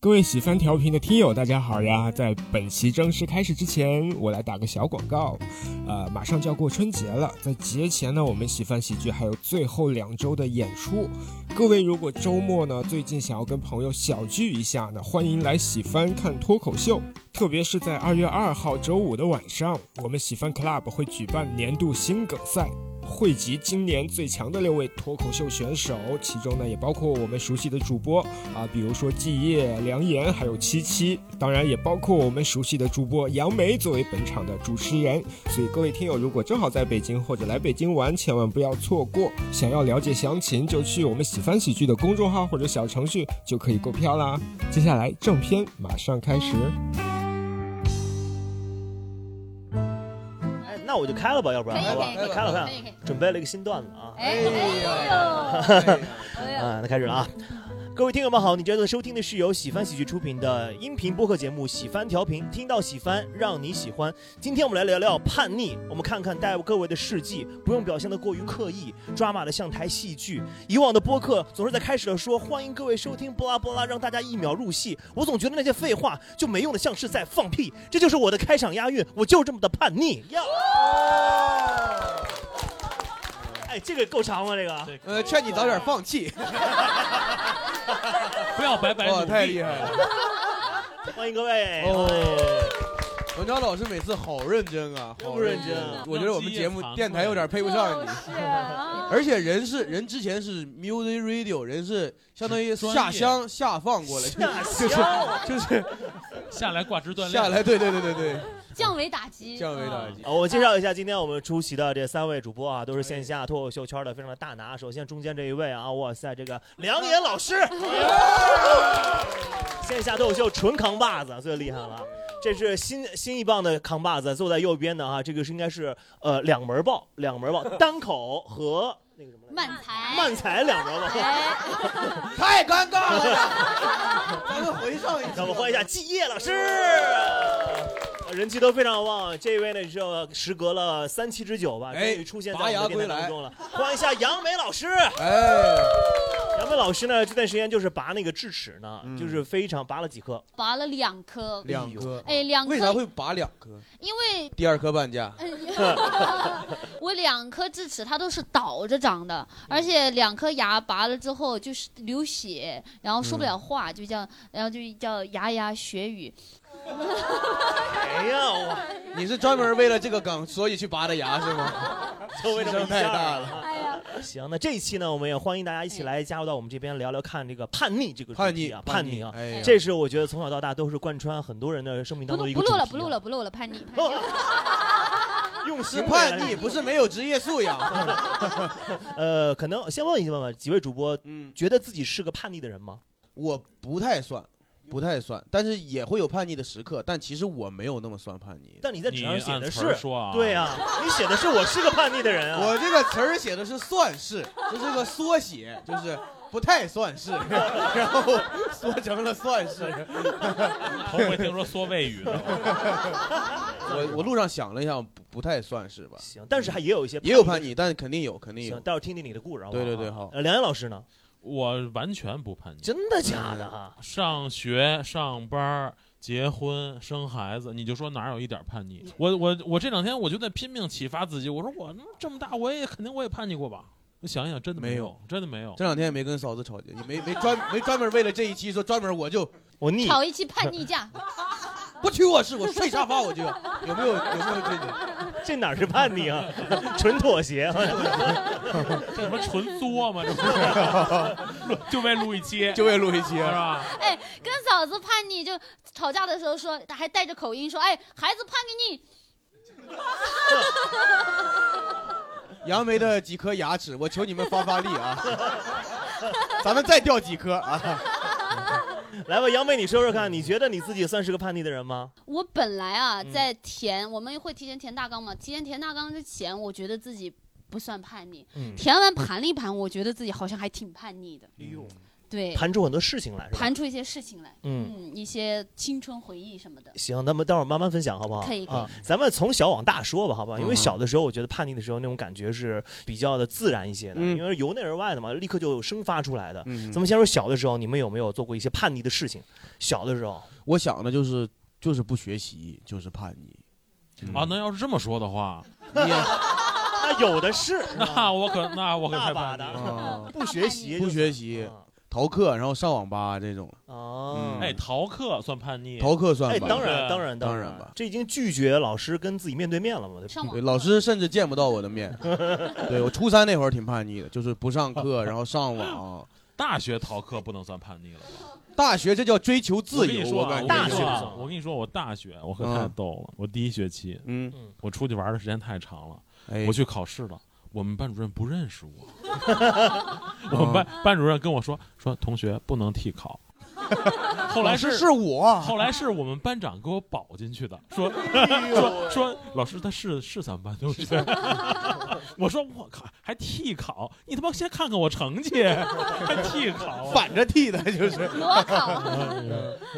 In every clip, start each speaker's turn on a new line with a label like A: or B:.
A: 各位喜番调频的听友，大家好呀！在本期正式开始之前，我来打个小广告。呃，马上就要过春节了，在节前呢，我们喜番喜剧还有最后两周的演出。各位如果周末呢，最近想要跟朋友小聚一下呢，欢迎来喜番看脱口秀。特别是在二月二号周五的晚上，我们喜番 Club 会举办年度新梗赛。汇集今年最强的六位脱口秀选手，其中呢也包括我们熟悉的主播啊，比如说季夜、梁岩，还有七七，当然也包括我们熟悉的主播杨梅作为本场的主持人。所以各位听友如果正好在北京或者来北京玩，千万不要错过。想要了解详情，就去我们喜翻喜剧的公众号或者小程序就可以购票啦。接下来正片马上开始。
B: 哎，那我就开了吧，要不然
C: 可以
B: 好吧
C: 可以，
B: 那
C: 可以
B: 开了开了
C: 可以可以，
B: 准备了一个新段子啊，
C: 哎
B: 哎
C: 呦，哎呦，
B: 啊，那开始了啊。各位听友们好，你正在收听的是由喜翻喜剧出品的音频播客节目《喜翻调频》，听到喜翻让你喜欢。今天我们来聊聊叛逆，我们看看带各位的事迹，不用表现的过于刻意，抓马的像台戏剧。以往的播客总是在开始的说欢迎各位收听，巴拉巴拉，让大家一秒入戏。我总觉得那些废话就没用的像是在放屁，这就是我的开场押韵，我就是这么的叛逆呀。哦哎，这个够长吗？这个。
D: 呃，劝你早点放 弃。
E: 不要白白努
D: 哇，
E: 力。
D: 太厉害了！
B: 欢迎各位。
D: 哦
B: 哎
D: 文超老师每次好认真啊，
B: 真
D: 好
B: 不认真
D: 我觉得我们节目电台有点配不上你，
C: 就是啊，
D: 而且人是人之前是 music radio，人是相当于下乡下放过来，
B: 下
D: 就是
B: 乡
D: 就是
E: 下来挂职锻炼。
D: 下来，对对对对对，
C: 降维打击，嗯
D: 降维打
C: 击，
D: 击。
B: 好哦我介绍一下，今天我们出席的这三位主播啊，都是线下脱口秀圈的非常的大拿。首先中间这一位啊，哇塞，这个 梁岩老
D: 哎
B: 师， 线下脱口秀纯扛把子，最厉害了。这是新新一棒的扛把子，坐在右边的啊，这个是应该是呃两门爆，两门爆，单口和那个什么来着
C: 慢才，
B: 慢才两门爆。
C: 哎，
D: 太尴尬了，咱们回上一次。
B: 让我们欢迎一下季叶老师。人气都非常旺，这位呢是呃时隔了三期之久吧，终
D: 哎
B: 于出现在我们电台当中了。欢迎一下杨梅老师。
D: 哎，
B: 杨梅老师呢，这段时间就是拔那个智齿呢，
D: 嗯
B: 就是非常拔了几颗。
C: 拔了两颗，
D: 两颗，
C: 哎，两
D: 为啥
C: 颗，
D: 会拔两颗？
C: 因为
D: 第二颗半价，
C: 我两颗智齿它都是倒着长的，
D: 嗯
C: 而且两颗牙拔了之后就是流血，然后说不了话，就叫
D: 嗯
C: 然后就叫牙牙学语。
B: 哎呀，我
D: 你是专门为了这个梗所以去拔的牙是 吗？
B: 周围这么一
D: 牺牲太
B: 下
D: 大
B: 了。
C: 哎呀，
B: 行，那这一期呢，我们也欢迎大家一起来加入到我们这边聊聊看这个叛逆这个主
D: 叛
B: 题
D: 逆
B: 啊，叛逆啊，
D: 哎呀
B: 这是我觉得从小到大都是贯穿很多人的生命
C: 不
B: 当
C: 录
B: 中的一
C: 不
B: 个主
C: 录
B: 题、
D: 啊
C: 了，不录。了，不录了，叛逆，叛逆。
B: 用心
D: 是
B: 为
D: 叛
B: 来
D: 逆，不是没有职业素养。
B: 呃，可能先问一下问吧，几位主播
D: 嗯，
B: 觉得自己是个叛逆的人吗？
D: 我不太算，不太算，但是也会有叛逆的时刻。但其实我没有那么算叛逆。
B: 但你在纸
E: 你
B: 上写
E: 按
B: 的
E: 词儿
B: 是，
E: 说啊，
B: 对啊，你写的是我是个叛逆的人啊。
D: 我这个词儿写的是“算是”，这是个缩写，就是不太算是， 然后缩成了“算是
E: 头回听说缩胃语呢。”
D: 我。我路上想了一下，不不太算是吧，
B: 行，但是还也有一些
D: 也有
B: 叛
D: 叛逆，但是肯定有，肯定
B: 逆的。行，
D: 有。
B: 待会儿听听你的故事啊。
D: 对对对好
B: 呃，梁岩老师呢？
E: 我完全不叛逆，
B: 真的假的啊？
E: 上学、上班、结婚、生孩子，你就说哪有一点叛逆？我我我这两天我就在拼命启发自己，我说我这么大，我也肯定我也叛逆过吧？我想一想，真的
D: 没
E: 有
D: 有，
E: 真的没有。
D: 这两天也没跟嫂子吵架，也没没 专没专门为了这一期说专门我就
B: 我逆，
C: 吵一期叛逆架，
D: 不娶我是我睡沙发我就要，有没有有没有这种？
B: 这哪是叛逆啊？ 纯妥协。啊
E: 这什么纯 作吗？这不是， 就为录一期，
D: 就为录一期
E: 是
D: 啊，
E: 吧？
C: 哎，跟嫂子叛逆就吵架的时候说，还带着口音说，哎，孩子判给你，
D: 杨梅的几颗牙齿，我求你们发发 力啊！咱们再掉几颗啊！
B: 来吧，杨梅，你说说看，你觉得你自己算是个叛逆的人吗？
C: 我本来啊，
B: 嗯
C: 在填、我们会提前填大纲嘛，提前填大纲之前，我觉得自己不算叛逆，
B: 嗯
C: 填完盘了一盘，我觉得自己好像还挺叛逆的。
B: 哎呦，
C: 对
B: 盘出很多事情来，是吧？
C: 盘出一些事情来，
B: 嗯，
C: 嗯，一些青春回忆什么的。
B: 行，那么待会儿慢慢分享好不好？
C: 可以可以
B: 啊，咱们从小往大说吧，好不好？因为
D: 嗯
B: 小的时候，我觉得叛逆的时候那种感觉是比较的自然一些的，
D: 嗯
B: 因为是由内而外的嘛，立刻就生发出来的。
D: 嗯
B: 咱们先说小的时候，你们有没有做过一些叛逆的事情？小的时候，
D: 我想 的就是就是不学习，就是叛逆。
E: 啊，那要是这么说的话，
D: 你也
B: 那有的是，
E: 那我可那我可
B: 大
E: 太
B: 把
E: 叛逆
B: 的
E: 了。
D: 啊
B: 不学习就
D: 不学习，逃课，然后上网吧这种，
B: 哦
D: 嗯，
E: 哎，逃课算叛逆，
D: 逃课算
B: 哎，
D: 吧？
B: 当然，
E: 对啊
B: 当然，
D: 当然
B: 然
D: 吧
B: 这已经拒绝老师跟自己面对面了嘛？对吧
C: 上网
D: 对，老师甚至见不到我的面。 对我初三那会儿挺叛逆的，就是不上课，然后上网。
E: 大学逃课不能算叛逆了吧？
D: 大学这叫追求自
E: 我跟你
D: 由，
E: 说啊，
D: 感
E: 我跟
D: 觉。
E: 你
B: 大学
E: 说啊
B: 生
E: 我跟你说，我大学我可太
D: 嗯
E: 逗了。我第一学期，
D: 嗯，
E: 我出去玩的时间太长了，
D: 哎，
E: 我去考试了。我们班主任不认识 我，我们班
C: 啊
E: 班主任跟我说说同学不能替考，后来
D: 老师啊是我，
E: 后来是我们班长给我保进去的，说
D: 哎
E: 说说老师他是是咱们班同 学，我说我靠还替考，你他妈先看看我成绩，还替 考，啊嗯
D: 反着踢的，就是。
C: 裸 考，啊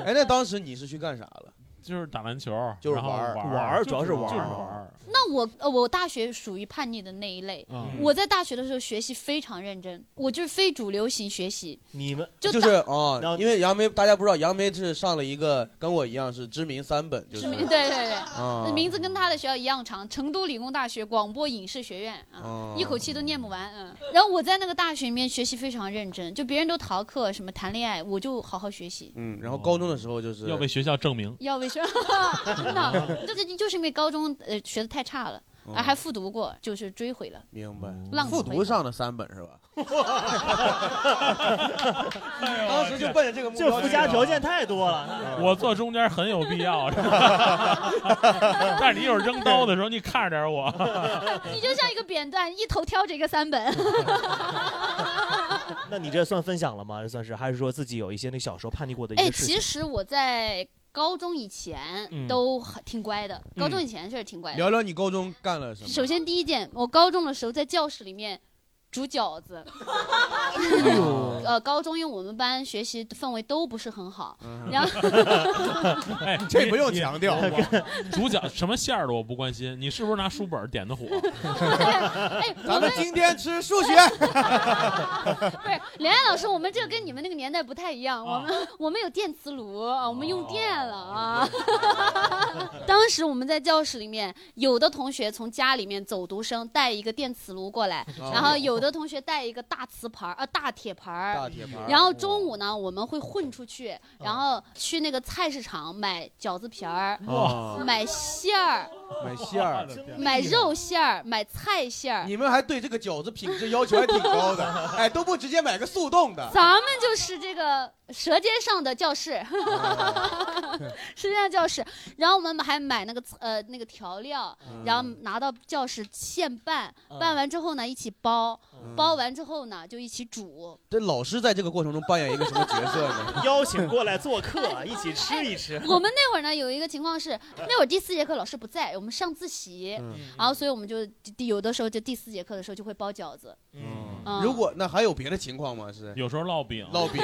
D: 哎，那当时你是去干啥了？
E: 就是打篮球，
D: 就是
E: 然后
D: 玩儿
E: 玩
B: 玩儿主要是
E: 是
B: 玩
E: 就是
B: 儿
E: 玩儿，
C: 那我呃，我大学属于叛逆的那一类。
E: 嗯
C: 我在大学的时候学习非常认真，我就是非主流型学习，
B: 你们
C: 就
D: 就是啊
B: 然后，
D: 因为杨梅，大家不知道，杨梅是上了一个跟我一样是知名三本，就是
C: 是 对对对，
B: 哦
D: 啊，
C: 名字跟他的学校一样长，成都理工大学广播影视学院啊。
D: 啊
C: 一口气都念不完，嗯。然后我在那个大学里面学习非常认真，就别人都逃课什么谈恋爱，我就好好学习。
D: 嗯，然后高中的时候就是
E: 要为学校证
D: 嗯
E: 明，
C: 要为什么？ 真的，就是就是因为高中呃学的太差了，啊还复读过，就是追回了，
D: 嗯明白。
E: 哦
C: 浪子
D: 复
C: 回
D: 读
C: 头
D: 上的三本是吧？当时就奔着这个目
B: 这
D: 标
B: 附
D: 去
B: 加
D: 的啊
B: 条件太多了。
E: 我坐中间很有必要， 但是你一会儿扔刀的时候你看着点 我。
C: 你就像一个扁担，一头挑着一个三本。
D: 嗯
B: 那你这算分享了吗？这算是还是说自己有一些那小时候叛逆过的一
C: 哎，
B: 些事情？
C: 其实我在高中以前
B: 嗯
C: 都很挺乖的，高
D: 嗯
C: 中以前是挺乖的。
D: 聊聊你高中干了什么？
C: 首先第一件，我高中的时候在教室里面煮饺子。
D: 哎
C: 呃，高中因为我们班学习氛围都不是很好，
D: 嗯
C: 然后
E: 哎，
D: 这不用强调
E: 你。你 主角什么馅儿的我不关心，你是不是拿书本点的火？
C: 哎，我们
D: 咱们今天吃数 学，
C: 不是梁艳老师，我们这个跟你们那个年代不太一样，我
D: 啊
C: 们我们有电磁炉，我们
D: 哦
C: 用电了啊。 当时我们在教室里面，有的同学从家里面走读生带一个电磁炉过来，
D: 哦
C: 然后有的同学带一个大瓷盘儿啊大铁盘儿。
D: 大铁盘儿，哦嗯
C: 然后中午呢，我们会混出去，然后去那个菜市场买饺子皮儿、
D: 哇，
C: 买馅儿、
D: 哦买馅儿，
C: 买肉馅儿、买菜馅儿。
D: 你们还对这个饺子品质要求还挺高的，哎，都不直接买个速冻的。
C: 咱们就是这个《舌尖上的教室》， 舌尖上的教室。然后我们还买那个呃那个调料，然后拿到教室现拌，拌完之后呢一起包，包完之后呢就一起煮。
D: 这老师在这个过程中扮演一个什么角色呢？
B: 邀请过来做客，一起吃一吃。
D: 嗯
C: 我们那会儿呢有一个情况是，那会儿第四节课老师不在，我们上自习，然后所以我们就有的时候就第四节课的时候就会包饺子。
B: 嗯，
C: 嗯、
D: 如果那还有别的情况吗？是
E: 有时候烙饼，
D: 烙饼、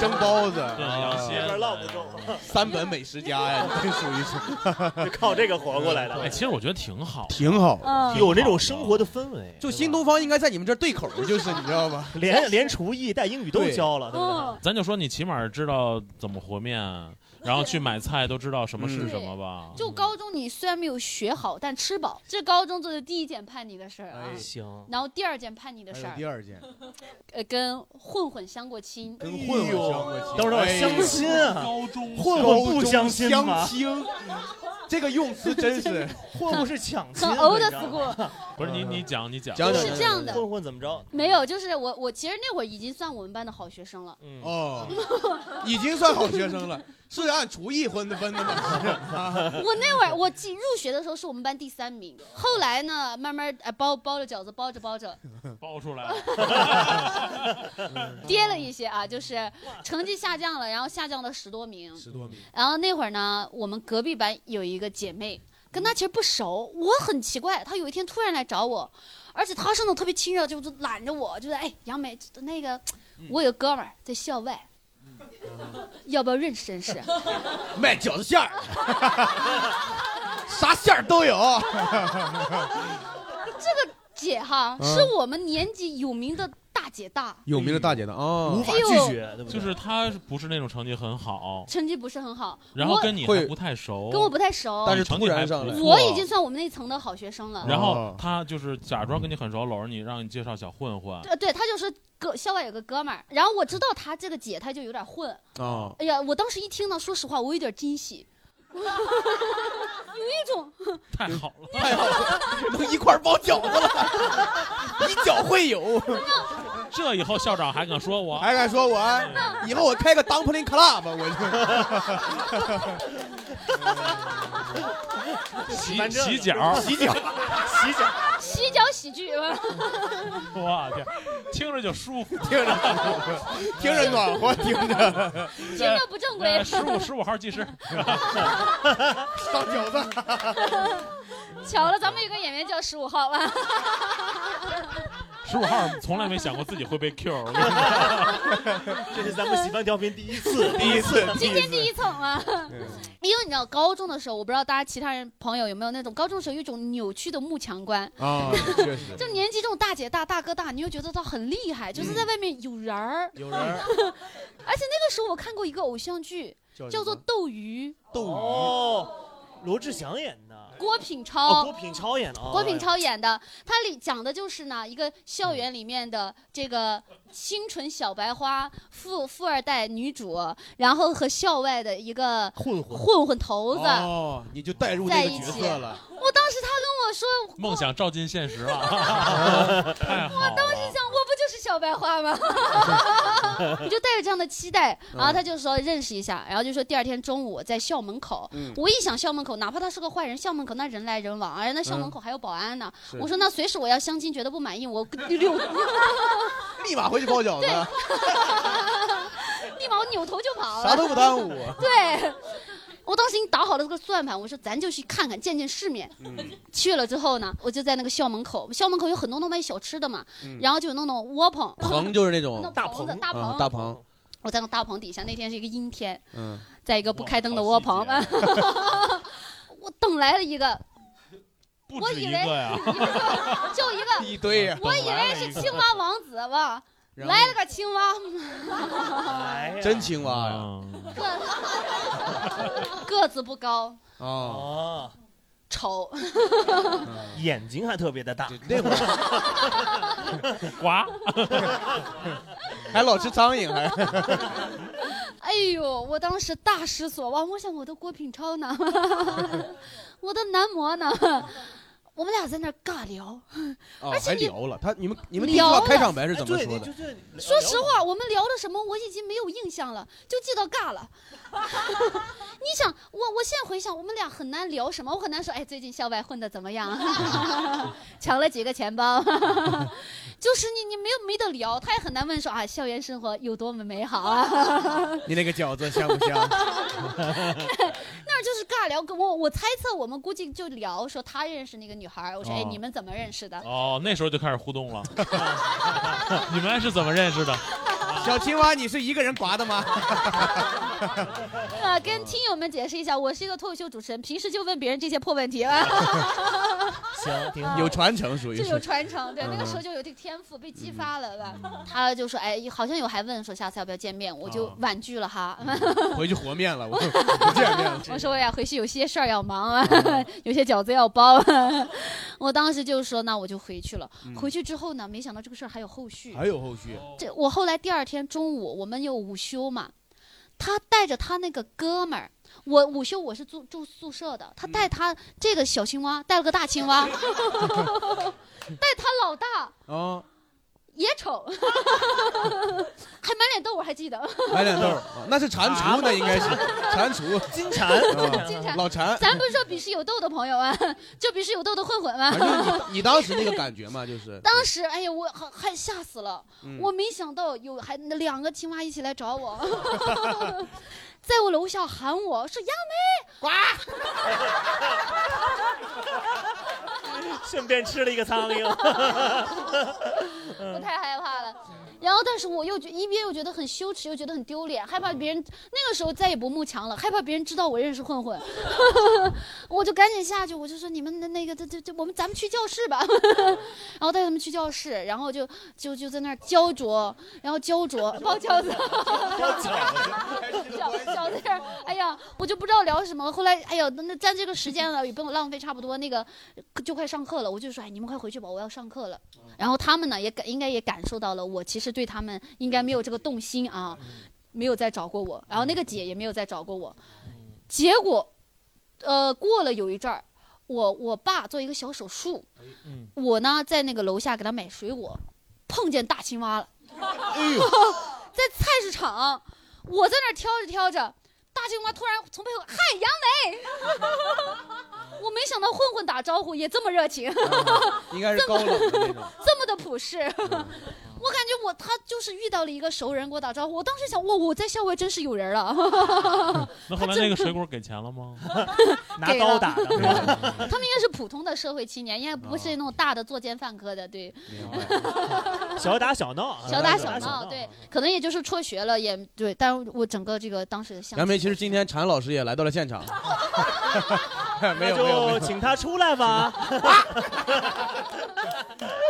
D: 蒸包子、啊
E: 对羊蝎
B: 有
E: 子
B: 点唠不动，
D: 三本美食家呀，你这属于是
B: 就靠这个活过来
E: 哎，
B: 的。
E: 其实我觉得挺好的。
D: 挺好的。
C: 嗯，
B: 有那种生活的氛围，
D: 就新东方应该在你们这儿对口，就是你知道吧？
B: 连连厨艺带英语都教了，对不
C: 嗯，
E: 咱就说你起码知道怎么和面，然后去买菜都知道什么是什么
B: 啊
E: 吧。
C: 就高中你虽然没有学好，但吃饱，这是高中做的第一件叛逆的事儿啊。
B: 对？行，
C: 然后第二件叛逆的事儿，
D: 二件，
C: 呃，跟混混相过亲。
D: 跟混混相过亲，
B: 等会儿相亲啊，
E: 哎高中
B: 混
D: 高
B: 混
D: 中
B: 不相亲吗
D: 相？亲，这个用词 真是
B: 混混是抢亲
C: 很
B: 啊，
C: old
B: 你知道吗
C: school，
E: 不是你你讲你讲，
D: 讲
C: 是这样的，
B: 混混怎么着？
C: 没有，就是我我其实那会儿已经算我们班的好学生了，
B: 嗯，
D: 哦，已经算好学生了，是按厨艺分的分 的吗？
C: 我那会儿我记入学的时候是我们班第三名，后来呢，慢慢呃包包着饺子包着包着
E: 包出 来了，
C: 跌了一些
E: 嗯
C: 啊，就是成绩下降了，然后下降到十多名，十多名，然后那会儿呢，我们隔壁班有一个姐妹，跟她其实不熟，我很奇怪，她有一天突然来找我，而且她是那种特别亲热，就是揽着我，就是哎杨梅那个。
E: 嗯
C: 我有哥们儿在校外，要不要认识认 识？
D: 卖饺子馅儿，啥馅儿都有。
C: 这个姐哈、
D: 嗯
C: 是我们年级有名的大姐大，
D: 有名的大姐的啊
B: 无，法
C: 哎呦
B: 拒绝，对不对？
E: 就是他不是那种成绩很好，
C: 成绩不是很好，
E: 然后
C: 我
E: 跟你
D: 会
E: 还不太熟，
C: 跟我不太熟，
D: 但是
E: 成绩
D: 突然
E: 还
D: 上
E: 不
D: 来
E: 错
C: 我已经算我们那层的好学生了。
E: 然
D: 哦
E: 后他就是假装跟你很熟，搂着你，让你介绍小混
D: 啊
E: 混，
C: 呃，对他就是哥校外有个哥们儿，然后我知道他这个姐，他就有点混。
D: 啊，
C: 哎呀，我当时一听呢，说实话，我有点惊喜， 有一种
E: 太好了。
D: 太好了，能一块儿包饺子了，以饺会友。
E: 这以后校长还敢说我？嗯
D: 还敢说我啊？以后我开个 dumpling club，我
E: 洗
B: 反正
E: 洗脚，
D: 就洗脚。
B: 洗脚，
C: 洗脚喜剧。
E: 我天，听着就舒服。
D: 听着，听着暖和，听着
C: 听着不正规。
E: 呃十五十五号技师，
D: 上饺子。
C: 巧了，咱们有个演员叫十五号吧。
E: 十五号从来没想过自己会被 Q，
B: 这是咱们喜欢调频第一次，
D: 第 一次，
C: 今天第一层啊，因为你知道高中的时候，我不知道大家其他人朋友有没有那种高中的时候有一种扭曲的慕强观，
D: 啊，确实
C: 就年纪这种大姐大大哥大，你又觉得他很厉害，就是
B: 嗯
C: 在外面有人儿。
D: 有 人
C: 而且那个时候我看过一个偶像剧，叫做《斗鱼
D: 斗鱼，
B: 哦，罗志祥演的》，，
C: 郭品
B: 哦，
C: 超。
B: 郭品超演的，哦
C: 郭品，超演的，他里讲的就是呢，一个校园里面的这个清纯小白花富富二代女主，然后和校外的一个
B: 混混，
C: 混混头子。
D: 哦，你就带入这个角色了。
C: 我当时他跟我说，
E: 梦想照进现实了， 太
B: 哦
E: 好了。
C: 我想我不就是小白花吗？你就带着这样的期待，然
D: 嗯
C: 后他就说认识一下，然后就说第二天中午在校门口。
D: 嗯
C: 我一想校门口，哪怕他是个坏人，校门口那人来人往，而那校门口还有保安呢。
D: 嗯是
C: 我说那随时我要相亲，觉得不满意，我 扭
D: 立马回去包饺子，
C: 立马我扭头就跑
D: 啥
C: 了。
D: 都不 耽误。啊
C: 对，我当时已经打好了这个算盘，我说咱就去看看，见见世面。
D: 嗯
C: 去了之后呢，我就在那个校门口，校门口有很多那种卖小吃的嘛，然后就有那种窝棚，
D: 嗯棚就是那种
C: 那
B: 大
C: 棚子
B: 棚
C: 大棚
D: 啊，大棚，
C: 我在那大棚底下，那天是一个阴天，
D: 嗯，
C: 在一个不开灯的窝棚
E: 哇好，啊
C: 我等来了一个，
E: 不
C: 我
E: 止
C: 以
E: 一
C: 为
E: 个呀，
C: 就一个，
D: 一堆呀，
C: 我以为是青蛙王子 吧，来了个青蛙，
B: 哎呀
D: 真青蛙呀！
E: 嗯
C: 个 个子不高，
D: 啊，
B: 哦，
C: 丑，
B: 眼睛还特别的大，
D: 那会儿
E: 呱，
D: 还老吃苍蝇，还
C: 哎呦，我当时大失所望，我想我的郭品超呢， 我的男模呢，我们俩在那儿尬聊，
D: 哦
C: 而且
D: 还
C: 你
D: 聊了。他你们你们第一句话
C: 聊了
D: 开场白是怎么
B: 对，
D: 说
B: 你
D: 的
B: 就？是
C: 说实，话，我们聊了什么，我已经没有印象了，就记得尬了。 你想，我我现在回想，我们俩很难聊什么，我很难说，哎，最近校外混的怎么样？ 抢了几个钱包？ 就是你你没有没得聊，他也很难问说啊，校园生活有多么美好啊。
D: 你那个饺子香不香？
C: 那就是尬聊，跟我我猜测我们估计就聊说他认识那个女孩儿，我说、哎
D: 哦
C: 你们怎么认识的？
E: 哦，那时候就开始 互动了。你们是怎么认识的？
D: 小青蛙，你是一个人刮 的吗？
C: 啊，跟听友们解释一下，我是一个脱口秀主持人，平时就问别人这些破问题啊。
B: 行，挺好
D: 有传承属于
C: 就有
D: 是。
C: 传承，对，那个时
D: 嗯
C: 候就有这个天赋被激发了 吧？他就说，哎，好像有还问说下次要不要见面，我就
D: 啊
C: 婉拒了哈。
D: 嗯回去和面了，我不见面了。
C: 我说我哎呀，回去有些事儿要忙啊， 有些饺子要包啊。我当时就说，那我就回去了。回去之后呢，没想到这个事儿还有后续。
D: 还有后续，
B: 哦
C: 这我后来第二天中午，我们有午休嘛，他带着他那个哥们儿。我午休我是住住宿舍的，他
D: 嗯
C: 带他这个小青蛙，带了个大青 蛙，带他老大，
D: 啊，
C: 也丑， 还满脸痘，我还记得。啊
D: 买点豆儿，啊那是蟾蜍，那应该是蟾蜍，啊
B: 金蝉，
C: 金蝉
D: 老蟾。
C: 咱不是说鄙视有痘的朋友啊，就鄙视有痘的混混啊
D: 反
C: 吗？
D: 正你你当时那个感觉嘛，就是
C: 当时，哎呀，我还还吓死了，
D: 呃嗯
C: 我没想到有还那两个青蛙一起来找我， 在我楼下喊我说杨
B: 顺便吃了一个苍蝇，
C: 梅，我太害怕了。然后但是我又觉一边又觉得很羞耻，又觉得很丢脸，害怕别人那个时候再也不慕强了，害怕别人知道我认识混 混，我就赶紧下去，我就说你们的那个这这这，我们咱们去教室吧， 然后带他们去教室，然后就就就在那儿焦灼，然后焦灼包饺子， 饺饺子，哎呀，我就不知道聊什么了。后来，哎呀，那那占这个时间了，也不用浪费，差不多那个就快上课了，我就说，哎，你们快回去吧，我要上课了。然后他们呢，也感应该也感受到了，我其实对他们应该没有这个动心啊，没有再找过我。然后那个姐也没有再找过我。结果，呃，过了有一阵儿，我我爸做一个小手术，
D: 哎嗯
C: 我呢在那个楼下给他买水果，碰见大青蛙了。
D: 哎呦，
C: 在菜市场，我在那儿挑着挑着，大青蛙突然从背后嗨杨梅， 我没想到混混打招呼也这么热
D: 啊
C: 情，
D: 应该是高冷的那种。
C: 这么的朴实。
D: 嗯
C: 我感觉我他就是遇到了一个熟人给我打招呼，我当时想，哇，我在校外真是有人啊了。
E: 那后来那个水果给钱了吗？
B: 拿刀打的，
C: 他们应该是普通的社会青年，应该不
D: 啊
C: 是那种大的作奸犯科的，对，
D: 明白
B: 小打小
D: 啊
B: 闹，
C: 小打
B: 小
C: 小闹，对，可能也就是辍学了，也对。但我整个这个当时的相
D: 杨梅，
C: 亲，
D: 其实今天禅老师也来到了 现场。
B: 那
D: 没有没有，没有
B: 就请他出来吧。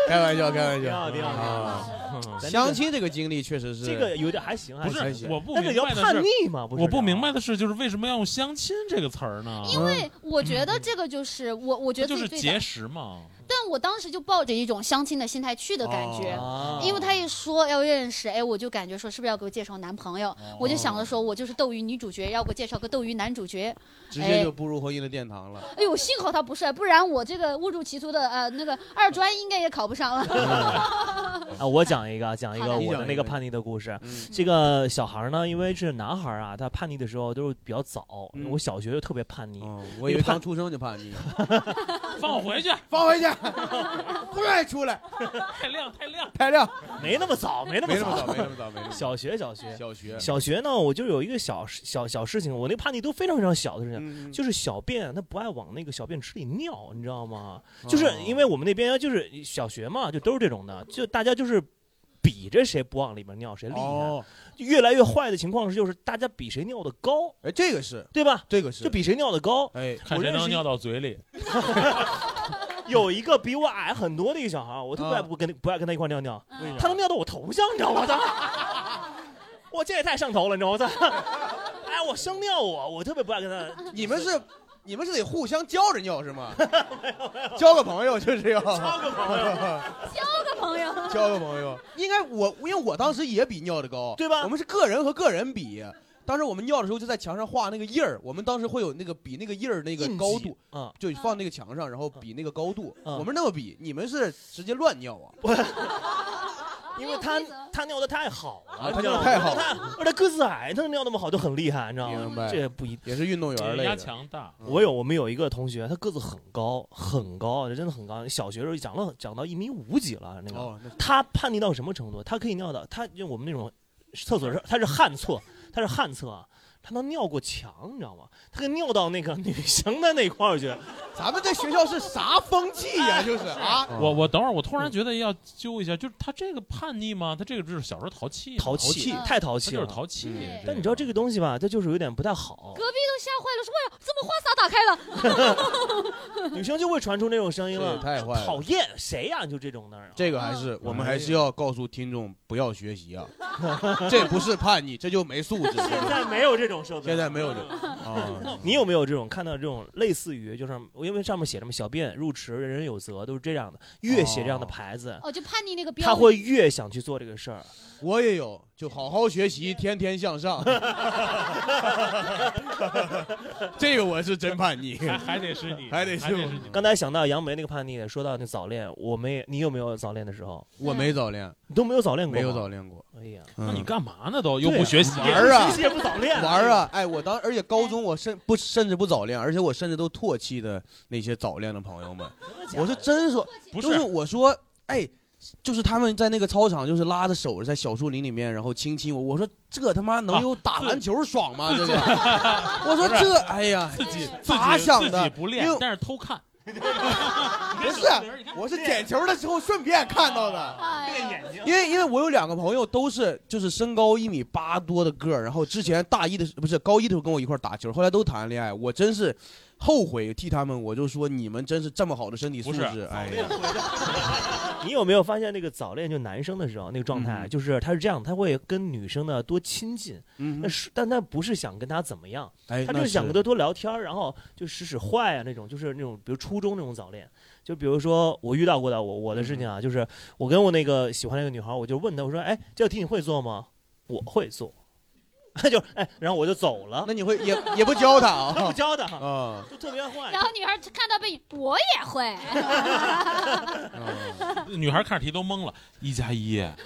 D: 开玩笑开玩
B: 挺好
D: 笑。
B: 挺好挺好，
D: 啊，
E: 嗯
B: 咱这个
D: 相亲这个经历确实是
B: 这个有点还行，还
E: 不
B: 行
D: 还
E: 是，
D: 行
E: 我不
B: 但是
E: 明
B: 要
E: 白的
B: 叛
E: 是，
B: 逆嘛，不是
E: 我不明白的是，就是为什么要用“相亲”这个词儿呢？
C: 因为我觉得这个就是我，我觉
E: 这
C: 得
E: 就
C: 自己
E: 是
C: 最
E: 节食嘛。
C: 但我当时就抱着一种相亲的心态去的感觉，
B: 啊
C: 因为他一说要认识，哎，我就感觉说是不是要给我介绍男朋
D: 哦
C: 友？我就想着说我就是斗鱼女主角，要给我介绍个斗鱼男主角。哎
D: 直
B: 哎
D: 接就步入婚姻的殿堂了。
C: 哎呦，幸好他不是，不然我这个误入歧途的呃那个二专应该也考不上了。
B: 啊，我讲一个，讲一
C: 好
B: 个
C: 的
B: 我的那个叛逆的故事。
D: 嗯
B: 这个小孩儿呢，因为是男孩儿啊，他叛逆的时候都是比较早。
D: 嗯
B: 我小学就特别叛逆，
D: 哦，我以为刚出生就叛 逆，
E: 放我回去，
D: 放回去，不愿意出来，
E: 太亮太亮。
D: 拍亮，
B: 没那么早，没那
D: 没
B: 么
D: 那么
B: 早。
D: 早，没那么早，没那么早。
B: 小学，小学，
D: 小学，
B: 小学呢，我就有一个小事小小事情，我那叛逆都非常非常小的事情，
D: 嗯
B: 就是小便他不爱往那个小便池里尿，你知道吗？
D: 哦
B: 就是因为我们那边就是小学嘛，就都是这种的，就大家就是比着谁不往里面尿谁厉害。
D: 哦，
B: 越来越坏的情况是，就是大家比谁尿的高，
D: 哎，这个是，
B: 对吧？
D: 这个是，
B: 就比谁尿的高。
D: 哎，
E: 看
B: 我
E: 谁
B: 认识
E: 能
B: 一
E: 尿到嘴里，
B: 有一个比我矮很多的一个小孩儿，我特别爱
D: 啊
B: 不跟不爱跟他一块儿尿尿，
D: 为啥
B: 他能尿到我头上，你知道吗？我操！我这也太上头了，你知道吗？我操！哎，我生尿我，我特别不爱跟他。
D: 你们是，你们是得互相教着尿 是吗？交个朋友就是要
B: 交个朋友，
C: 交个朋友，
D: 交个朋友，应该我因为我当时也比尿的高，
B: 对吧
D: 我们是个人和个人比，当时我们尿的时候就在墙上画那个印儿，我们当时会有那个比那个印儿那个高度，
B: 啊，
D: 就放那个墙上，然后比那个高度，
B: 嗯
D: 我们那么比，你们是直接乱尿啊？
B: 因为他他尿的太好了，
D: 啊
B: 你知道吗
D: 他尿得太好
B: 他而且个子矮，他能尿那么好就很厉害，你知道吗？
D: 明白
B: 这也不一
D: 也是运动员类
E: 压
D: 的，
E: 强大。
B: 我有我们有一个同学，他个子很高，很高，啊真的很高。小学时候长了长到一米五几了，那个、
D: 哦，那
B: 他叛逆到什么程度？他可以尿到他就我们那种厕所是他是旱厕，他是旱厕啊，他能尿过墙，你知道吗？他可以尿到那个女生的那块儿去。
D: 咱们这学校是啥风气呀？就是
B: 哎
D: 啊，
B: 哦
E: 我我等会儿，我突
B: 嗯
E: 然觉得要揪一下，就是他这个叛逆吗？他这个就是小时候淘气，
B: 淘
C: 气
B: 气，太淘
E: 他
B: 气
E: 就是
B: 了。
E: 淘气
C: 嗯。
E: 个
B: 但你知道这个东西吧，它就是有点不太好
C: 隔。壁都吓坏了，说哎呀，怎么花洒打开了？
B: 女生就会传出那种声音
D: 这也
B: 了，
D: 太坏
B: 讨
D: 了。
B: 厌谁呀、就这种啊的。
D: 这个还是
E: 啊
D: 我们还是要告诉听众不要学习 啊，这不是叛逆，这就没素质。
B: 现在没有这种设备，
D: 现在没有这
E: 嗯
D: 啊，
B: 你有没有这种看到这种类似于就是因为上面写什么小便入池人人有责都是这样的，越写这样的牌子，
C: 哦，就叛逆那个标
B: 他
C: 准，
B: 会越想去做这个事儿。
D: 我也有，就好好学习，天天向 上。 这个我是真叛 逆。
E: 还还得是你，
D: 还得是
E: 是
D: 我
E: 你。
B: 刚才想到杨梅那个叛逆，说到那早恋，我没你有没有早恋的时候？
D: 我没早恋，
B: 你都没有早恋过？
D: 没有早。恋过。
B: 哎呀，
E: 那你
D: 嗯
E: 干嘛呢？都又
B: 对
E: 不
B: 啊
E: 学习，
D: 玩儿 啊
B: 学习也不早恋，
D: 玩儿！啊！哎，我当而且高中我甚不甚至不早恋，而且我甚至都唾弃的那些早恋的朋友们。我是真说，
E: 不
D: 就是
E: 是
D: 我说，哎，就是他们在那个操场，就是拉着手在小树林里面，然后亲亲我。我说这他妈
E: 啊
D: 能有打篮球爽吗？这个，我说这，哎呀，
E: 自己自己
D: 咋想
E: 自
D: 的
E: 己不练
D: 因为，
E: 但是偷看。
D: 不是，我是捡球的时候顺便看到的。
C: 哎呀
B: 眼睛
D: 因为因为我有两个朋友都是就是身高一米八多的个儿，然后之前大一的时不是高一的时候跟我一块儿打球，后来都谈恋爱，我真是后悔替他们，我就说你们真是这么好的身体素
E: 不
D: 质，哎呀，
B: 你有没有发现那个早恋就男生的时候那个状态啊，就是他是这样，他会跟女生呢多亲近，
D: 嗯
B: 那，是但他不是想跟她怎么样，
D: 哎，
B: 他就是想
D: 那
B: 跟她多聊天儿，然后就使使坏啊那种，就是那种比如初中那种早恋，就比如说我遇到过的我我的事情
D: 嗯
B: 啊，就是我跟我那个喜欢那个女孩儿，我就问她我说哎这道题你会做吗？我会做， 就哎然后我就走了，
D: 那你会也也不教他
B: 他 不
D: 啊？
B: 教的，
D: 啊，
B: 就特别坏
C: 然。后女孩看到背影，我也 会。
D: 啊
E: 女孩看着题都懵了，一加一，
D: 哎，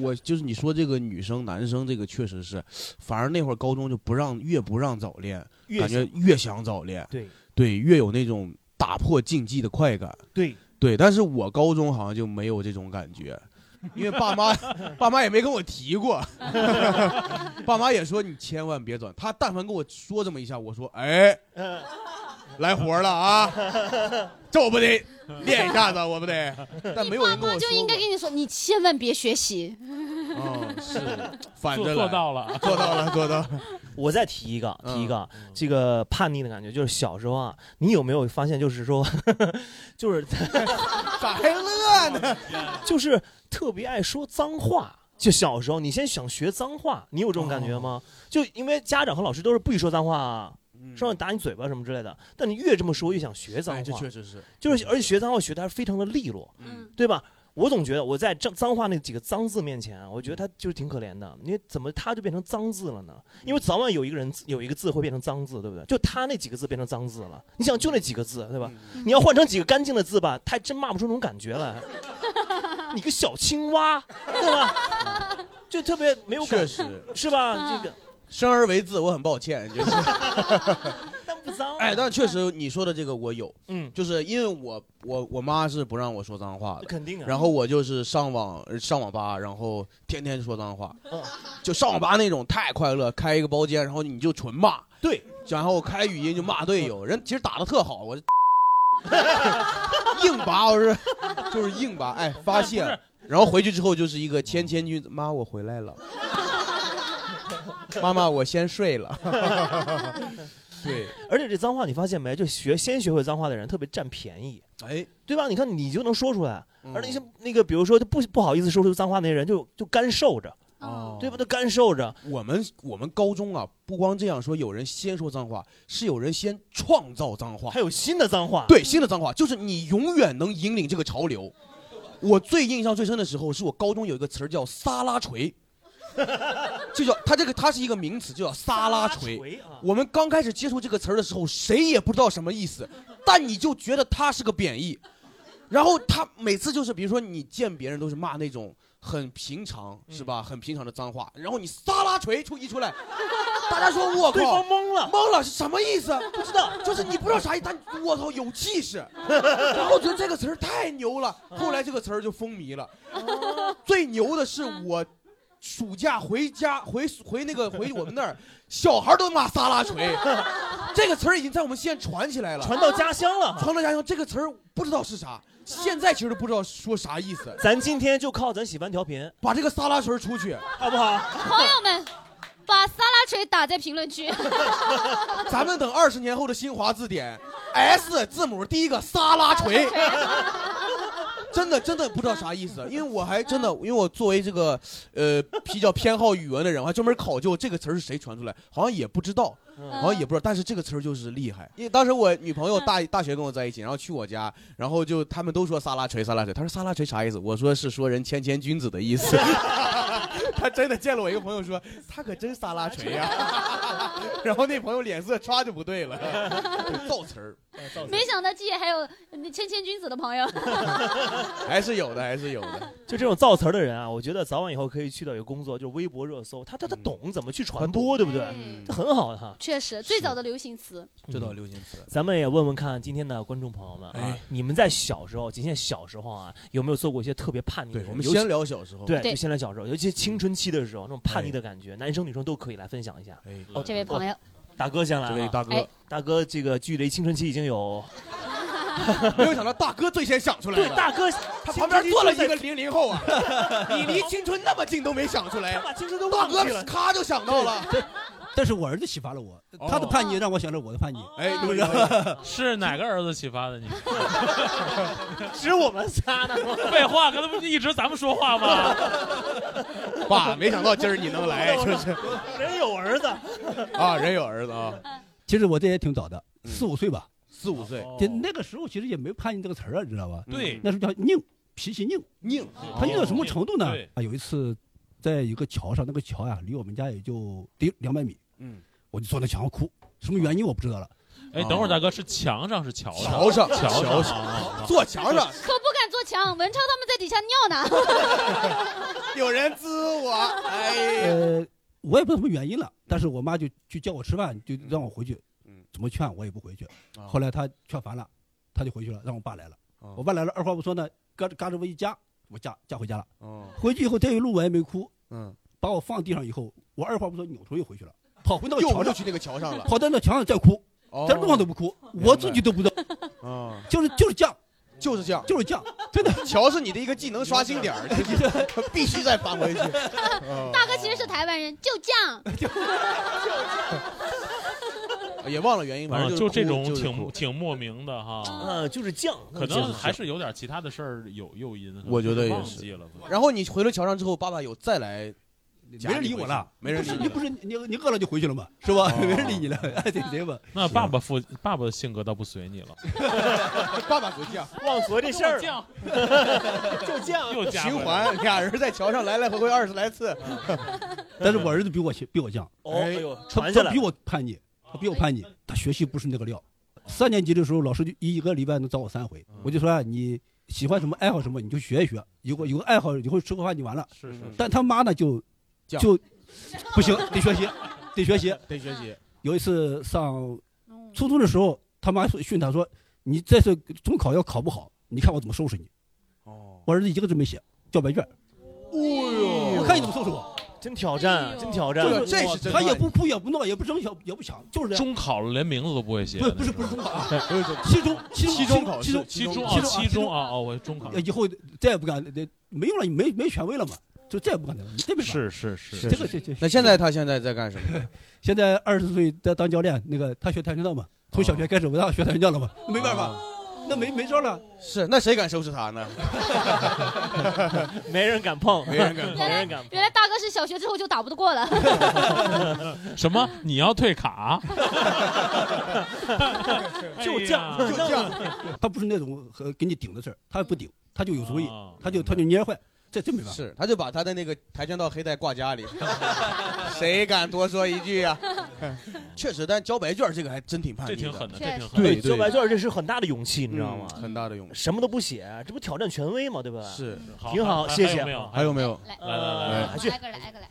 D: 我就是你说这个女生男生这个确实是，反而那会儿高中就不让越不让早恋，
B: 越
D: 感觉
B: 想
D: 越想早恋，
B: 对
D: 对，越有那种打破禁忌的快感。
B: 对，
D: 对，但是我高中好像就没有这种感觉，因为爸 妈爸妈也没跟我提过， 爸妈也说你千万别转。他但凡跟我说这么一下，我说哎，
B: 嗯，
D: 来活了啊，这我不得练一下子，我不得。但没有
C: 爸
D: 人跟
C: 妈
D: 我
C: 就
D: 说
C: 应该跟你说，你千万别学习。
D: 过，嗯，是反
E: 做
D: 着
E: 做
D: 来
E: 到了。啊
D: 做到了，做到了。
B: 我再提一个，
D: 嗯
B: 提一个、这个叛逆的感觉，就是小时候啊，你有没有发现，就是说， 就是
D: 咋还乐呢？
B: 就是特别爱说脏话。就小时候，你先想学脏话，你有这种感觉
D: 哦
B: 吗？就因为家长和老师都是不许说脏话啊，说让你打你嘴巴什么之类的。但你越这么说，越想学脏
D: 嗯
B: 话，
D: 哎，这确实是，
B: 就是而且学脏话学的还非常的利落，
C: 嗯，
B: 对吧？我总觉得我在脏脏话那几个脏字面前啊，我觉
D: 嗯
B: 得他就是挺可怜的。你怎么他就变成脏字了呢？因
D: 嗯
B: 为早晚有一个人有一个字会变成脏字，对不对？就他那几个字变成脏字了。你想就那几个字，对吧？
D: 嗯
B: 你要换成几个干净的字吧，他还真骂不出那种感觉来。你个小青蛙，对吧？就特别没有
D: 确
B: 感，
D: 实
B: 是吧？
C: 嗯
B: 这个
D: 生而为字，我很抱歉， 就是。
B: 但不脏。
D: 哎，但确实你说的这个我有，
B: 嗯，
D: 就是因为我我我妈是不让我说脏话的，
B: 肯定啊。
D: 然后我就是上网呃上网吧，然后天天说脏话
B: 嗯，
D: 就上网吧那种太快乐，开一个包间，然后你就纯骂，
B: 对，
D: 然后开语音就骂队友，人其实打的特好，我 硬拔，我是就是硬拔，哎，发泄
E: 不是，
D: 然后回去之后就是一个谦谦君子，妈我回来了，妈妈我先睡 了， 对，
B: 而且这脏话你发现没？就学先学会脏话的人特别占便宜，
D: 哎，
B: 对吧？你看你就能说出来。
D: 嗯
B: 而那些那个，比如说他不不好意思说出脏话那些人就，就干受着，
D: 哦
B: 对吧？都干受着，
D: 我们我们高中啊，不光这样说，有人先说脏话，是有人先创造脏话
B: 还。有新的脏话。
D: 对，新的脏话就是你永远能引领这个潮流。我最印象最深的时候，是我高中有一个词儿叫“撒拉锤”， 就叫它这个它是一个名词，就叫“撒拉锤”。
B: 啊！
D: 我们刚开始接触这个词儿的时候，谁也不知道什么意思，但你就觉得它是个贬义。然后他每次就是，比如说你见别人都是骂那种很平常，是吧？
B: 嗯
D: 很平常的脏话，然后你撒拉锤出一 出来，大家说我
B: 对
D: 靠
B: 方，懵了，
D: 懵了是什么意思？
B: 不知道。
D: 就是你不知道啥意思，但我操有气势， 然后觉得这个词儿太牛了，
B: 嗯
D: 后来这个词儿就风靡了。
B: 哦
D: 最牛的是我暑假回家回回那个回我们 那儿，小孩都骂撒拉锤， 这个词儿已经在我们县传起来了。
B: 传到家乡了哈。
D: 传到家乡这个词儿不知道是啥，现在其实都不知道说啥意思。
B: 咱今天就靠咱喜欢调频，
D: 把这个撒拉锤出去，
B: 好不好？
C: 朋友们，把撒拉锤打在评论区。
D: 咱们等二十年后的新华字典，S 字母第一个撒拉锤。真的真的不知道啥意思，因为我还真的，因为我作为这个呃比较偏好语文的人，我还专门考究这个词儿是谁传出来，好像也不知道，好像也不知道，但是这个词儿就是厉害。嗯因为当时我女朋友大大学跟我在一起，然后去我家，然后就他们都说撒拉锤撒拉锤，她说撒拉锤啥意思？我说是说人谦谦君子的意思。 她真的见了我一个朋友说，他可真撒拉 锤呀、然后那朋友脸色唰就不对了，对哎造词儿
C: 没想到季姐还有嗯谦谦君子的 朋友。
D: 还是有的，还是有的。
B: 就这种造词儿的人啊，我觉得早晚以后可以去到一个工作，就是微博热搜，他他
D: 嗯
B: 他懂怎么去传播，对不对？
C: 嗯
B: 这很好的哈。
C: 确实，最早的流行词。
D: 这倒流行词。
B: 嗯咱们也问问看今天的观众朋友们啊
D: 哎，
B: 你们在小时候，仅限小时候啊，有没有做过一些特别叛逆的
D: 对
B: 事？，
D: 我们
B: 尤其
D: 先聊小时候。
B: 对，
C: 对
B: 就现在小时候，尤其青春期的时候，那种叛逆
D: 哎
B: 的感觉，男生女生都可以来分享一下。哦
D: 哎，
C: 哦这位朋友，
B: 大哥先来
D: 这位
B: 了，
D: 大哥
C: 哎
B: 大哥这个距离青春期已经有，
D: 没有想到大哥最先想出来
B: 对
D: 了，
B: 大哥
D: 他旁边坐了一
B: 青
D: 个
B: 春期
D: 零零后啊，你离青春那么近都没想出来
B: 他，把青春都
D: 大
B: 忘记
D: 哥
B: 了，
D: 咔就想到了，哦
F: 但是我儿子启发了我，他的叛逆让我想到我的叛逆。
D: 哎，
B: 哦
C: 对
E: 是哪个儿子启发的 你？
B: 指我们仨呢。
E: 废话，刚才不就一直咱们说话 吗？
D: 爸，没想到今儿你能来，哎是 不是？
B: 人有儿 子，
D: 啊，人有儿子啊，
F: 其实我这也挺早的，
D: 嗯
F: 四五岁吧。
D: 四五嗯岁，
B: 哦
F: 就那个时候其实也没有叛逆这个词儿啊，你知道吧？
E: 对
F: 那时候叫拧，脾气拧。
D: 拧，
B: 哦
F: 他拧到什么程度呢
E: 对？
F: 啊，有一次在一个桥上，那个桥呀、离我们家也就得两百米，
D: 嗯，
F: 我就坐那墙上哭，什么原因我不知
B: 哦
F: 道了。
E: 哎，等会儿大哥是墙上是桥上？
D: 桥上，
E: 桥上啊
D: 桥上，坐墙上，
C: 可不敢做墙，文超他们在底下尿呢。
D: 有人滋 我，哎呀，
F: 呃，我也不知道什么原因了，但是我妈就去叫我吃饭，就让我回去
D: 嗯，
F: 怎么劝我也不回去。
D: 啊
F: 后来她劝烦了，她就回去了，让我爸来了。
D: 啊
F: 我爸来了，二话不说呢，嘎吱嘎吱我一夹，我夹夹回家了。
D: 嗯
F: 回去以后这一路我也没哭，
D: 嗯，
F: 把我放地上以后，我二话不说扭头又回去了，跑回那个
D: 又
F: 桥
D: 又
F: 上，
D: 去那个桥上了，
F: 跑到那墙上再哭，
D: 哦
F: 在路上都不哭，
D: 白
F: 我自己都不知道，
D: 啊，
F: 就是就是犟，
D: 就是这样。
F: 就是犟，真的。
D: 桥是你的一个技能刷新点 儿，就是 必须再发挥去。
C: 大哥其实是台湾人，就犟。
B: 哦
D: 也忘了原因，反
E: 啊
D: 正
E: 就是这
D: 哭
E: 种
D: 就是
E: 挺
D: 哭
E: 挺莫名的哈，
B: 嗯，就是犟，
E: 可能还
B: 是
E: 是有点其他的事儿有诱因。
D: 我觉得也是
E: 忘记了。
D: 然后你回了桥上之后，爸爸有再来
F: 没
D: 家里
F: 人理我了，
D: 没人
F: 不是
D: 理
F: 你不
D: 了
F: 是你你饿了就回去了嘛，是吧？
D: 哦
F: 没人理你了，哎爱谁谁吧。
E: 那爸爸父爸爸性格倒不随你了，
D: 爸啊爸多犟，
B: 忘昨这事儿了， 就 犟。
E: 又加回来
D: 循
E: 了。
D: 环，俩人在桥上来来回回二十来次，
F: 但是我儿子比我先比我犟，
B: 哦，哎呦，
F: 他
B: 传下
F: 他
B: 来
F: 比我叛逆，他比我叛逆，他学习不是那个料。三年级的时候，老师就一个礼拜能找我三回，我就说啊，你喜欢什么爱好什么，你就学一学，有个有个爱好，以后吃过饭就完了。
E: 是是是，
F: 但他妈呢就
D: 犟
F: 就不行，得学习，得学习。
D: 得学习。
F: 有一次上
C: 嗯
F: 初中的时候，他妈说训他说：“你这次中考要考不好，你看我怎么收拾你。”
D: 哦，
F: 我儿子一个字没写，交白卷儿，
D: 哦
F: 我看你怎么收拾我。
B: 真挑战，啊真挑战
D: 这。个这是真
F: 他也
D: 爱
F: 不哭也不闹也不争也不也不抢，就是这样。
E: 中考了哎连名字都不会写。
F: 不是不是不是中考 啊，期中期
D: 期中考试
F: 期中
E: 期中
F: 期
E: 啊
F: 中
E: 期中啊哦，我中考
F: 呃以后再也不敢呃没用了，没没权威了嘛，就再也不敢了，这没法。
E: 是是是
D: 是
F: 这个这这。
D: 那现在他现在在干什么？
F: 现在二十岁在当教练，那个他学跆拳道嘛，从小
E: 哦
F: 学开始我让他学跆拳道了嘛， 那没办法，那没没招了。
D: 啊是，那谁敢收拾他呢？
B: 没人敢碰，
D: 没人敢碰
B: 没人敢碰
C: 原。来大哥是小学之后就打不得过 了。
E: 什么？你要退 卡？
B: 就这样
E: 哎呀
D: 哎就这 样，
F: 他不是那种和给你顶的事儿，他不顶，他就有主意，
E: 啊
F: 他就他就蔫坏，这真没办法。
D: 是，他就把他的那个跆拳道黑带挂家里，谁敢多说一句 啊？确实，但交白卷儿这个还真挺叛
E: 这
D: 逆
E: 挺
D: 的
E: 狠，的，
C: 确
E: 这
C: 实
E: 挺狠的。
D: 对对，
B: 交白卷这是很大的勇气，你知道吗？
D: 嗯很大的勇气。
B: 什么都不写，啊这不挑战权威吗？对吧？。
D: 是，
B: 挺好
E: 还还
B: 谢
E: 还
B: 谢
E: 有没有
D: 还有没有？
C: 来，
E: 来来来
B: 呃，
C: 挨
B: 去
C: 个来，挨个来。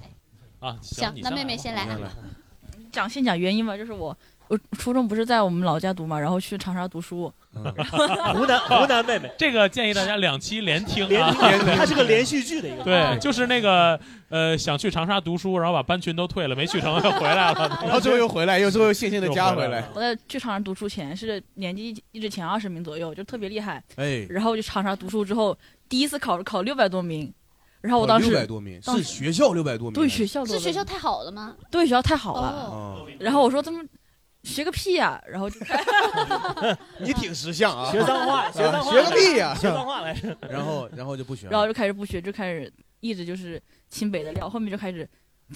E: 啊？
C: 行，那妹妹 先来。
D: 来，
G: 讲先讲原因吧，就是我我初中不是在我们老家读嘛，然后去长沙读书，
B: 湖南湖南妹妹，
E: 这个建议大家两期连听
B: 连
E: 啊。
B: 它是个连续剧的一个。
E: 对，就是那个呃，想去长沙读书，然后把班群都退了，没去成，又回来 了。
D: 然后最后又回来，又最后又悻悻的加回来。
G: 我在去长沙读书前是年级一直前二十名左右，就特别厉害。
D: 哎，
G: 然后去长沙读书之后，第一次考考六百多名，然后我当
D: 六百
G: 时
D: 多名，
G: 当
D: 是
G: 时
D: 学校六百多名，
G: 对学校
C: 是
G: 多
C: 学校太好了吗？
G: 对学校太好了，
C: 哦，
D: 啊，
G: 然后我说怎么学个屁呀、然后就开始
D: 你挺识相啊，
B: 学脏话，学脏话，
D: 学个屁呀！
B: 学脏话来着。
D: 然后，然后就不学
G: 然后
D: 了。
G: 就开始不学，就开始一直就是清北的料，后面就开始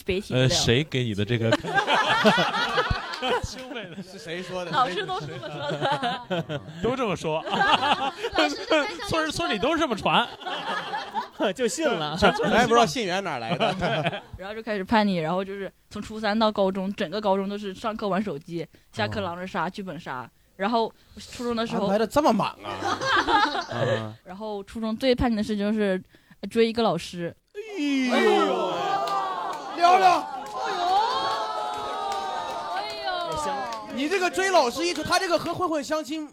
G: 北体的
E: 呃，
G: 料。
E: 谁给你的这个？ 兄妹的
D: 是谁说的？
G: 老师都 是这么说的，
E: 都这么 说，
C: 老师在台上
E: 村儿
C: 就
E: 村里
C: 说
E: 都是这么 传。
B: 哎就 信了。
D: 咱也不知道信源哪来 的。
G: 然后就开始叛逆，然后就是从初三到高中，整个高中都是上课玩手机，下课狼人杀、剧本杀。然后初中的时
D: 哦安
G: 候
D: 排，的这么满啊！啊
G: 然后初中最叛逆的事就是追一个老师，
D: 哎呦，聊聊
C: 哎呦，
D: 你这个追老师一出，他这个和混混相亲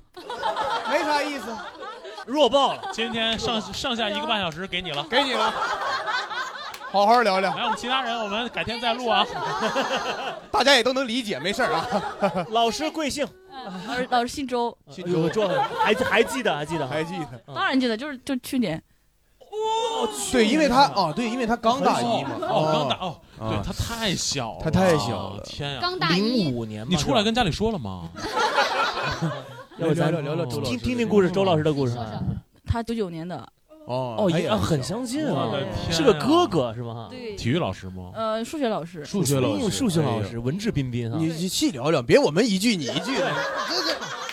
D: 没啥意思，
B: 弱爆了，
E: 今天上上下一个半小时给你了。
D: 给
C: 哎
D: 你了，好好聊聊。
E: 来，我们其他人，我们改天再录啊。
D: 大家也都能理解，没事儿啊。
B: 老师贵姓？
G: 老师老师姓周，
D: 姓
B: 有
D: 周
B: 个状还记还记得还记得还
D: 记得。嗯
G: 当然记得，就是就去年，
D: 对，因为他哦，对，因为他刚大一嘛，
E: 哦，刚打哦，对
D: 啊
E: 他太小了，
D: 他太小了
E: 天呀！
C: 刚大一，
B: 五年吧
E: 你出来跟家里说了吗？
B: 要不咱
D: 聊聊聊周老师
B: 听听听故事，周老师的故事。啊
C: 说说
G: 他九九年的，
D: 哦
B: 哦，
D: 哎
B: 也
D: 呀
B: 啊很相近啊
E: 我的天，
B: 是个
E: 啊
B: 哥哥是吗？
G: 对，
E: 体育老师吗？
G: 呃，数学老师，
D: 数学老
B: 嗯
D: 师，
B: 数学老
D: 哎呀，
B: 师，文质彬彬啊
D: 你，你细聊聊，别我们一句你一句的，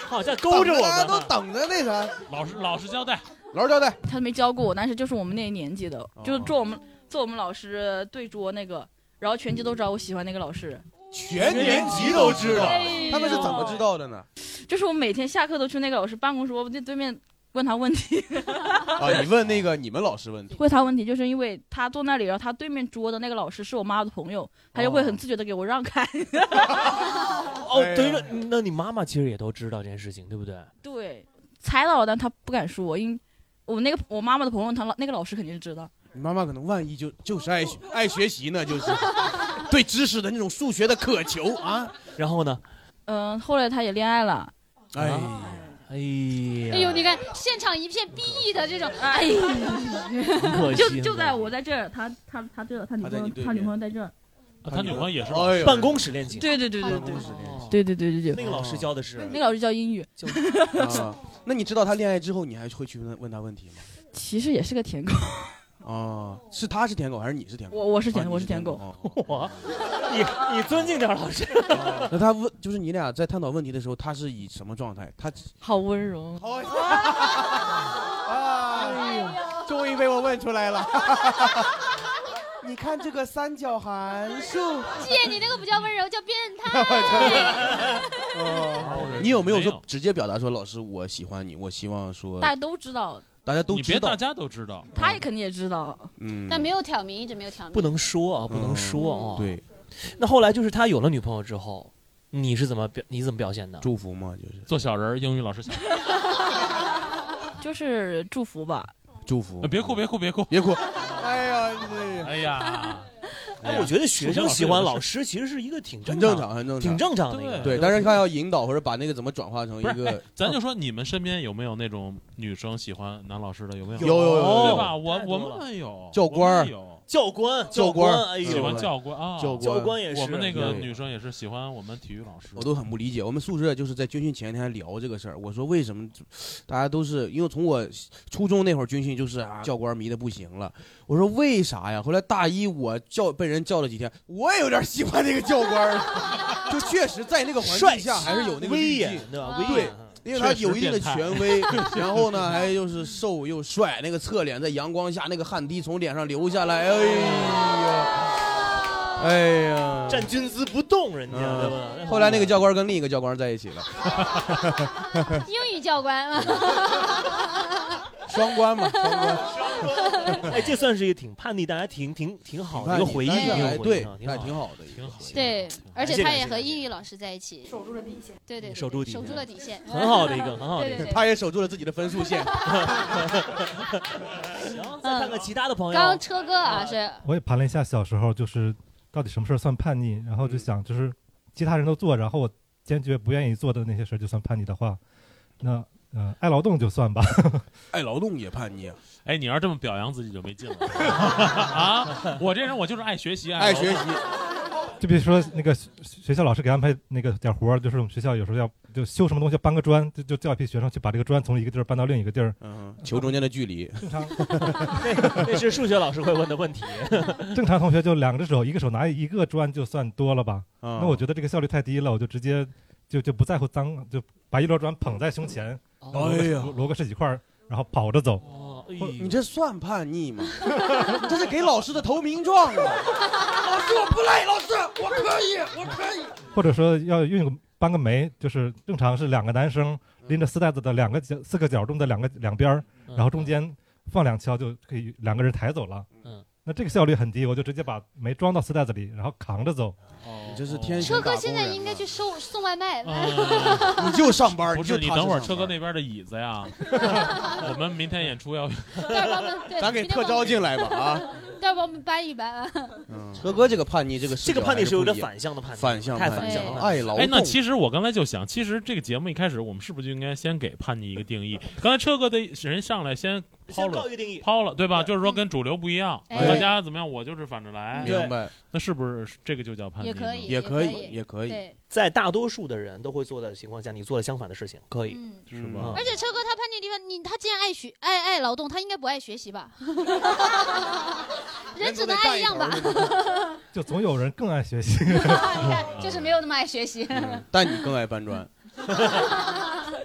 B: 好像勾着我
D: 大家都
B: 们啊。
D: 等着那啥。
E: 老师老师交代，
D: 老师交代，哦
G: 他没教过我，但是就是我们那一年级的，就是做我们做我们老师对桌那个，然后全级都知道我喜欢那个老师，
D: 全年级都知道，
G: 哎
D: 他们是怎么知道的呢？
G: 就是我每天下课都去那个老师办公室，我那对面问他问题，
D: 啊，你问那个你们老师问题，
G: 问他问题，就是因为他坐那里，然后他对面桌的那个老师是我妈的朋友，他
D: 哦
G: 就会很自觉的给我让开。
D: 哎
B: 哦，等于说，那你妈妈其实也都知道这件事情，对不对？
G: 对，猜到了，但他不敢说，因我那个我妈妈的朋友，他老那个老师肯定是知道。
D: 你妈妈可能万一就就是爱学爱学习呢，就是 对知识的那种数学的渴求啊。
B: 然后呢？
G: 嗯、后来他也恋爱了，
D: 哎，
B: 哎呀，
C: 哎呦，你看现场一片 B E 的这种，哎呀，
B: 很可惜
G: 就
B: 啊，
G: 就在我在这儿，他他他对了，他女
D: 他
G: 朋
D: 在你
G: 友
D: 对
G: 他女
D: 面
G: 朋友在这儿。
E: 啊他女朋友也是
D: 哎呦
B: 办公室恋情。
G: 对对对对对
B: 哦
G: 对对对对
B: 那
G: 对，哦
B: 个老师教的是
G: 那个老师教英语，
D: 啊。那你知道他恋爱之后，你还会去问问他问题吗？
G: 其实也是个舔狗，
D: 啊，是他是舔狗还是你是舔狗？
G: 我我是舔
D: 啊
G: 我是
D: 你是
G: 舔狗，
D: 狗。哦
B: 我，你你尊敬点老师。
D: 哦那他问，就是你俩在探讨问题的时候，他是以什么状态？他
G: 好温柔。
D: 啊，终于被我问出来了。 你看这个三角函数，
C: 姐，你那个不叫温柔，叫变态。
D: 你有
E: 没
D: 没有
E: 有
D: 说直接表达说老师我喜欢你，我希望 说
G: 大家都知道，
D: 大家都
E: 你
D: 知
E: 别
D: 道
E: 大，家都知道，
G: 他也肯定也知道。
D: 嗯，
C: 但没有挑明，一直没有挑明。
B: 不能说啊，不能说啊。。
D: 哦对
B: 那后来就是他有了女朋友之后，你是怎么表你怎么表现的？
D: 祝福嘛，就是
E: 做小人儿，英语老师小人儿，
G: 就是祝福吧。
D: 祝福
E: 呃。别哭别哭别哭，
D: 别哭，哎呀，这
E: 哎呀，
B: 哎，我觉得学生喜欢老师其实是一个挺
D: 很
B: 正
D: 正，常，很正
B: 挺
D: 常。
B: 正常的一个。
D: 对，
B: 吧
D: 但是他要引导或者把那个怎么转化成一
E: 不是，哎
D: 个，
E: 咱就说你们身边有没有那种女生喜欢男老师的？有没有？
D: 有有有
E: 对
D: 有
E: 吧？我
B: 哦太多
E: 我
B: 了
E: 们班有
D: 教官
E: 我
D: 儿
E: 们有
B: 教官，
D: 教官
B: 官，哎
E: 喜
B: 呦
E: 欢，教官啊，
B: 教官也是。
E: 我们那个
D: 对
E: 女生也是喜欢我们体育老师，
D: 我都很不理解。我们宿舍就是在军训前一天还聊这个事儿，我说为什么大家都是因为从我初中那会儿军训就是啊教官迷的不行了，我说为啥呀？后来大一我叫被人叫了几天，我也有点喜欢那个教官了，就确实在那个环
B: 帅
D: 境
B: 气
D: 下还是有那个
B: 威
D: 滤
B: 严
D: 镜，，
B: 对吧？
C: 啊
B: 威
D: 对
B: 严。
D: 因为他
E: 确实
D: 有一定的
E: 变态
D: 权威，然后呢还就是瘦又帅，那个侧脸在阳光下那个汗滴从脸上流下来，哎呀，哎呀，
B: 站军姿不动，人家
D: 嗯
B: 对吧？
D: 后来那个教官跟另一个教官在一起了，
C: 英语教 官，
D: 双关嘛，双关。
B: 哎，这算是一个挺叛逆，大家挺挺挺好的一
D: 那
B: 个回忆，
D: 哎
B: 挺有
D: 哎
B: 回忆
D: 对
B: 啊，，
D: 那
B: 好
D: 挺
B: 的。
D: 好的，
E: 挺好。
B: 哎
C: 对，而且
B: 谢谢
C: 他也和
B: 谢谢
C: 英语老师在一起，守住了底线。对对对，
B: 守住底线
C: 守住了底线，
B: 很好的一 个，很好的一
C: 对
B: 个。
C: 对对。
D: 他也守住了自己的分 数线。
B: 然后再看看其他的朋
C: 嗯刚
B: 友，
C: 刚车哥啊是，
H: 我也盘了一下小时候，就是到底什么事儿算叛逆，然后就想就是其他人都做，然后我坚决不愿意做的那些事儿就算叛逆的话，那呃爱劳动就算吧。
D: 爱劳动也叛逆，啊
E: 哎，你要这么表扬自己就没劲了 啊！我这人我就是爱学习，
D: 爱
E: 劳
D: 学
E: 动
D: 习，
H: 就比如说那个学学校老师给安排那个点儿活儿，就是我们学校有时候要就修什么东西，要搬个砖，就就叫一批学生去把这个砖从一个地儿搬到另一个地儿。
D: 嗯，求中间的距离。
H: 正常
B: 那 那是数学老师会问的问题。
H: 正常同学就两只手，一个手拿一个砖就算多了吧？
D: 那
H: 那我觉得这个效率太低了，我就直接就就不在乎脏，就把一摞砖捧在胸前，
D: 哎呀
H: 摞个十几块儿，然后跑着走。
B: 哦，
D: 你这算叛逆吗？ 你这是给老师的投 名状啊！老师，我不累，老师，我可以，我可以。
H: 或者说要用个搬个煤，就是正常是两个男生拎着丝带子的两个角四个角中的两个两边儿，然后中间放两锹就可以两个人抬走了。
B: 嗯，
H: 那这个效率很低，我就直接把煤装到丝带子里，然后扛着走。
B: 哦
D: 你这是天
C: 车
D: 选打
C: 哥
D: 工
C: 现
D: 人啊
C: 在应该去收送外卖。
E: 啊
B: 嗯
D: 你就上班，
E: 不
D: 就是
E: 你
D: 踏实
E: 等会儿
D: 上
E: 车哥
D: 班
E: 那边的椅 子 呀，我们明天演出要
C: 待会儿我们对
D: 咱给
C: 明天
D: 特
C: 我们
D: 招进来吧啊！嗯
C: 待要帮我们搬一啊搬。
D: 车哥这个叛逆，这个视
B: 嗯这个
D: 角
B: 叛逆
D: 还
B: 是有
D: 不
B: 点
D: 一样
B: 反向的叛逆，
D: 反向
B: 太
D: 叛
B: 反
D: 逆
B: 向了。
D: 爱劳
E: 哎，那
D: 动。
E: 其实我刚才就想，其实这个节目一开始，我们是不是就应该先给叛逆一个定义？刚才车哥的人上来先抛
B: 先
E: 了
B: 告一个定义，
E: 抛了，对吧？
B: 对
E: 就是说跟主流不一样，
C: 哎
E: 大家怎么样，我就是反着来，
B: 对
D: 明白，
E: 那是不是这个就叫叛逆
C: 也
E: 呢？
C: 可以
D: 也可
C: 可
D: 以，
C: 以
D: 也可以，
C: 对，
B: 在大多数的人都会做的情况下，你做了相反的事情，可以。
C: 嗯。
E: 是吧
D: 嗯
C: 而？且车哥他叛逆的地方，你他既然爱学爱爱劳动，他应该不爱学 习吧？人只能爱一样吧？
D: 人都得干一头儿？
H: 就总有人更爱学习。
C: 你看，就是没有那么爱学习。
D: 嗯但你更爱搬砖。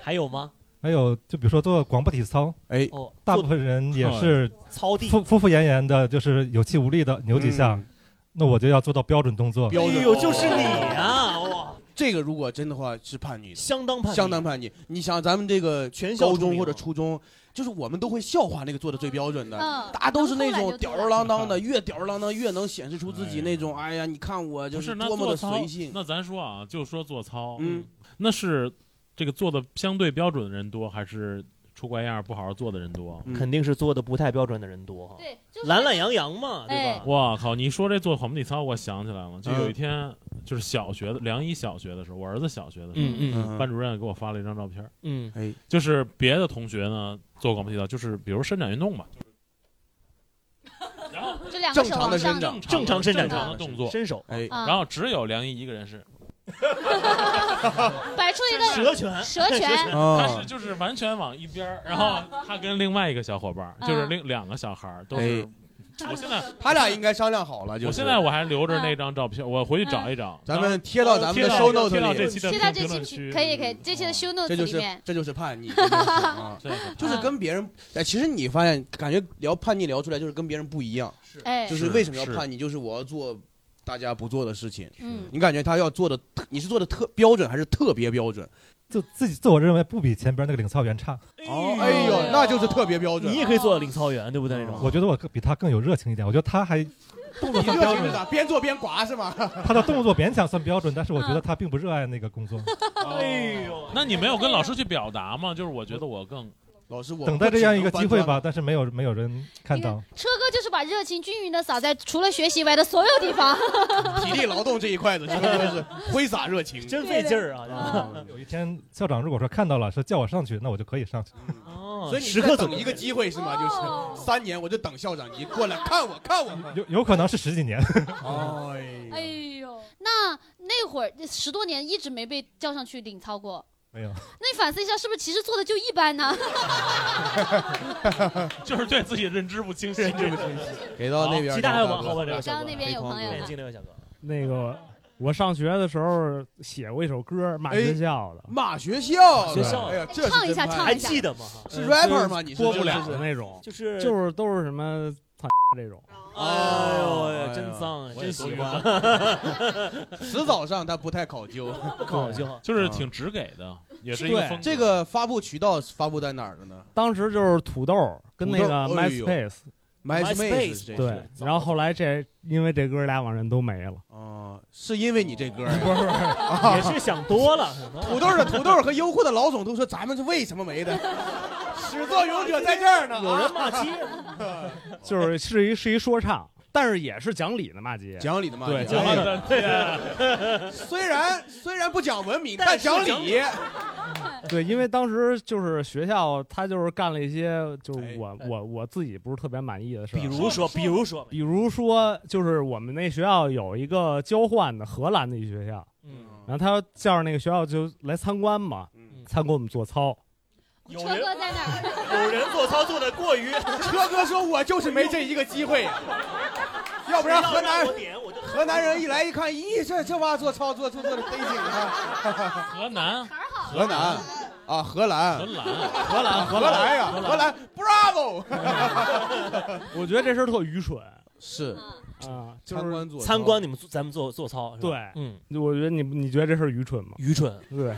B: 还有吗？
H: 还有，就比如说做广播体操，
D: 哎，
B: 哦，
H: 大
B: 做
H: 部分人也是
B: 操地，
H: 敷敷敷衍衍的，就是有气无力的扭几下，
D: 嗯
H: 那我就要做到标准动作。
D: 标准
B: 哎
E: 哦
B: 呦，就是你啊！哇，
D: 这个如果真的话是叛逆的，
B: 相当叛逆，
D: 相当叛逆。你想咱们这个
B: 全校
D: 高
B: 出名
D: 中
B: 啊
D: 或者初中，就是我们都会笑话那个做的最标准的，
C: 嗯，
D: 大家都是那
C: 能出来
D: 种
C: 就
D: 吊
C: 出
D: 儿
C: 来
D: 郎当
B: 嗯
D: 的，越吊儿郎当越能显示出自己
E: 哎
D: 那种，哎呀，你看我就
E: 不是那
D: 多么
E: 做
D: 的
E: 操
D: 随性。
E: 那咱说啊，就说做操，
D: 嗯，
E: 那是这个做的相对标准的人多，还是出怪样儿不好好做的人多？
D: 嗯
B: 肯定是做的不太标准的人多哈。
C: 对，就是哎
B: 懒懒洋洋嘛，对吧？
E: 哇靠！你一说这做广播体操，我想起来了，
D: 嗯
E: 就有一天就是小学的良一小学的时候，我儿子小学的时候，
B: 嗯
E: 班主任给我发了一张照片儿，
B: 嗯
D: 哎，
E: 就是别的同学呢做广播体操，就是比如伸展运动吧，
C: 这两个
D: 正
C: 手
D: 常的
C: 往上
D: 伸展
C: 的，
B: 正常伸展
E: 正常的动作，
B: 伸手，
D: 哎，
C: 啊
E: 然后只有梁一一个人是，
C: 摆出一个
B: 蛇拳，
C: 蛇拳，嗯
E: 他是
D: 啊，
E: 就是完全往一边儿，然后他跟另外一个小伙伴儿，
C: 啊
E: 就是另两个小孩儿都是。我现在
D: 他俩应该商量哎好了，就
E: 我
D: 是
E: 现在我还留着那张照
C: 嗯
E: 片，我回去找一找。
D: 咱们贴到咱们
E: 贴
D: 的
E: 到
D: show
E: 贴到
D: note
E: 这
D: 里，
E: 期的
C: 贴到这
E: 评论
C: 期
E: 区，
C: 可以可以，这期的 show
D: 嗯这
C: notes
D: 就
C: 里
D: 是
C: 面，
D: 这就是叛逆，这就是 啊
E: 这个
C: 嗯
D: 就是跟别人。哎，其实你发现，感觉聊叛逆聊出来就是跟别人不一样，
C: 哎
D: 就是
E: 是
D: 为什么要
E: 是
D: 叛逆，就是我要做大家不做的事情。
C: 嗯，
D: 你感觉他要做的，你是做的特标准还是特别标准？
H: 就自己自我认为不比前边那个领操员差，
D: 哦，哎呦，那就是特别标准。
B: 你也可以做领操员，对不对？那种
H: 我觉得我更比他更有热情一点。我觉得他还动作
D: 你
H: 算
D: 热
H: 标
D: 情是
H: 准，
D: 啥？边做边刮是吗？
H: 他 的动作勉强算标准，但是我觉得他并不热爱那个工作。
B: 哎呦，
E: 那你没有跟老师去表达吗？就是我觉得我更
D: 老师，我
H: 等待这样一个机会吧，。但是没有没有人看到。
C: 车哥就是把热情均匀的撒在除了学习以外的所有地 方。
D: 体力劳动这一块子，真的是挥洒热情。
B: 真费劲儿啊！
C: 啊
H: 有一天校长如果说看到了，说叫我上去，那我就可以上去。
B: 哦
D: 所以你
B: 时
D: 是
B: 刻
D: 在
B: 走
D: 等一个机会是吗？
C: 哦
D: 就是三年，我就等校长你过来看我啊看我。
H: 有有可能是十几年，
D: 哦
C: 哎呦，那那会儿十多年一直没被叫上去领操过，
H: 没有。
C: 那你反思一下，是不是其实做的就一般呢？
E: 就是对自己认知不清晰。
D: 给到那边，
B: 其他还有吗？好吧，这个
C: 刚
B: 小
C: 刚
B: 哥
C: 那，边有朋友
B: 哎，，进来吧，小哥。
I: 那个我上学的时候写过一首歌，骂
D: 哎
I: 学校的，
D: 骂学校，
B: 学校
D: 哎呀，这是
C: 唱一下
D: 真
C: 唱
D: 派
B: 还记得吗？
D: 是
I: 呃
D: rapper 吗？你是
I: 播不
D: 这
I: 了
D: 是
I: 的那种，
B: 就是，
I: 就是是都是什么操这种。
B: 哎
D: 哎
B: 呦，
D: 呀
B: 真
I: 啊
B: 脏，啊真喜欢，
E: 欢，
D: 迟早上他不太考究。嗯
B: 搞笑。
E: 就是挺直给的，也是一个
I: 对
E: 风格。
D: 这个发布渠道发布在哪儿的呢
I: 当时就是土豆跟那
D: 土
I: 个
D: 豆哎呦
I: MySpace，
B: MySpace，
D: 这是
I: 对，然后后来这因为这歌俩网站都没了，
D: 哦，是因为你这歌 呀。
B: 也是想多了，可能
D: 土豆的土豆和优酷的老总都说 咱们是为什么 没的，始作俑者在这儿呢。
B: 有
D: 啊
B: 人骂街，
I: 就是是一是一说唱，但是也是讲理的骂街。
D: 讲理的嘛，
I: 对
D: 你
I: 讲
D: 哎
I: 理
D: 呀
B: 对，
D: 虽然虽然不讲文明，但
B: 但是
D: 讲
B: 讲
D: 理。
I: 对，因为当时就是学校他就是干了一些就是
D: 哎
I: 我
B: 哎
I: 我我自己不是特别满意的事儿，
B: 比如说，比如说，
I: 比如说就是我们那学校有一个交换的荷兰的一学校，
B: 嗯，
I: 然后他叫着那个学校就来参观嘛，
D: 嗯
I: 参观我们做操。
B: 有
C: 车
B: 人
C: 哥在哪儿？
B: 嗯有人做操作的过于，
D: 车哥说：“我就是没这一个机会，要不然河
B: 让
D: 南
B: 我点我就
D: 河南人一来一看，咦，这这娃做操做做做的飞紧啊！
E: 河南、
D: 河南啊，荷兰
E: 荷，兰，
D: 荷兰，荷兰哎呀，荷兰，Bravo！
I: 我觉得这事儿特愚蠢
D: 是
I: 啊，就是
D: 做
B: 参观你们做咱们做做操，是吧
I: 对
B: 嗯，
I: 我觉得你你觉得这事儿愚蠢吗？
B: 愚蠢，
I: 对，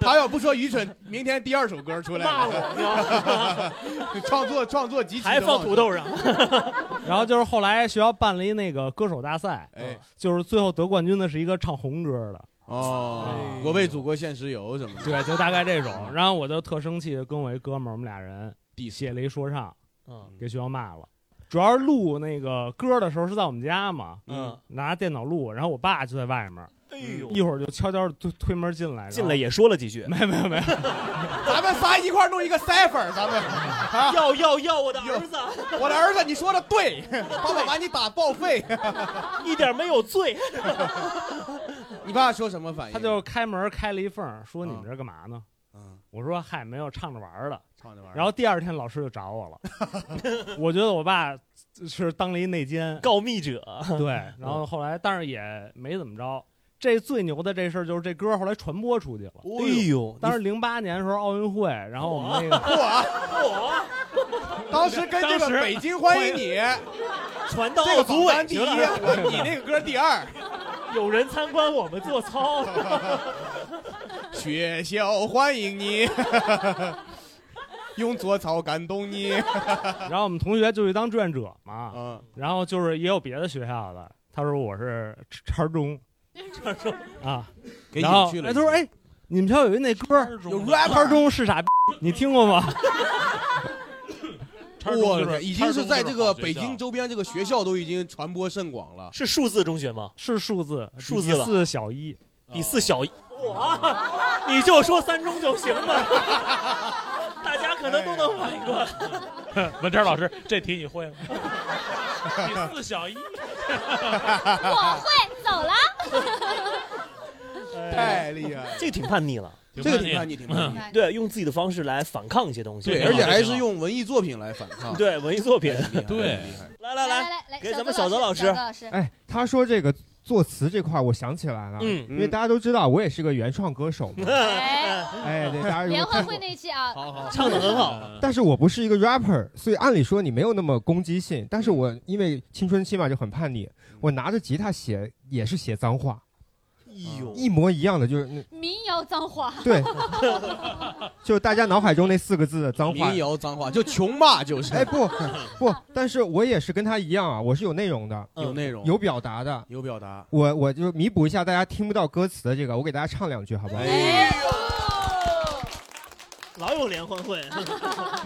D: 他要不说愚蠢，明天第二首歌出
B: 骂
D: 来
B: 我
D: 了，
B: 呢，
D: 创作创作极其
B: 还放土
D: 豆，
B: 豆上，
I: 然后就是后来学校办了一那个歌手大赛，
D: 哎，
I: 就是最后得冠军的是一个唱红歌的，哎
D: 哦，我为祖国献石油什么的，
I: 对，就大概这种。然后我就特生气，跟我一哥们儿，我们俩人
D: 底
I: 写了一说唱，
B: 嗯，
I: 给学校骂了。主要是录那个歌的时候是在我们家嘛，
B: 嗯，
I: 拿电脑录，然后我爸就在外面，
B: 哎呦，
I: 一会儿就悄悄地推推门进来，然后
B: 进来也说了几句，
I: 没有没有没有，
D: 咱们仨一块儿弄一个 cipher，咱们啊，
B: 要要要我的儿子，
D: 我的儿子，你说的对，爸爸把你打报废。
B: 一点没有罪。
D: 你爸说什么反应？
I: 他就开门开了一缝，说你们这儿干嘛呢？
D: 嗯，
I: 我说嗨，没有唱着玩儿的。
D: 唱着玩
I: 然后第二天老师就找我 了，我觉得我爸是当了一内奸，
B: 告密者，
I: 对，然后后来但是也没怎么着。这最牛的这事儿就是这歌后来传播出去了。
B: 哎呦，
I: 当时零八年的时候奥运会，然后我们那个
D: 当时跟这个
B: 当时
D: 《北京欢迎你》
B: 传 到
D: 这个
B: 奥组
D: 榜
B: 委
D: 单第
B: 去
D: 一，
B: 了，
D: 我你那个歌第二。
B: 有人参观我们做操 了，
D: 学校欢 迎你， 用左草感动你。
I: 然后我们同学就去当志愿者嘛，
D: 嗯，
I: 然后就是也有别的学校的，他说我是插中，插中啊，
D: 给
I: 然后哎他说哎，你们学校有一那歌儿
D: 有
I: 插
D: rapper
I: 中是 傻逼，你听过吗？
D: 我的天已经是在这个北京周边这个学校都已经传播甚广了。
B: 是数字中学吗？
I: 是数字，
B: 数字
I: 比
B: 了哦
I: 四小一，
B: 比四小一，哇，你就说三中就行了， 大家可能都能反应过来。
E: 文天老师，这题 你会吗？比四小一，
C: 我会走 了。
D: 太厉害了，
B: 这个挺叛逆了，
D: 这个挺叛逆，挺叛
C: 嗯
D: 逆。
B: 嗯对，用自己的方式来反抗一些东西，
D: 对，
E: 对
D: 而且
E: 挺好
D: 还是用文艺作品来反抗。哎
B: 对文艺作品。
D: 厉害，
E: 对
D: 厉害。
B: 来来
C: 来
B: 来，
C: 来来，
B: 给咱们小
C: 小泽
B: 泽
C: 老
B: 老
C: 师，
B: 师
C: 小泽老师，
A: 哎，他说这个作词这块，我想起来了，
B: 嗯，。
A: 因为大家都知道我也是个原创歌手嘛
C: 哎，
A: 哎，对，大家如
C: 联
A: 果
C: 欢
A: 看
C: 会
A: 过，
C: 那期啊，
D: 好好，
B: 唱的很好，
A: 但是我不是一个 rapper，所以按理说你没有那么攻击性。但是我因为青春期嘛，就很叛逆，
D: 嗯
A: 我拿着吉他写也是写脏话，
B: 哎呦，
A: 一模一样的，就是那
C: 民谣脏话，
A: 对，就大家脑海中那四个字的脏话
D: 民。谣脏话就穷骂，就是
A: 哎，不不，但是我也是跟他一样啊，我是有内容的，
D: 有内容，
A: 有表达的。
D: 有表达。
A: 我我就弥补一下大家听不到歌词的这个，我给大家唱两句好不好？
D: 哎，
B: 老有联欢会，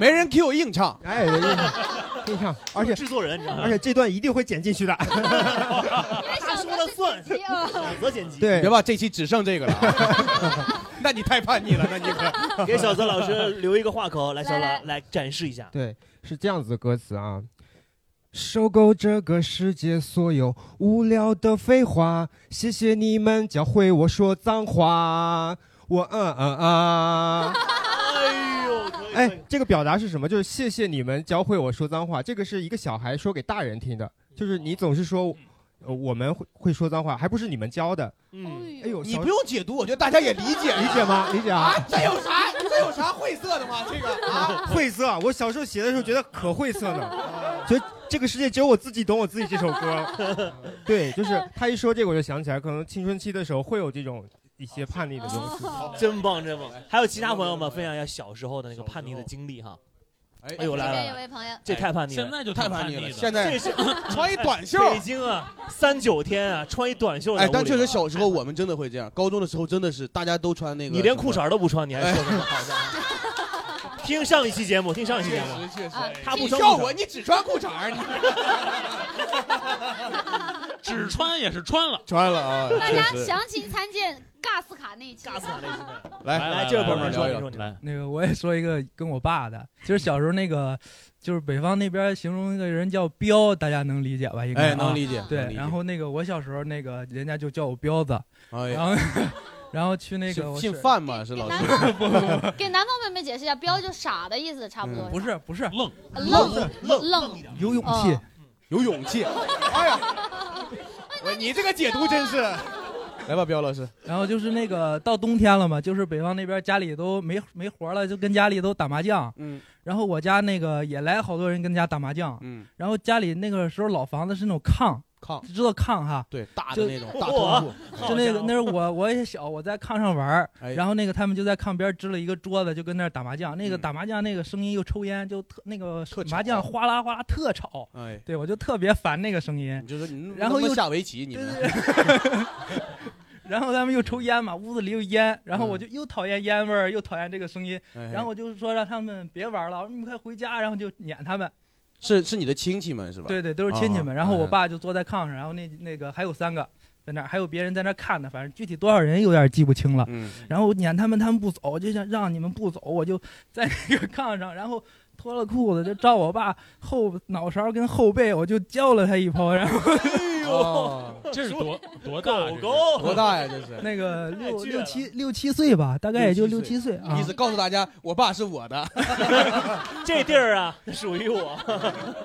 D: 没人 Q 硬唱，
A: 哎，跟你 唱，而且
B: 制作人你知道吗
A: 而？且这段一定会剪进去的。
C: 因为小
B: 他说了
C: 泽是
B: 算，
C: 自己啊
B: 小泽剪辑，
A: 对
D: 别，把这期只剩这个了啊。 那你太叛逆了，那你可
B: 给小泽老师留一个话口，来，小
C: 来
B: 老来展示一下。
A: 对，是这样子的歌词啊。收购这个世界所有无聊的废话，谢谢你们教会我说脏话。我嗯嗯 啊，
B: 哎呦，可以
A: 哎，这个表达是什么？就是谢谢你们教会我说脏话。这个是一个小孩说给大人听的，就是你总是说，呃我们会会说脏话，还不是你们教的。
B: 嗯，
A: 哎呦，
D: 你
A: 小
D: 不用解读，我觉得大家也理解
A: 理解吗？理解啊
D: 啊。，这有啥这有啥晦涩的吗？这个 啊，
A: 晦涩啊！我小时候写的时候觉得可晦涩了，觉得这个世界只有我自己懂我自己这首歌。对，就是他一说这个，我就想起来，可能青春期的时候会有这种一些叛逆的东西。
C: 哦
B: 真棒，真棒！还有其他朋友们分享一下小时候的那个叛逆的经历哈，
D: 哎
B: 哎呦来来
C: 这边
B: 来
C: 有位朋友，
B: 这太叛逆
E: 现
B: 了。
E: 在就
D: 太
E: 挺
D: 叛
E: 叛
D: 逆了，
E: 了。
B: 这
D: 现在
B: 是
D: 穿一短袖。
B: 北京啊，三九天啊，穿一短袖在
D: 哎，但
B: 屋里
D: 确实小时候我们真的会这样，高中的时候真的是大家都穿那个，哎
B: 你连裤衩都不穿，你还说什 么
D: 嗯
B: 好家伙？听上一期节目，听上一期节目，
D: 确实。
C: 啊，
B: 他不
D: 你
B: 穿
D: 跳
B: 裤
D: 舞，
B: 衩
D: 你只穿裤衩，啊你
E: 只穿也是穿了。
D: 穿了啊
C: 大家详情参见尬斯卡那一期，
B: 尬死我了！
D: 来，
B: 来，
E: 来
B: 这位朋友们
D: 来
B: 说，
D: 聊一
B: 你
D: 聊
B: 说，你说，
E: 来，
J: 那个我也说一个跟我爸的，就是小时候那个，就是北方那边形容那个人叫彪，大家能理解吧？应该、
D: 哎，
J: 啊、
D: 能理解。能理
J: 对。
D: 解
J: 然，后那个我小时候那个人家就叫我彪子，然
D: 哎呀，
J: 后 然后去那个
D: 姓
J: 我
D: 姓
J: 是
D: 范吗？是老师
C: 给。南 方给南方妹妹解释一下，彪就傻的意思，差不多
J: 不是不是
E: 愣，
A: 嗯
C: 愣愣，
J: 有勇气，
C: 哦
D: 有勇气。哎呀，我你这个解读真是。来吧，彪老师。
J: 然后就是那个到冬天了嘛，就是北方那边家里都没没活了，就跟家里都打麻将。
D: 嗯
J: 然后我家那个也来好多人跟家打麻将，
D: 嗯，
J: 然后家里那个时候老房子是那种炕，
D: 炕
J: 知道炕哈，
D: 对，大的
J: 就
D: 那种大
B: 哇
D: 通铺。
J: 就那个
B: 好家伙
J: 那是我我也小，我在炕上玩儿，
D: 哎
J: 然后那个他们就在炕边支了一个桌子，就跟那儿打麻将。那个
D: 嗯
J: 打麻将那个声音又抽烟，就特那个
D: 特吵
J: 麻将哗啦哗啦特吵，
D: 哎，
J: 对我就特别烦那个声音。
D: 你就说你，
J: 然后又
D: 下围棋，你
J: 对
D: 们
J: 对。对然后他们又抽烟嘛，屋子里有烟，然后我就又讨厌烟味儿，又讨厌这个声音，
D: 嗯哎
J: 然后我就说让他们别玩了，我说你们快回家，然后就撵他们。
D: 是是你的亲戚们是吧？
J: 对对，都是亲戚们。
D: 啊
J: 然后我
D: 嗯
J: 爸就坐在炕上，然后那那个还有三个在那儿，还有别人在那儿看呢，反正具体多少人有点记不清了。
D: 嗯
J: 然后我撵他们，他们不走，就想让你们不走，我就在那个炕上，然后脱了裤子就照我爸后脑勺跟后背，我就浇了他一泡，然后。
B: 啊
E: 这是 多多大？狗
J: 哦
D: 狗哦多大呀这是
J: 那个六
D: 倔了
J: 六七六七岁吧，大概也就六七岁啊。
D: 意思告诉大家，我爸是我的，
B: 这地儿啊属于我，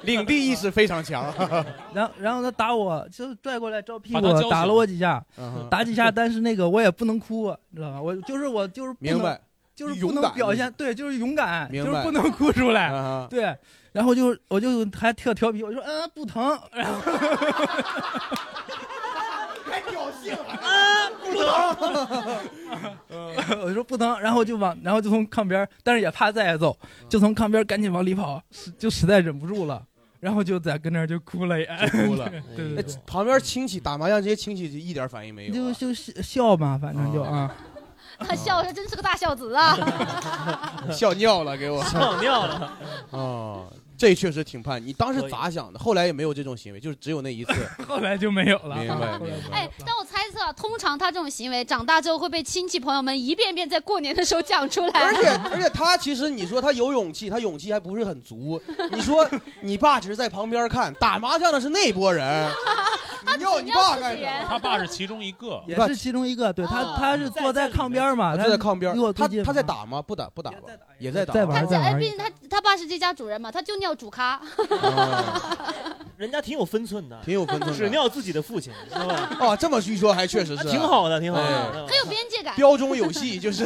D: 领地意识非常 强。
J: 然后然后他打我，就拽过来照屁
D: 把他
J: 股
D: 叫醒
J: 打了我几下
D: 嗯哼，
J: 打几 下，但是那个我也不能哭，你知道吧？我就是我就是不能
D: 明白，
J: 就是不
D: 勇
J: 能
D: 敢
J: 表现，对，就是勇敢，就
D: 明
J: 是
D: 白
J: 不能 哭出来
D: 嗯哼，
J: 对。然后就我就还特调皮，我就说嗯不疼， 然后
D: 还挑衅
B: 啊，
D: 不疼。
J: 我说不疼，然后就往然后就从炕边儿，但是也怕再挨揍，
D: 嗯
J: 就从炕边儿赶紧往里跑，实就实在忍不住了，然后就在跟那儿就哭 了，也
D: 哭了
J: 对
D: 哎
J: 对对，
D: 旁边亲戚打麻将，这些亲戚就一点反应没有。啊
J: 就就笑嘛，反正就
D: 哦
J: 啊。
C: 他笑他真是个大孝子 啊！
D: 笑尿了，给我
B: 笑尿了。
D: 哦，这确实挺叛逆。你当时咋想的？后来也没有这种行为，就是只有那一次。
J: 后来就没有了
D: 明 白，明白。
C: 哎，但我猜测，通常他这种行为长大之后会被亲戚朋友们一遍遍在过年的时候讲出来。
D: 而 且而且他其实你说他有勇气，他勇气还不是很足。你说你爸只是在旁边看，打麻将的是那波人。你要你爸干啥？
E: 他爸是其中一个，
J: 也是其中一个，对他，他是坐在炕边儿嘛，
D: 他
J: 他
D: 在炕边
J: 离我
D: 儿，他
J: 最近
D: 他在
J: 嘛，
D: 打吗？不打不打吧，也在打。
J: 在玩儿在玩
C: 哎，
J: 儿
C: 毕竟他他爸是这家主人嘛，他就尿主咖。
B: 人家挺有分寸的，
D: 挺有分 寸的
B: 只尿自己的父亲，知道吧？啊
D: 哦，这么一说还确实是
B: 挺好的，挺好
D: 哎
E: 嗯
B: 的。
C: 很有边界 感。
D: 标中有戏，就是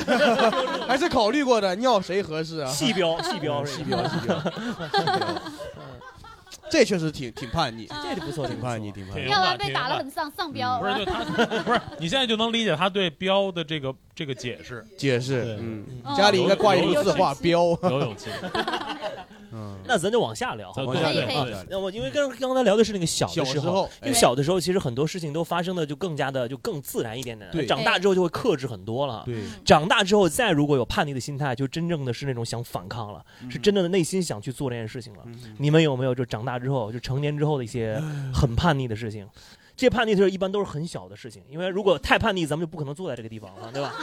D: 还是考虑过的，尿谁合适啊？
B: 细标细标
D: 嗯
B: 是
D: 细
B: 吧
D: 标，细 标，这确实挺挺叛逆，
B: 啊这就不错，
D: 挺叛逆，挺叛逆
E: 挺。
C: 要不然被打了很丧丧标。
E: 嗯不 是就他不是， 你现在就能理解他对标的这个这个解释。
D: 解释，嗯
C: 嗯，
D: 家里应该挂一幅字画标，
E: 有勇气，
D: 嗯，
B: 那咱就往下聊，好吧
E: 往下聊
B: 啊
E: 对对对
B: 那我因为刚刚才聊的是那个小的
D: 小
B: 时
D: 时
B: 候
D: 候，哎
B: 因为小的时候其实很多事情都发生的就更加的就更自然一点点，
D: 对
B: 长大之后就会克制很多了。
D: 对，
B: 长大之后再如果有叛逆的心态，就真正的是那种想反抗了，
D: 嗯
B: 是真正的内心想去做这件事情了。你们有没有就长大之后就成年之后的一些很叛逆的事情？这些叛逆就是一般都是很小的事情，因为如果太叛逆，咱们就不可能坐在这个地方了，对吧？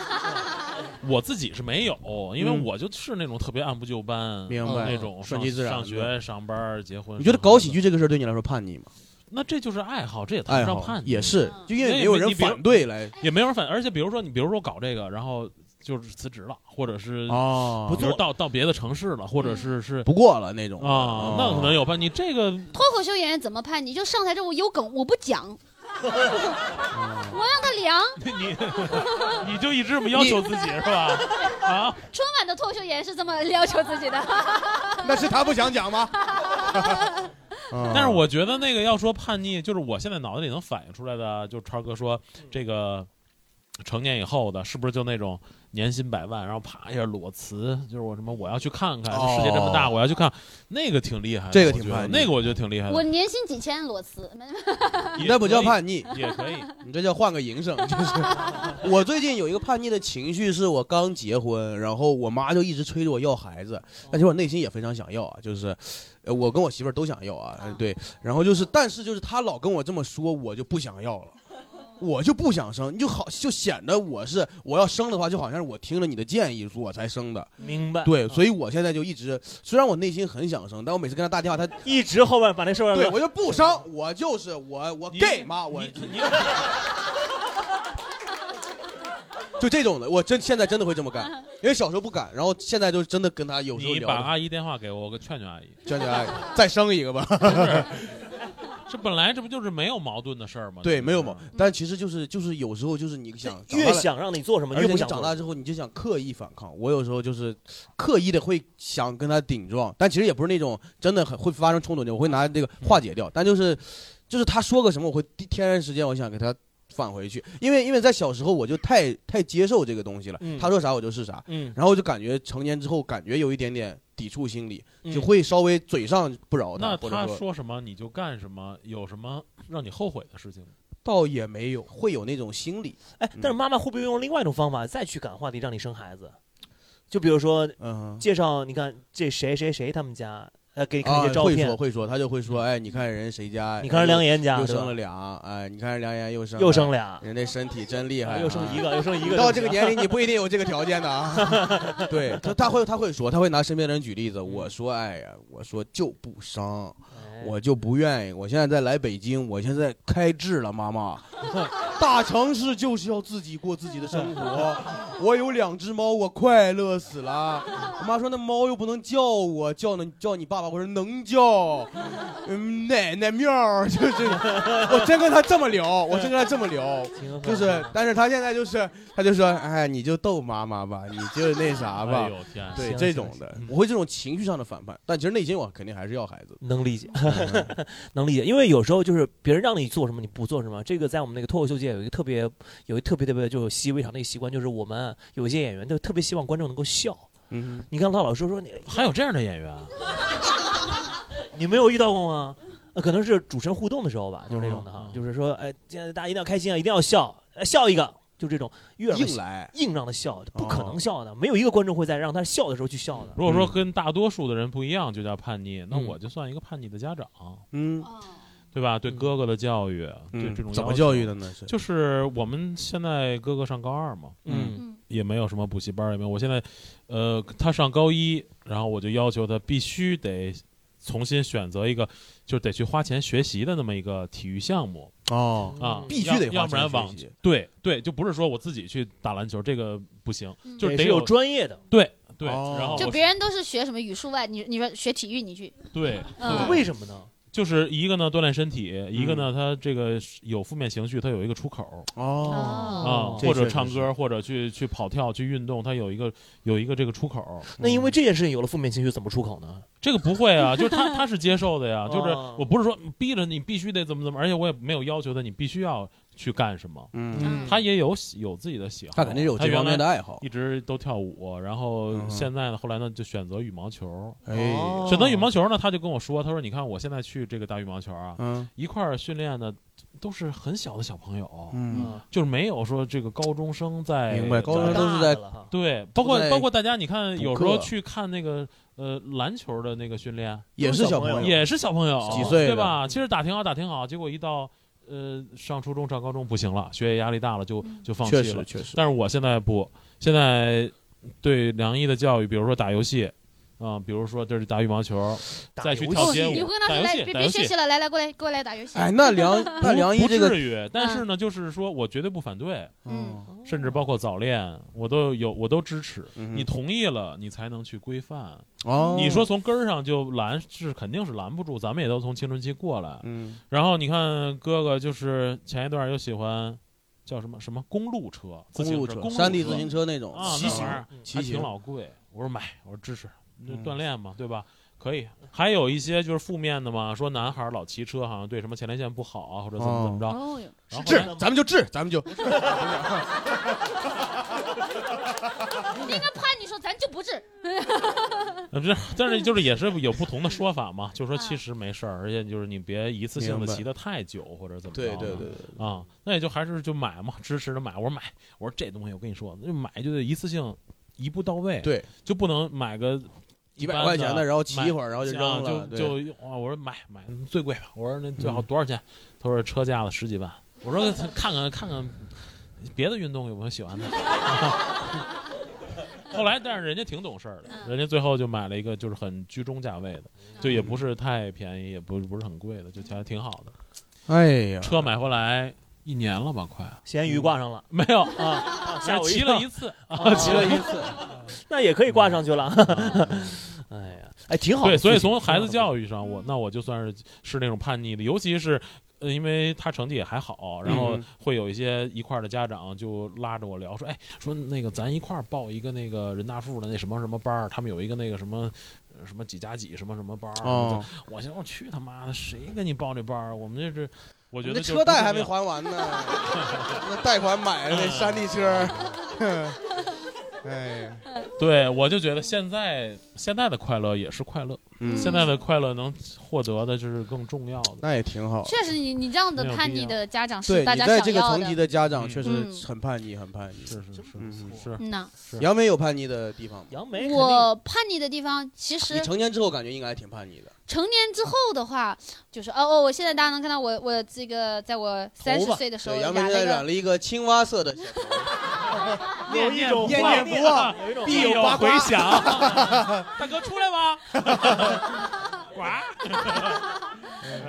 E: 我自己是没有，因为
D: 嗯
E: 我就是那种特别按部就班，
D: 明白
E: 那种
D: 顺
E: 上
D: 其自然
E: 上学、上班、结婚。
D: 你觉得
E: 生孩
D: 搞
E: 子
D: 喜剧这个事儿对你来说叛逆吗？
E: 那这就是爱好，这也谈
D: 爱
E: 不上
D: 好
E: 叛逆，
D: 也是，就因为
E: 那
D: 没
E: 也
D: 有
E: 没
D: 人
E: 你比如
D: 反对来
E: 也没有人反。而且比如说你，比如说搞这个，然后就是辞职了，或者是
D: 哦，
E: 比如到到别的城市了，或者是是
D: 不过了那种哦
E: 啊，那可能有叛逆。这个
C: 脱口秀演员怎么判？你就上台之后我有梗，我不 讲，
E: 嗯
C: 我让他凉。
E: 你你就一直不要求自己是吧？啊，
C: 春晚的脱口秀演员是这么要求自己的，
D: 那是他不想讲吗？嗯
E: 但是我觉得那个要说叛逆，就是我现在脑子里能反映出来的，就超哥说这个成年以后的，是不是就那种年薪百万，然后啪一下裸辞，就是我什么我要去看看
D: 哦
E: 世界这么大，我要去看，那个挺厉害的，
D: 这个
E: 我
D: 挺
E: 觉得
D: 叛逆
E: 那个我觉得挺厉害
C: 我
E: 的，
C: 年薪几千裸辞，
E: 也
D: 嗯那不叫
E: 可以
D: 叛逆，
E: 也可以。
D: 你这叫换个 营生。就是 我最近有一个叛逆的情绪，是我刚结婚，然后我妈就一直催着我要孩子，但其实我内心也非常想要啊，就是，呃，我跟我媳妇儿都想要啊，对，然后就是，但是就是她老跟我这么说，我就不想要了。
B: 哦
D: 我就不想生，你就好就显得我是我要生的话，就好像是我听了你的建议我才生的，
B: 明白？嗯
D: 对，所以我现在就一直，虽然我内心很想生，但我每次跟她打电话，她
B: 一直后边把那事儿
D: 对我就 不生，我就是我我 gay 妈，我就这种的，我真现在真的会这 么干，因为小时候不敢，然后现在就真的跟他有时候
E: 你
D: 聊
E: 把
D: 的，
E: 阿姨电话给我，我劝劝阿姨。
D: 娟姐哎再生一个吧。
E: 这本来这不就是没有矛盾的事儿吗？
D: 对，没有嘛，但其实就是就是有时候就是你想长大
B: 越
D: 了
B: 想让你做什么，
D: 而
B: 越
D: 且
B: 不
D: 你
B: 想做
D: 长大之后你就想刻意反抗。我有时候就是刻意的会想跟他顶撞，但其实也不是那种真的很会发生冲突的，我会拿这个
B: 嗯
D: 化解掉。但就是就是他说个什么，我会第天然时间我想给他。返回去，因为因为在小时候我就太太接受这个东西了，
B: 嗯
D: 他说啥我就是啥，
B: 嗯
D: 然后我就感觉成年之后感觉有一点点抵触心理，
B: 嗯
D: 就会稍微嘴上不饶
E: 那
D: 或者
E: 他说什么你就干什么，有什么让你后悔的事情吗？
D: 倒也没有，会有那种心理，嗯
B: 哎，但是妈妈会不会用另外一种方法再去感化你，让你生孩子？就比如说
D: 嗯，
B: 介绍，你看这谁谁谁他们家，呃，给你看一些照
D: 啊、会
B: 片，
D: 说会说，他就会说，哎，你看人谁家，哎
B: 你看人梁岩家
D: 又
B: 对吧
D: 生了俩，哎，你看人梁岩又生
B: 又生
D: 了
B: 俩，哎
D: 人这身体真厉害，
B: 啊
D: 啊
B: 又生一个又生一个
D: 你到这个 年龄你不一定有这个条件的啊。对他他会他会说，他会拿身边的人举例子，
B: 嗯
D: 我说，哎呀，我说就不生，
B: 哎
D: 我就不愿意，我现在在来北京，我现在开智了，妈妈。 大城市就是要自己过自己的生 活。我有两只猫，我快乐死了。我妈说那猫又不能叫我，叫呢叫你爸爸。我说能叫，嗯，奶奶喵儿，就是我真跟他这么聊，我真跟他这么聊，
E: 嗯
D: 就是，但是他现在就是他就说，哎，你就逗妈妈吧，你就那啥吧
E: 哎呦天啊，
D: 对
E: 行
D: 这种的，我会这种情绪上的反叛，但其实内心我肯定还是要孩子的。嗯
B: 能理解， 能理解，因为有时候就是别人让你做什么，你不做什么。这个在我们那个脱口秀界有一个特别，有一特别特别就是习以为常的一个习惯，就是我们有一些演员都特别希望观众能够笑。
D: 嗯，
B: 你刚才老师说你
E: 还有这样的演员，啊
B: 你没有遇到过吗？呃可能是主持人互动的时候吧，就是那种的
D: 哦
B: 哈，就是说，哎，现在大家一定要开心啊，一定要笑，呃笑一个，就这种越让他
D: 硬来哦
B: 硬让他笑，不可能笑的，没有一个观众会在让他笑的时候去笑的。
E: 如果
D: 嗯
E: 说跟大多数的人不一样，就叫叛逆，那我就算一个叛逆的家长，
D: 嗯，
E: 对吧？对哥哥的教育，
I: 嗯
E: 对这种
D: 怎么
E: 要
D: 教
E: 求
D: 育的呢？是
E: 就是我们现在哥哥上高二嘛，
B: 嗯，
E: 也没有什么补习班，也没有。我现在，呃，他上高一，然后我就要求他必须得重新选择一个，就得去花钱学习的那么一个体育项目
D: 哦
E: 啊，
D: 必须得
E: 要要
D: 花
E: 不然
D: 钱
E: 网
D: 学习。
E: 对对，就不是说我自己去打篮球，这个不行，就是
B: 也
E: 得
B: 是有专业的。
E: 对对，
D: 哦
E: 然后
C: 就
E: 我
C: 别人都是学什么语数外，你你说学体育，你去，
E: 对
C: 嗯
B: 为什么呢？
E: 就是一个呢锻炼身体，一个呢他这个有负面情绪，他有一个出口。啊，
C: 哦
D: 这
E: 或者
D: 确实
E: 唱
D: 是
E: 歌，或者去去跑跳，去运动，他有一个有一个这个出口。
B: 那因为这件事情有了负面情绪，怎么出口呢？
E: 这个不 会啊，就是他他是接受的呀，就是
B: 哦
E: 我不是说逼着你必须得怎么怎么，而且我也没有要求他你必须要去干什么，
D: 嗯，
E: 他也有喜有自己的喜好，
D: 他肯定是有这
E: 原
D: 方面的
E: 来
D: 爱好。嗯
E: 一直都跳舞，然后现在呢，后来呢就选择羽毛球。
D: 哎，
B: 哦
E: 选择羽毛球呢，他就跟我说，他说你看我现在去这个打羽毛球啊，
D: 嗯
E: 一块儿训练的都是很小的小朋友，
D: 嗯，
E: 就是没有说这个高中生在
D: 明白，高中生都是
B: 大
D: 在
B: 了哈
E: 对，包括
D: 在
E: 包括大家，你看
D: 补
E: 有时候
D: 课
E: 去看那个呃篮球的那个训练，
D: 也是小朋友，
E: 也是小朋友
D: 几岁的
E: 对吧？其实打挺好，打挺好，结果一到呃上初中、上高中不行了，学业压力大了，就
C: 嗯
E: 就放
D: 确
E: 弃
D: 实
E: 了。
D: 确实。
E: 但是我现在不，现在对梁毅的教育，比如说打游戏。啊、比如说这是打羽毛球，
B: 打
E: 再去
B: 游
E: 跳
B: 戏
E: 街
C: 哦你
E: 舞
C: 不跟他
E: 打
C: 说
E: 游
C: 来
E: 戏
C: 别
E: 打
C: 别
E: 游
C: 学
E: 戏
C: 习了，来来过来过来打游戏。
D: 哎，那 梁那梁毅
E: 不
D: 这个，
E: 至于，但是呢，就是说，我绝对不反对，
C: 嗯，
E: 甚至包括早恋，我都有，我都支持。
D: 你
E: 你同意了，你才能去规范。
D: 嗯哦，
E: 你说，从根儿上就拦是肯定是拦不住，咱们也都从青春期过来。
D: 嗯，
E: 然后你看哥哥就是前一段又喜欢叫什么什么公路车，自
D: 公
E: 行
D: 路
E: 车
D: 车、
E: 公
D: 山地
E: 车
D: 自行车那种
E: 啊，
D: 骑
E: 那
D: 行
E: 玩意儿
D: 骑
E: 还
D: 行
E: 挺老贵。我说买，我说支持，就
D: 嗯
E: 锻炼嘛，对吧？可以，还有一些就是负面的嘛，说男孩儿老骑车好像对什么前列腺不好啊，或者怎么怎么着。
C: 哦哟，
E: 然后
D: 治
E: 后来，
D: 咱们就治，咱们就
C: 你应该怕你说咱就不治，
E: 呃不是，但是就是也是有不同的说法嘛，就
C: 啊
E: 说其实没事儿，而且就是你别一次性
D: 明
E: 的
D: 白
E: 骑得太久或者怎么着
D: 对
E: 的。
D: 对对对，
E: 啊、那也就还是就买嘛，支持着买。我说买，我说这东西我跟你说，那就买就得一次性一步到位，
D: 对，
E: 就不能买个
D: 一百块钱的，
E: 的，
D: 然后骑一会儿，然后就扔
E: 啊
D: 了，对嗯
E: 就就啊我说买买最贵吧，我说那最好多少钱？他说车价了十几万，我说看看看看别的运动有没有喜欢的。 后来，但是人家挺懂事儿的，人家最后就买了一个就是很居中价位的，就也不是太便宜，也不不是很贵的，就觉得挺好的。
D: 哎呀，
E: 车买回来一年了吧，快。
B: 咸鱼挂上了
E: 没 有，
B: 啊，吓我一
E: 骑
B: 跳
E: 了一次， 嗯
B: 啊
D: 骑了一次，
B: 那也可以挂上去了。 哎呀，哎，挺好的。
E: 对，所以
B: 其实
E: 从孩子
B: 挺好的
E: 教育上，我那我就算是是那种叛逆的，尤其是。呃，因为他成绩也还好，然后
D: 嗯
E: 会有一些一块儿的家长就拉着我聊，说，哎，说那个咱一块儿报一个那个人大附的那什么什么班儿，他们有一个那个什么呃什么几加几什么什么班儿。
D: 哦，
E: 我寻思我去他妈的，谁跟你报这班儿？我们这是，我觉
D: 你
E: 得
D: 这
E: 就
D: 车贷
E: 不
D: 还没
E: 重要
D: 还完呢，
E: 嗯
D: 那贷款买的那山地车，哎呀，
E: 对，我就觉得现在现在的快乐也是快乐，
D: 嗯
E: 现在的快乐能获得的就是更重要的。
D: 那也挺好。
C: 确实你，你这样的叛逆的家长
D: 对
C: 是大
D: 你
C: 家
D: 在
C: 想
D: 这个
C: 要
D: 层级
C: 的。
D: 的家长确实
C: 嗯
D: 很叛逆，很叛逆。是
E: 是是
D: 是
C: 嗯呐
E: 是
D: 杨梅有叛逆的地方吗？
B: 杨
C: 我叛逆的地方，其实
D: 你成年之后感觉应该还挺叛逆的。
C: 成年之后的话，就是哦哦，我现在大家能看到我我这个，在我三十岁的时候
D: 对
C: 染
D: 杨梅现
C: 了
D: 在
C: 一
D: 染
C: 个，
D: 了一个青蛙色 的小头
B: 嗯
D: 发，
E: 有一种
D: 念念不忘，必有八卦
E: 回响。 大哥出来吧，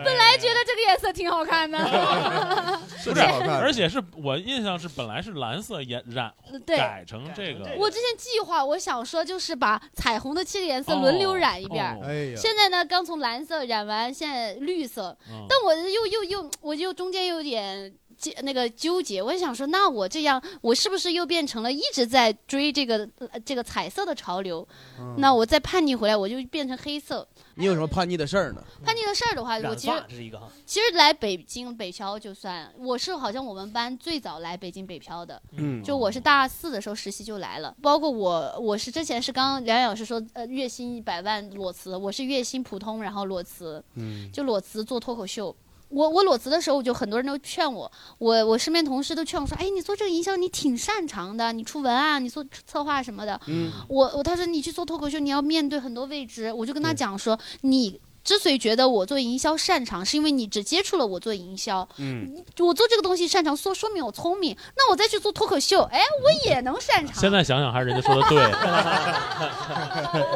C: 本来觉得这个颜色挺好看的，
E: 哎不是，而且是我印象是本来是蓝色也染
C: 呃对
E: 改成这个，
C: 我之前计划，我想说就是把彩虹的七个颜色轮流染一遍儿。
E: 哦哎呀
C: 现在呢，刚从蓝色染完，现在绿色，
E: 嗯
C: 但我又又又，我就中间有点纠。那个纠结，我也想说，那我这样，我是不是又变成了一直在追这个、呃这个彩色的潮流？
D: 嗯
C: 那我再叛逆回来，我就变成黑色。
D: 你有什么叛逆的事儿呢？
C: 叛逆的事儿的啊话，我
B: 嗯染
C: 其实
B: 发这是一个哈，
C: 其实来北京北漂就算，我是好像我们班最早来北京北漂的，
D: 嗯
C: 就我是大四的时候实习就来了，包括我，我是之前是刚刚梁岩老师说，呃，月薪一百万裸辞，我是月薪普通，然后裸辞，
D: 嗯
C: 就裸辞做脱口秀。我我裸辞的时候，就很多人都劝我，我我身边同事都劝我说，哎，你做这个营销你挺擅长的，你出文案，你做策划什么的，
D: 嗯
C: 我我他说你去做脱口秀，你要面对很多未知。我就跟他讲说，你之所以觉得我做营销擅长，是因为你只接触了我做营销。
D: 嗯，
C: 我做这个东西擅长，说说明我聪明。那我再去做脱口秀，哎，我也能擅长。
E: 现在想想还是人家说 的对，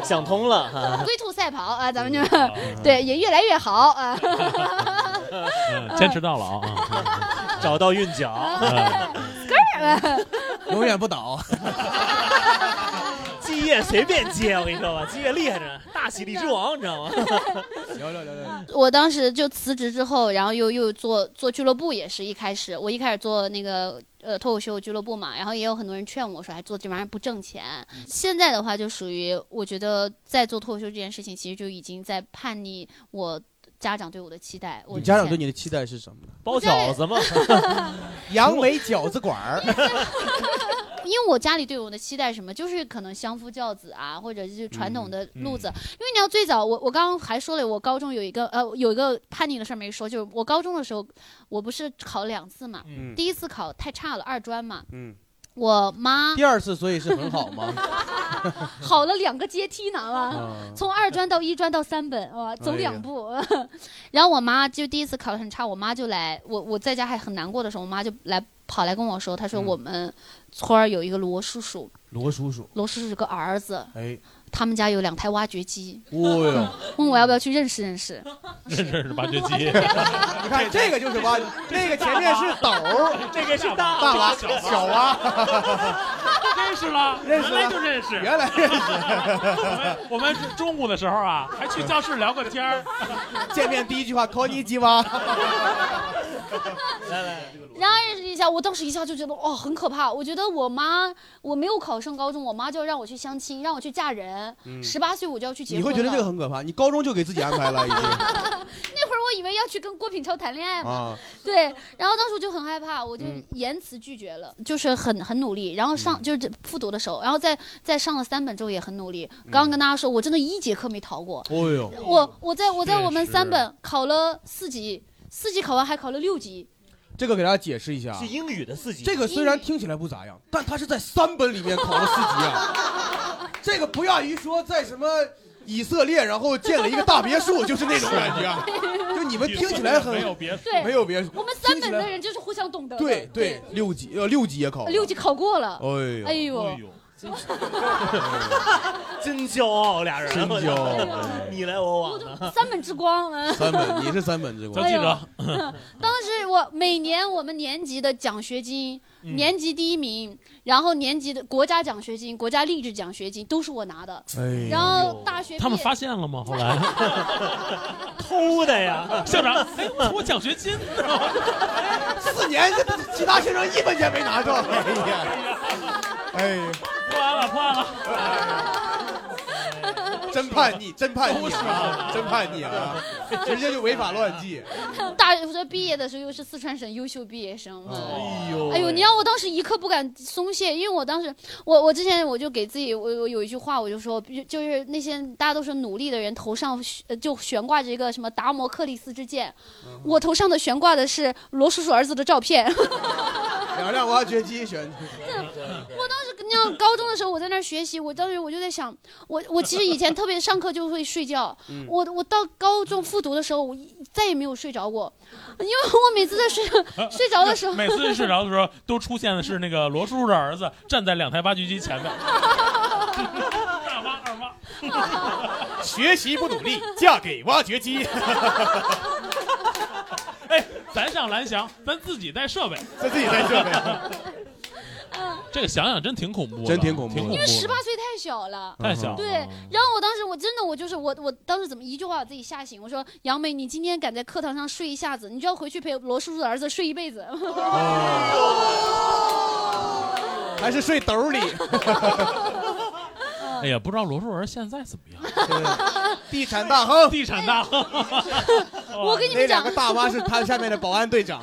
B: 想通了。
C: 龟兔赛跑啊，咱们就 对也越来越好啊。
E: 哦嗯坚持到老 啊，嗯
B: 找到韵脚，
C: 啊
D: 永远 不倒。
B: 季月随便接，我跟你说吧，季月厉害着，呢，大喜力之王，你知 道吗？
D: 聊聊聊聊，
C: 我当时就辞职之后，然后又又做做俱乐部，也是一开始我一开始做那个呃脱口秀俱乐部嘛，然后也有很多人劝我说，哎，做这玩意儿不挣钱。现在的话，就属于我觉得在做脱口秀这件事情，其实就已经在叛逆我家长对我的期待。我
D: 你
C: 之
D: 家长
C: 前
D: 对你的期待是什么呢？
B: 包饺子嘛，
D: 杨梅饺子馆儿，
C: 因为我家里对我的期待是什么，就是可能相夫教子啊，或者是传
D: 嗯
C: 统的路子。因为你要最早，我我刚刚还说了，我高中有一个呃有一个叛逆的事儿没说，就是我高中的时候，我不是考两次嘛，
D: 嗯
C: 第一次考太差了，二专嘛，
D: 嗯，
C: 我妈
D: 第二次所以是很好吗？
C: 考了两个阶梯呢啊
D: 啊，
C: 从二专到一专到三本哇，走
D: 哎呀
C: 两步。 然后我妈就第一次考得很差，我妈就来，我我在家还很难过的时候，我妈就来跑来跟我说，她说
D: 嗯
C: 我们村儿有一个罗叔叔，
D: 罗叔叔，
C: 罗叔叔有个儿子，
D: 哎，
C: 他们家有两台挖掘机，
D: 哦哟，
C: 问我要不要去认识认 识。
E: 认识是挖 掘机，
D: 你看这个就是挖，那个前面是斗 儿，
B: 这个是大娃
D: 大娃小娃，
E: 认识了，
D: 认识
E: 原
D: 了
E: 来就认识，
D: 原来 认
E: 我
D: 识。
E: 们我们中午的时候啊，还去教室聊个天儿，
D: 见面第一句话 call 你鸡蛙，
C: 然后认识一下，我当时一下就觉得哦，很可怕。我觉得我妈我没有考上高中，我妈就要让我去相亲，让我去嫁人，十八、岁我就要去结
D: 你
C: 婚了。
D: 会觉得这个很可怕。你高中就给自己安排了已经
C: 那会儿我以为要去跟郭品超谈恋爱嘛，
D: 啊，
C: 对，然后当时我就很害怕，我就
D: 嗯
C: 言辞拒绝了，就是很很努力，然后上、就是复读的时候，然后再再上了三本之后也很努力。刚刚跟大家说，我真的一节课没逃过，
D: 哦哟，
C: 我我在我在
E: 确
C: 我们三
E: 实
C: 本考了四级，四级考完还考了六级，
D: 这个给大家解释一下啊
B: 是，英语的四级，
D: 这个虽然听起来不咋样，但他是在三本里面考了四级啊，这个不亚于说在什么。以色列，然后建了一个大别墅，就是那种感觉啊！就你们听起来很
E: 没有别
C: 对，
D: 没有别墅，
C: 我们三
D: 听起
C: 本
D: 来
C: 的人就是互相懂得的，
D: 对对，六级呃六级也考了，
C: 六级考过了，
D: 哎
C: 哎
D: 呦，
C: 呦，
B: 真骄傲，俩人哎
D: 真骄傲，哎
B: 你来我往
C: 我
B: 的。
C: 都 三本之光了。
D: 三本你是三本之光哎
E: 咱，记着，
C: 当时我每年我们年级的奖学金，年级第一名，然后年级的国家奖学金、国家励志奖学金都是我拿的。
D: 哎呦
C: 然后大学毕业
E: 他们发现了吗？后 来
B: 偷的呀，
E: 校长，哎，我奖学金呢？
D: 四年其他学生一分钱没拿着，哎呀，哎呀，哎
E: 破案了，破案了，
D: 真叛逆，真叛逆
E: 都是
D: 啊，真叛逆啊，直接就违法乱纪。
C: 大学毕业的时候又是四川省优秀毕业生，
D: 哎呦
C: 哎呦，你让我当时一刻不敢松懈，因为我当时，我我之前我就给自己，我我有一句话我就说，就就是那些大家都说努力的人头上悬呃就悬挂着一个什么达摩克里斯之剑，我头上的悬挂的是罗叔叔儿子的照片。
D: 两辆挖掘机选，
C: 我当时你像高中的时候，我在那儿学习，我当时我就在想，我我其实以前特别上课就会睡觉，
D: 嗯
C: 我我到高中复读的时候，我一再也没有睡着过，因为我每次在睡睡着的时 候，
E: 每次睡着的时候，都出现的是那个罗叔叔的儿子站在两台挖掘 机前面。
B: 学习不努力，嫁给挖掘机。
E: 哎，咱上蓝翔，咱自己带设备，
B: 咱自己带设备。
E: 这个想想真挺恐怖的，
D: 真挺恐怖的
E: 挺恐
C: 因
E: 怖
C: 为
E: 的。
C: 十八岁太小了。
E: 太小了啊
C: 对，然后我当时我真的我就是我我当时怎么一句话把自己吓醒？我说杨梅，你今天敢在课堂上睡一下子，你就要回去陪罗叔叔的儿子睡一辈子。
E: 啊
D: 还是睡兜 里，
E: 哎呀，不知道罗叔儿现在怎么样？
D: 地产大亨。
E: 地产大亨，
C: 我跟你
D: 那
C: 们
D: 两
C: 讲
D: 个，大妈是他下面的保安队长。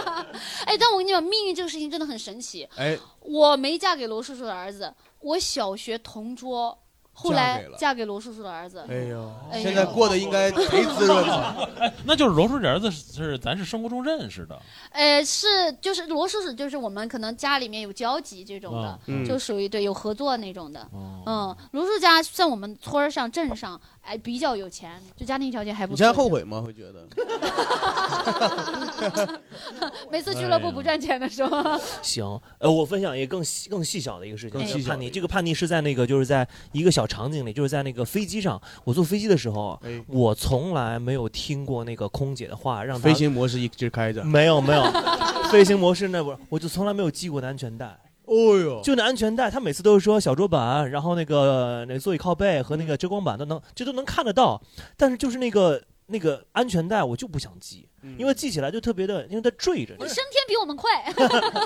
C: 哎，但我跟你讲，命运这个事情真的很神奇。
D: 哎，
C: 我没嫁给罗叔叔的儿子，我小学同桌，后
D: 嫁
C: 来
D: 给了
C: 嫁给罗叔叔的儿子。
D: 哎呦，
C: 哎呦
D: 现在过得应该贼滋润啊了。
E: 哎那就是罗叔儿这儿子是是咱是生活中认识的，
C: 呃，是就是罗叔叔，就是我们可能家里面有交集这种
E: 啊
C: 的，
D: 嗯
C: 就属于对有合作那种的。嗯，罗叔家在我们村儿上镇上，哎，比较有钱，就家庭条件还不
D: 你
C: 错。
D: 现在后悔吗？会觉得
C: 每次俱
B: 哎
C: 乐部不赚钱的 时候，
B: 行，呃，我分享一个更细更细小的一个事情，
D: 更
B: 这
D: 细
B: 个
D: 小
B: 叛
D: 的一
B: 逆。
D: 个
B: 这个叛逆是在那个，就是在一个小场景里，就是在那个飞机上。我坐飞机的时候啊
D: 哎，
B: 我从来没有听过那个空姐的话，让她
D: 飞行模式一直开着。
B: 没有没有， 飞行模式那会儿我就从来没有系过的安全带。
D: 哦呦，
B: 就那安全带，他每次都是说小桌板，然后那个那座椅靠背和那个遮光板都能，这都能看得到。但是就是那个那个安全带，我就不想系，
D: 嗯
B: 因为系起来就特别的，因为它坠着。你
C: 升天比我们快。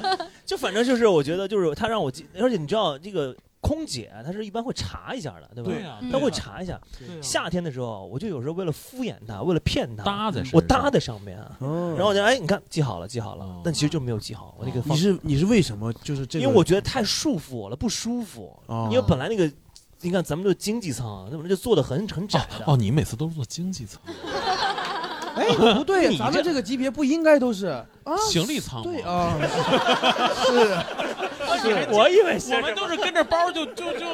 B: 就反正就是，我觉得就是他让我记，而且你知道这个空姐，啊她是一般会查一下的，对吧？
E: 对呀啊
B: 她
E: 对呀啊
B: 会查一下。夏天的时候，我就有时候为了敷衍她，为了骗她，
E: 搭在身上嗯
B: 我搭在上面，
D: 然
B: 然后我就哎，你看记好了，记好了
E: 哦，
B: 但其实就没有记好。我
E: 嗯
B: 那个
D: 你
B: 方，
D: 是你是为什么？就是这个，
B: 因为我觉得太束缚我了，不舒服。
D: 哦
B: 因为本来那个，你看咱们就经济舱，那本来就坐的很很窄的。
E: 哦，你每次都是坐经济舱、
D: 哎 不对 呀，
B: 你这
D: 咱们这个级别不应该都是啊？
E: 行李舱吗
D: 对， 啊，是
B: 我以为
E: 我
B: 是
E: 们都是跟着包就就就，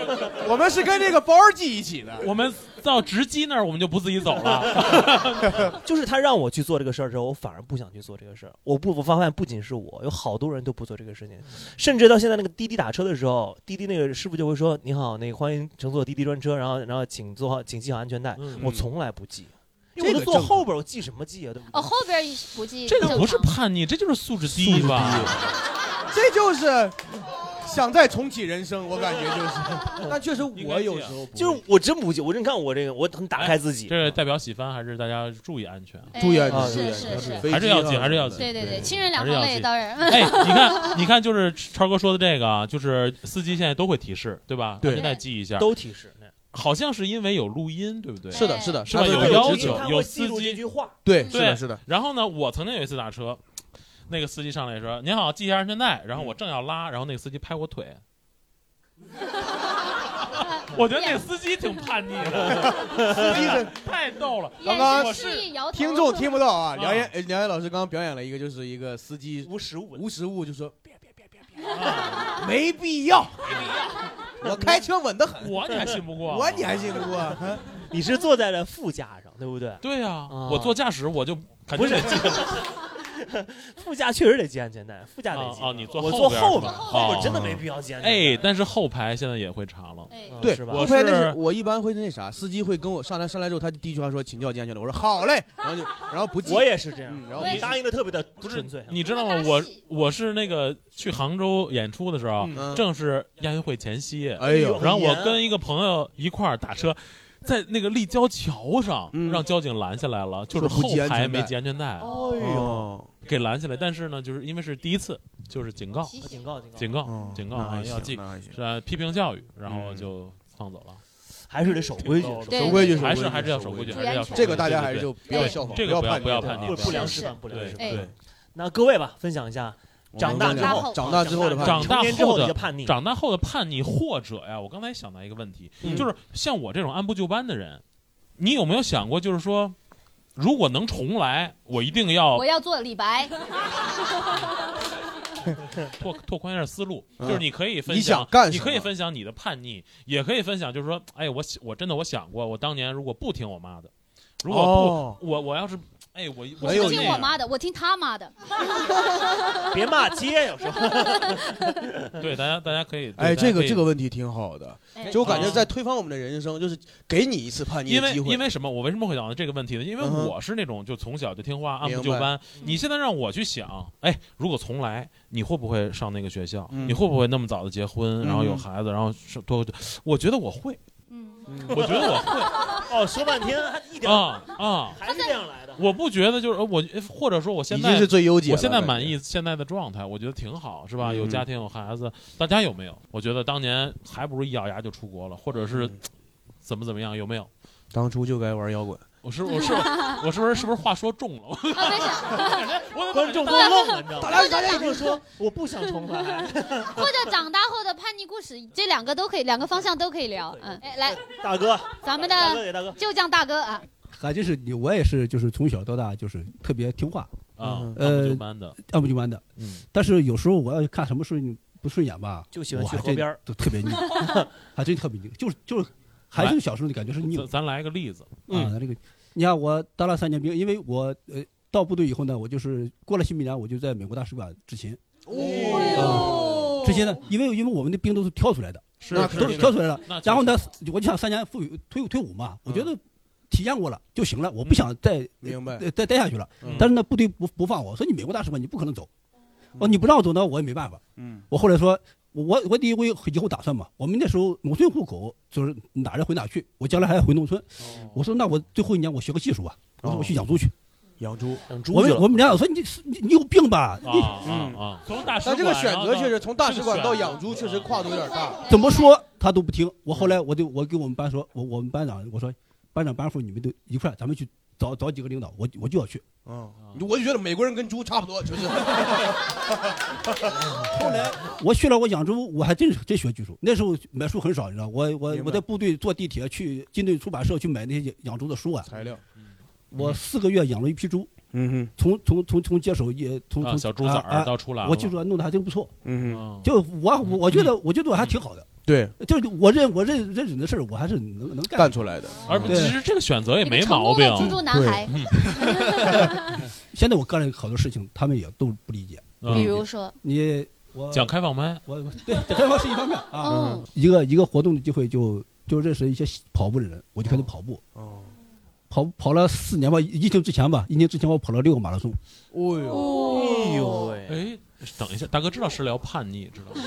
D: 我们是跟这个包儿系一起的。
E: 我们到直机那儿我们就不自己走 了。
B: 就是他让我去做这个事儿之后，我反而不想去做这个事儿。我不，我发现不仅是我，有好多人都不做这个事
E: 嗯
B: 情，甚至到现在那个滴滴打车的时候，滴滴那个师傅就会说：“你好，那个欢迎乘坐滴滴专车，然后然后请做好，请系好安全带。
E: 嗯
B: 我从来不系，因
D: 这
B: 为
D: 个
B: 我都坐后边，我系什么系啊？对不对？
C: 哦，后边一不计
E: 这个不是
C: 正常
E: 叛逆，这就是素质低吧？
D: 这就是想再重启人生，我感觉 就是。但确实我有时候不
B: 就是我真不系，我真看我这个，我很打开自己。
E: 哎这个代表喜欢还是大家注意安全，
C: 哎
D: 注意安
B: 全
C: 是
D: 注意
C: 是
D: 安
C: 是，
D: 飞机
E: 还是要系
D: 啊
E: 还是要系
C: 对对对，亲人两
E: 还是
C: 行
E: 要
C: 泪，
E: 系
C: 当然。
E: 哎，你看，你看，就是超哥说的这个啊，就是司机现在都会提示，对吧？
D: 对
E: 安全带记一下，
B: 都提示，
E: 好像是因为有录音，对不对？
D: 是的，是的，
E: 是吧
D: 他
E: 有
D: 都会
E: 要
D: 指
E: 求
D: 导
B: 他
E: 有
B: 会
E: 司
B: 记住
E: 机
B: 这句话。
D: 对，是
E: 对
D: 的，是的，
E: 然后呢，我曾经有一次打车，那个司机上来说：“您好，系一下安全带。”然后我正要拉，然后那个司机拍我腿。 我觉得那司机挺叛逆的，
D: 司机是
E: 太逗了。
C: 眼
D: 刚
C: 神
E: 刚
C: 示意摇头。
D: 听众听不到啊。
E: 啊
D: 梁岩，呃梁岩老师刚刚表演了一个，就是一个司机
B: 无实物，
D: 无实物就说别别 别别别，没必要，我开车稳得很，
E: 我你还信不过？
D: 我你还信得过？啊
B: 你是坐在了副驾上，对不对？
E: 对呀、
B: 啊
E: 我坐驾驶我就肯定
B: 不是
E: 得系
B: 副驾确实得系安全带，副驾得
E: 哦
B: 系。
E: 哦，你坐
B: 我坐
E: 边
B: 后
E: 是吧
B: 边，
E: 哦
B: 后边真的没必要系安全带。
E: 哎，但是后排现在也会查了。
C: 哎
B: 嗯
D: 对，
B: 是吧？
D: 后排那
E: 我
D: 是
E: 是
D: 我一般会那啥，司机会跟我上来上来之后，他第一句话说请教安全了，我说好嘞，然后就然后不记
B: 我，也是这样，
D: 嗯然
B: 然
D: 后
B: 后
C: 我也
B: 你
C: 是
B: 答应的特别的纯粹。
E: 你知道吗
C: 那？搭
E: 我
C: 戏
E: 我是那个去杭州演出的时候，
D: 嗯
E: 正是亚运会前夕，
D: 哎呦，
E: 然后我跟一个朋友一块儿打车，在那个立交桥上，
D: 嗯
E: 让交警拦下来了，就是
D: 说
E: 后
D: 不系安
E: 排
D: 全带
E: 没系安全带，啊
D: 哎呦，
E: 给拦下来。但是呢，就是因为是第一次，就是警告、
D: 啊
C: 提
B: 警
C: 醒
B: 告警告。
E: 警告、警告
D: 哦那
E: 啊，
D: 还
E: 要
D: 行
E: 记，
D: 那还行
E: 是吧？批评教育，然后
D: 嗯
E: 就放走了。
B: 还是得守规矩，
E: 对守规矩守还是规矩还是要守规矩还是要守规矩这个大家还是就不要效仿这个不要不要叛逆
B: 不
E: 不要
B: 不良
E: 是
B: 示范，不良
E: 对
B: 示范。
E: 对对，
B: 那各位吧，分享一下长大之后，
D: 长大之后的叛逆
E: 长大
B: 成年之后
E: 后
B: 你
E: 的
B: 的叛逆，
E: 长大后的叛逆，或者呀，我刚才想到一个问题，
B: 嗯
E: 就是像我这种按部就班的人，你有没有想过，就是说，如果能重来，我一定要
B: 哦
C: 我要做 李白。
E: 拓拓宽一下思路，
D: 嗯
E: 就是你可以分
D: 你
E: 享
D: 想，干
E: 你
D: 什
E: 可以
D: 么
E: 分享你的叛逆，也可以分享，就是说，哎，我我真的我想过，我当年如果不听我妈的，如果不，
B: 哦
E: 我我要是，哎，我
C: 我不听我妈 的，我听他妈的。
B: 别骂街，有时候。
E: 对，大家大家可以，对大
D: 哎，
E: 家
D: 这个
E: 可以
D: 这个问题挺好的
C: 哎，
D: 就我感觉在推翻我们的人生，就是给你一次叛逆
E: 因
D: 的
E: 为
D: 机会。
E: 因为什么？我为什么会想到这个问题呢？因为
D: 嗯哼
E: 我是那种就从小就听话、按
D: 明
E: 部
D: 白
E: 就班。你
B: 嗯
E: 现在让我去想，哎，如果重来，你会不会上那个学校？
D: 嗯
E: 你会不会那么早的结婚，然后有
D: 嗯
E: 孩子，然后是多？我觉得我会，
C: 嗯
E: 我 觉得我会
B: 哦，说半天还一点
E: 啊啊！
B: 还是这样来的。
E: 我不觉得就是呃我，或者说我现
D: 已
E: 在
D: 经是最优解了
E: 我现在满意现在的状态，我觉得挺好，是吧？
D: 嗯
E: 有家庭有孩子，大家有没有？我觉得当年还不如一咬牙就出国了，或者是怎么怎么样，有没有？
D: 嗯当初就该玩摇滚，
E: 我是我是我是不是是不是话说重了？
C: 啊，没事。
E: 我
B: 观众都愣了，你知道吗？
D: 大家大家
B: 一定 说我不想重来，
C: 或者长大后的叛逆故事，这两个都可以，两个方向都可以聊。嗯，哎，来，
B: 大 哥，
C: 咱们
B: 大哥
C: 的
B: 给大哥，
C: 就将大哥啊，
F: 还真是你，我也是，就是从小到大就是特别听话，呃
E: 啊，
D: 嗯
E: 按部就班的，
F: 按部就班的。
E: 嗯，
F: 但是有时候我要看什么顺不顺眼吧，
B: 就喜欢
F: 我
B: 去
F: 还
B: 河边儿
F: 真都特 别腻，还真特别腻，就是就是还是小时候的感觉是腻
E: 咱咱来个例子，
D: 嗯
F: 啊，那这个，你看我当了三年兵，因为我呃到部队以后呢，我就是过了新米兰，我就在美国大使馆执勤。哦，执勤呢，因为因为我们的兵都是挑出来的，
E: 是
F: 都
E: 是
F: 是挑出来了
E: 那。确
F: 然后呢，我就想三年退伍退伍退伍嘛，我觉得体验过了就行了，我不想再
D: 明白？
F: 呃再待下去了
D: 嗯。
F: 但是呢，部队不不放我，说你美国大使馆你不可能走，哦，你不让我走呢，我也没办法。
D: 嗯，
F: 我后来说，我我得我有以后打算嘛，我们那时候农村户口就是哪人回哪去，我将来还要回农村。我说那我最后一年我学个技术吧，我说我去养猪去。
D: 养猪。
B: 等
F: 我
B: 猪去
F: 们
B: 了。
F: 我们俩说你是你你有病吧？
E: 啊
F: 你嗯
E: 啊啊！从大使
D: 但
E: 馆
D: 这个选择确实从大使馆到
E: 这个选
D: 养猪确实跨度有点大。
F: 怎么说他都不听。我后来我就我跟我们班说，我我们班长我说班长班副你们都一块儿，咱们去找找几个领导，我我就要去。
D: 嗯，我就觉得美国人跟猪差不多，就是 哎
F: 我去了，我养猪，我还真是真学技术。那时候买书很少，你知道，我我
D: 明白
F: 我在部队坐地铁去军队出版社去买那些养猪的书啊。
D: 材料。
F: 我四个月养了一批猪，
D: 嗯哼，
F: 从从从从接手也从
E: 啊
F: 从
E: 小猪崽
F: 啊
E: 儿
F: 啊
E: 到出栏了，
F: 我技术弄得还真不错。
D: 嗯哼，
E: 嗯，
F: 就我我我觉得我觉得我还挺好的，
D: 对，
F: 就是我认我认认准的事儿，我还是能能干
D: 干。出来的。
E: 而不
F: 对
E: 其实这个选择也
C: 你们
E: 没
C: 成
E: 毛
C: 功
E: 病
C: 的，猪猪男孩，
F: 现在我干了好多事情，他们也都不理解。
E: 嗯
C: 比如说，
F: 你我
E: 讲开放麦，
F: 我我对这方是一方面啊，
C: 哦，
F: 一个一个活动的机会就就认识一些跑步的人，我就开始跑步，
D: 哦，
F: 跑跑了四年吧，疫情之前吧，疫情之前我跑了六个马 拉松。
D: 哦呦，
B: 哎呦喂，
E: 哎，等一下，大哥知道是聊叛逆，知道吗？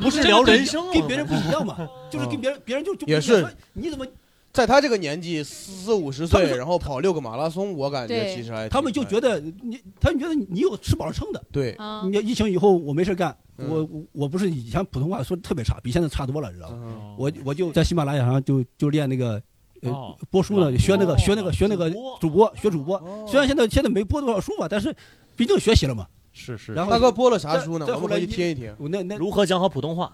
B: 不是聊人
D: 啊
B: 生
F: 跟
B: 了
F: 别人啊
B: 吗？
F: 不一样 嘛，就是跟别人别人就就不
D: 嗯也是
F: 一样说你怎么
D: 在他这个年纪四五十
F: 他们
D: 岁，
F: 就
D: 然后跑六个马拉松，我感觉
C: 对
D: 其实还挺
F: 他们就觉得你他们觉得你有吃饱了撑的。
D: 对，
C: 啊，
F: 你疫情以后我没事干，
D: 嗯
F: 我我我不是以前普通话说的特别差，比现在差多了，你知道吗？
D: 嗯
F: 我我就在喜马拉雅上就就练那个
E: 哦
F: 呃播书呢，学那个学那个学那个
E: 主播
F: 主播学主播，虽然现在现在没播多少书吧，但是毕竟学习了嘛。
E: 是是，
F: 然后
D: 大哥播了啥
F: 再
D: 书呢？
F: 再
D: 我们
F: 后来
D: 回去
F: 一
D: 听一听。
F: 我那那
B: 如何讲好普通话？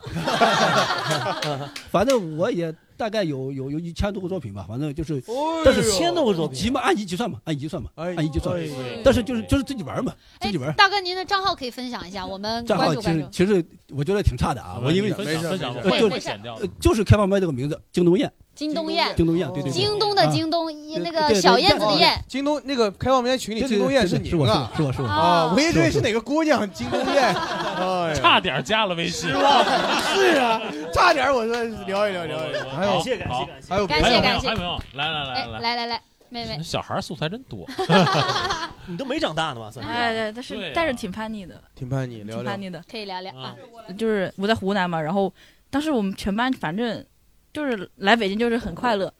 F: 反正我也大概有有有一千多个作品吧，反正就是
D: 但
F: 但是
B: 千多个作品
F: 集嘛，按一级算嘛，按一级算嘛，
D: 哎
F: 按一级算。
B: 哎呦
F: 但是就是就是自己玩嘛，自
C: 哎
F: 己玩，。
C: 大哥您的账号可以分享一下，我们
F: 账
C: 关
F: 号
C: 注
F: 其
C: 关注
F: 实。其实我觉得挺差的啊，我因为
E: 你分享
D: 没事
E: 分享吧，
D: 没
C: 事
E: 就
C: 没
E: 是
C: 事
E: 剪掉
F: 呃。就是开放麦这个名字，京东燕，
C: 京东燕，
F: 京东燕，对对对。
C: 京东的京东，那个小燕子的燕。
D: 京东那个开放麦群里，
F: 对
D: 京东燕是你
F: 是我是
D: 们啊
F: 我？是我是我，
D: 啊，
C: 哦
D: 我一直以为是哪个姑娘，京东燕，哎呀
E: 差点加了微信，
D: 是啊，差点我说聊一聊聊一聊。还
B: 感
D: 有
B: 谢感
E: 好
B: 谢感谢。
D: 还有
C: 感
E: 还有
C: 谢
E: 没
C: 感
E: 有？
C: 谢
E: 还有没有？来来来
C: 哎，
E: 来
C: 来来来，妹妹
E: 来，，小孩儿素材真多，
B: 你都没长大呢吧？算是。
G: 哎，对，但是、
E: 对啊
G: 但是挺叛逆的，
D: 挺叛逆，聊
G: 挺
D: 聊
G: 叛。逆的。
C: 可以聊聊啊。
G: 就是我在湖南嘛，然后当时我们全班反正就是来北京就是很快乐，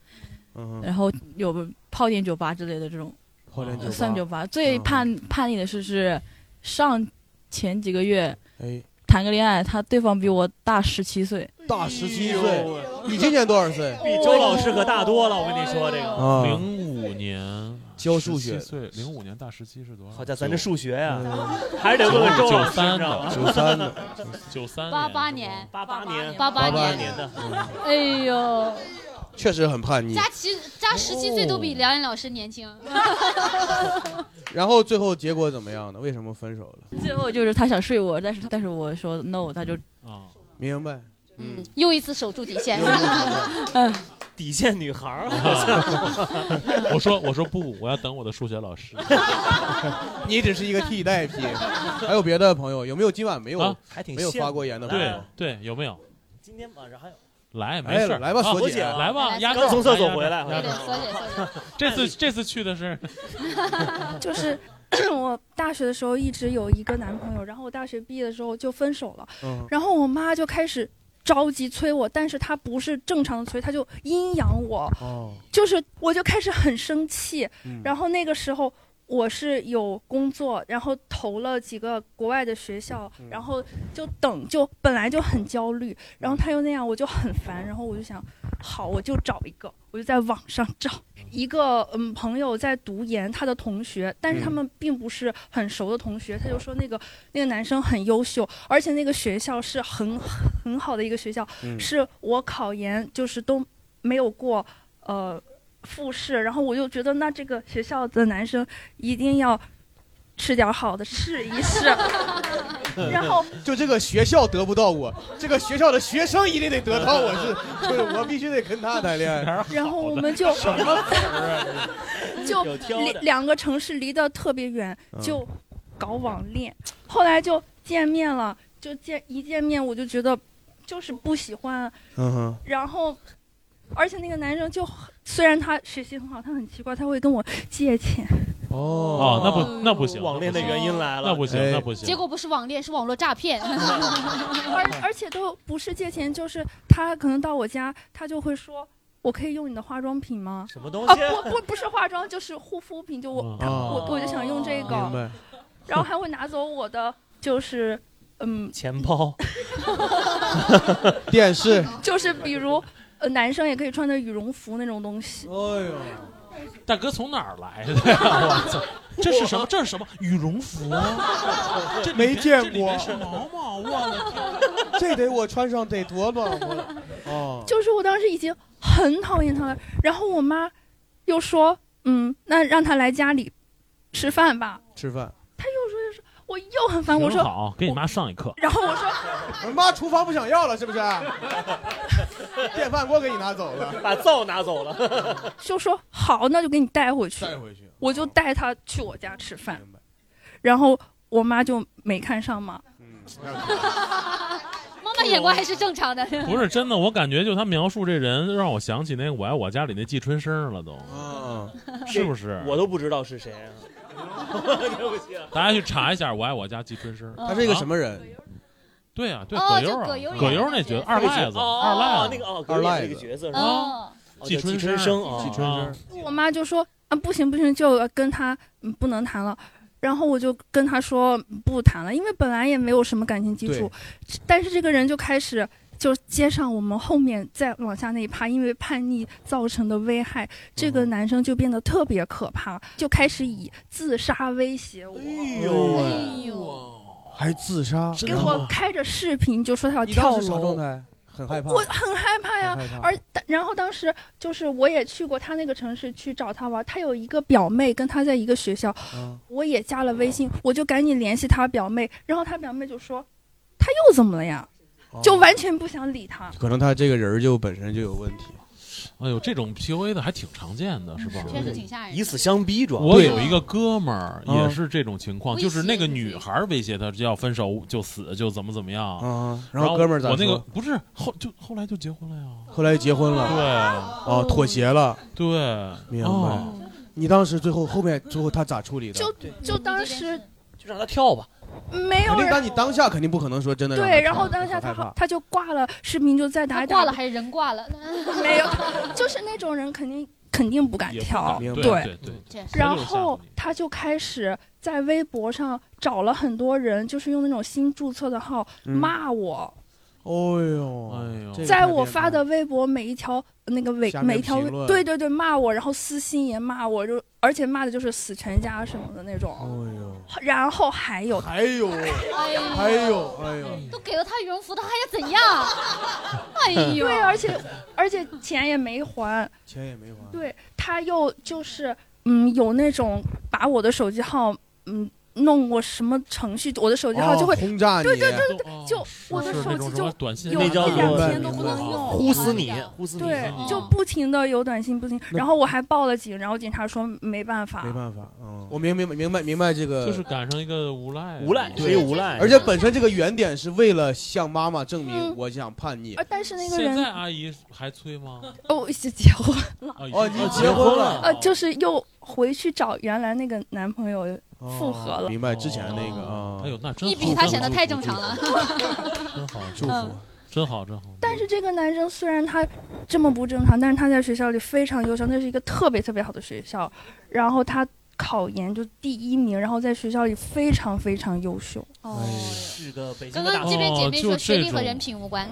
D: 嗯哼，
G: 然后有泡点酒吧之类的这种
D: 后来就
G: 算酒吧。
D: 嗯
G: 最叛叛逆的是是上前几个月
D: 哎，
G: 谈个恋爱，他对方比我大十七岁，
D: 大十七
B: 哎
D: 岁
B: 呦喂，
D: 你今年多少岁？
B: 比周老师可大多了，我跟你说这个。
D: 啊
E: 零五年
D: 教数学
E: 17岁零五年大十七是多少？
B: 好家伙，咱这
E: 九
B: 数学呀
E: 嗯，
B: 还是得问问周老师，
E: 93
B: 你知道吗？
E: 的93的
B: 九三
C: 八八年，
B: 八八年，
C: 八八
D: 88
B: 年的，
C: 哎呦，
D: 确实很叛逆。
C: 佳琪佳十七岁都比梁岩老师年轻。
D: 然后最后结果怎么样呢？为什么分手了？
G: 最后就是他想睡我，但是但是我说 no，他就
E: 啊，
D: 明白。嗯，
C: 又一次守住底 线。
G: 嗯
B: 底线女孩 儿。
E: 我说我说不，我要等我的数学老师。
D: 你只是一个替代品。 还有别的朋友有没有今晚没有、
E: 啊
B: 还挺
D: 没有
B: 羡慕
D: 发过言的朋
E: 对
D: 友？
E: 对，有没有？
B: 今天晚上还有，
E: 来，没
D: 哎
E: 事儿，
D: 来吧
E: 啊
D: 索
B: 姐
E: 来吧，压轴
B: 刚从厕所回。
E: 压
B: 来，
E: 轴
B: 好像
C: 对，索姐，索姐，
E: 这次这次去的是
C: 啊
K: 就是 我大学的时候一直有一个男朋友，然后我大学毕业的时候就分手了，
D: 嗯，
K: 然后我妈就开始着急催我，但是她不是正常的催，她就阴阳我，
D: 哦，
K: 就是我就开始很生气，
D: 嗯
K: 然后那个时候我是有工作，然后投了几个国外的学校，然后就等，就本来就很焦虑，然后他又那样，我就很烦，然后我就想，好，我就找一个，我就在网上找一个嗯朋友在读研，他的同学，但是他们并不是很熟的同学，他就说那个那个男生很优秀，而且那个学校是很很好的一个学校，
D: 嗯
K: 是我考研就是都没有过，呃。复试，然后我就觉得那这个学校的男生一定要吃点好的试一试， 然后
D: 嗯就这个学校得不到我，这个学校的学生一定得得到我，是就是我必须得跟他谈恋爱。
K: 然后我们就 就
B: 啊有挑
K: 离
B: 的
K: 两个城市离得特别远，
D: 嗯
K: 就搞网恋，后来就见面了，就见一见面我就觉得就是不喜欢，
D: 嗯哼，
K: 然后，而且那个男生就很虽然他学习很好，他很奇怪，他会跟我借钱。
E: 哦，那
C: 哎呦
E: 不那不行，
B: 网恋的原因来了，
E: 那不行，
D: 哎
E: 那不行。
C: 结果不是网恋，是网络诈 骗。
K: 而而且都不是借钱，就是他可能到我家，他就会说：“我可以用你的化妆品吗
B: 什么？”东
K: 啊，
B: 西？
K: 不不不是化妆，就是护肤品，就我、他
D: 哦
K: 我我就想用这
D: 明
K: 个，
D: 白。
K: 然后还会拿走我的就是 嗯，
B: 钱包，
D: 电视，哎
K: 就是比如呃男生也可以穿的羽绒服那种东西，
D: 呦，
E: 大哥从哪儿来的呀？我操！这是什么？这是什么？羽绒服？这里面
D: 没见
E: 这里面
D: 过
E: 是毛毛，我的天！
D: 这得我穿上得多暖和了。哦，
K: 就是我当时已经很讨厌他了，然后我妈又说：“嗯，那让他来家里吃饭吧。
D: 吃饭。”
K: 他又说又说，我又很烦，我
E: 挺
K: 说，
E: 好，给你妈上一课。
K: 然后我说。
D: 我妈厨房不想要了是 不是？电饭锅给你拿走了，
B: 把皂拿走了，
K: 就说好，那就给你带回去。
D: 带回去。
K: 我就带他去我家吃饭，
D: 明白。
K: 然后我妈就没看上嘛。
D: 嗯
C: 妈妈眼光还是正常的。
E: 不是真的，我感觉就他描述这人，让我想起那个《我爱我家》里那季春生了，都
D: 嗯，
E: 是不是？
B: 我都不知道是谁啊。对不起啊，
E: 大家去查一下《我爱我家》季春生。
D: 他是一个什么人？
E: 对啊，对
C: 哦
E: 葛
C: 就
E: 优啊
C: 葛优，演
E: 葛
C: 的
E: 优
C: 那
E: 那角
C: 个
E: 色二赖子，
B: 哦
E: 二赖
B: 哦
E: 子
B: 那个哦，
D: 二赖
B: 那
D: 子
B: 个角色是吧？
C: 嗯，
B: 哦
E: 季
B: 叫季
E: 春
B: 春
E: 生
B: 生啊，
E: 季春生
B: 啊
K: 我妈就说啊，不行不行，就要跟他嗯不能谈了。然后我就跟他说不谈了，因为本来也没有什么感情基础，但是这个人就开始就接上我们后面再往下那一趴，因为叛逆造成的危害，这
D: 嗯
K: 个男生就变得特别可怕，就开始以自杀威胁我，
D: 哎呦喂，
C: 哎呦，
D: 还自杀？
E: 真
K: 给
E: 的
K: 我
E: 吗？
K: 开着视频就说他要
D: 你当
K: 跳
D: 时啥状
K: 楼，
D: 态？很害怕。
K: 我很害怕呀，
D: 很害怕
K: 而但然后当时就是我也去过他那个城市去找他玩，他有一个表妹跟他在一个学校，
D: 嗯
K: 我也加了微信，我就赶紧联系他表妹，然后他表妹就说他又怎么了呀，就完全不想理他。
D: 可能他这个人就本身就有问题。
E: 哎呦，这种 PUA 的还挺常见的，是吧？
C: 确实挺吓人
B: 以
C: 的。
B: 死相逼，主要
E: 我有一个哥们儿
D: 嗯
E: 也是这种情况，
C: 威
E: 就是那个
C: 胁
E: 女孩威胁他就要分手就死就怎么怎么样，
D: 嗯，然后哥们儿咋
E: 我那个
D: 说？
E: 不是后就后来就结婚了呀。
D: 后来结婚了，
E: 对
D: 哦，妥协了，
E: 对，
D: 明白。
E: 哦
D: 你当时最后后面最后他咋处理的？
K: 就就当时
B: 就让他跳吧。
K: 没有
D: 肯定，
K: 人
D: 当你当下肯定不可能说真的让他
K: 对，然
D: 看
K: 后当下
D: 害
K: 他
D: 怕。
K: 他就挂了，视频就再打
C: 他
K: 一
C: 挂
K: 打
C: 了，还是人挂了？
K: 没有，就是那种人肯定肯定不敢
E: 也不
K: 跳，
E: 明白
K: 对
E: 对对，对
C: 确实
K: 然后他就开始在微博上找了很多人，就是用那种新注册的号
D: 嗯
K: 骂我，
D: 哦呦，
E: 哎
D: 这个
K: 在
D: 太
K: 我
D: 变
K: 发的微博每一条那个每
D: 下面
K: 每一条
D: 评论
K: 对对对骂我，然后私信也骂我，就而且骂的就是死全家什么的那种。然后还有
D: 哎还有
C: 哎呦
D: 哎呦哎呦，
C: 都给了他羽绒服，他还要怎样？哎呦，
K: 对，而且而且钱也没还，
D: 钱也没还。
K: 对，他又就是嗯，有那种把我的手机号嗯弄过什么程序，我的手机号
D: 哦
K: 就会、
D: 轰炸
K: 对
D: 你
K: 对对对，就我的
E: 是
K: 手机
E: 那种什
K: 就
E: 么短信
K: 有
E: 那
K: 一
E: 叫
K: 两
E: 做
K: 天都不
D: 嗯
K: 能用，
D: 哦
B: 呼死你，呼死你！
K: 对，就不停的有短信，不停，然后我还报了警，然后警察说没办法，
D: 没办法，嗯，我明明明白明白这个，
E: 就是赶上一个无赖，
B: 无赖
D: 对而且本身这个原点是为了向妈妈证明我想叛逆
K: 呃，。但是那个
E: 现在
K: 人
E: 阿姨还催吗？哎
K: 哦，是结婚了，
D: 哦，你结
E: 婚
D: 了，
K: 呃，就是又回去找原来那个男朋友复合了。
D: 哦明白之前那个啊，
E: 哎呦，那真
C: 一
E: 好
C: 比他显得太正常 了。
E: 真好，
D: 祝福，
E: 真好，真好。
K: 但是这个男生虽然他这么不正常，但是他在学校里非常优秀，那是一个特别特别好的学校，然后他考研就第一名，然后在学校里非常非常优秀。
C: 哦，
B: 是个北京
C: 刚
B: 的大
C: 刚
B: 学
C: 这边姐妹
E: 哦
C: 说
E: 就这
C: 学历和
E: 种
C: 人品无关。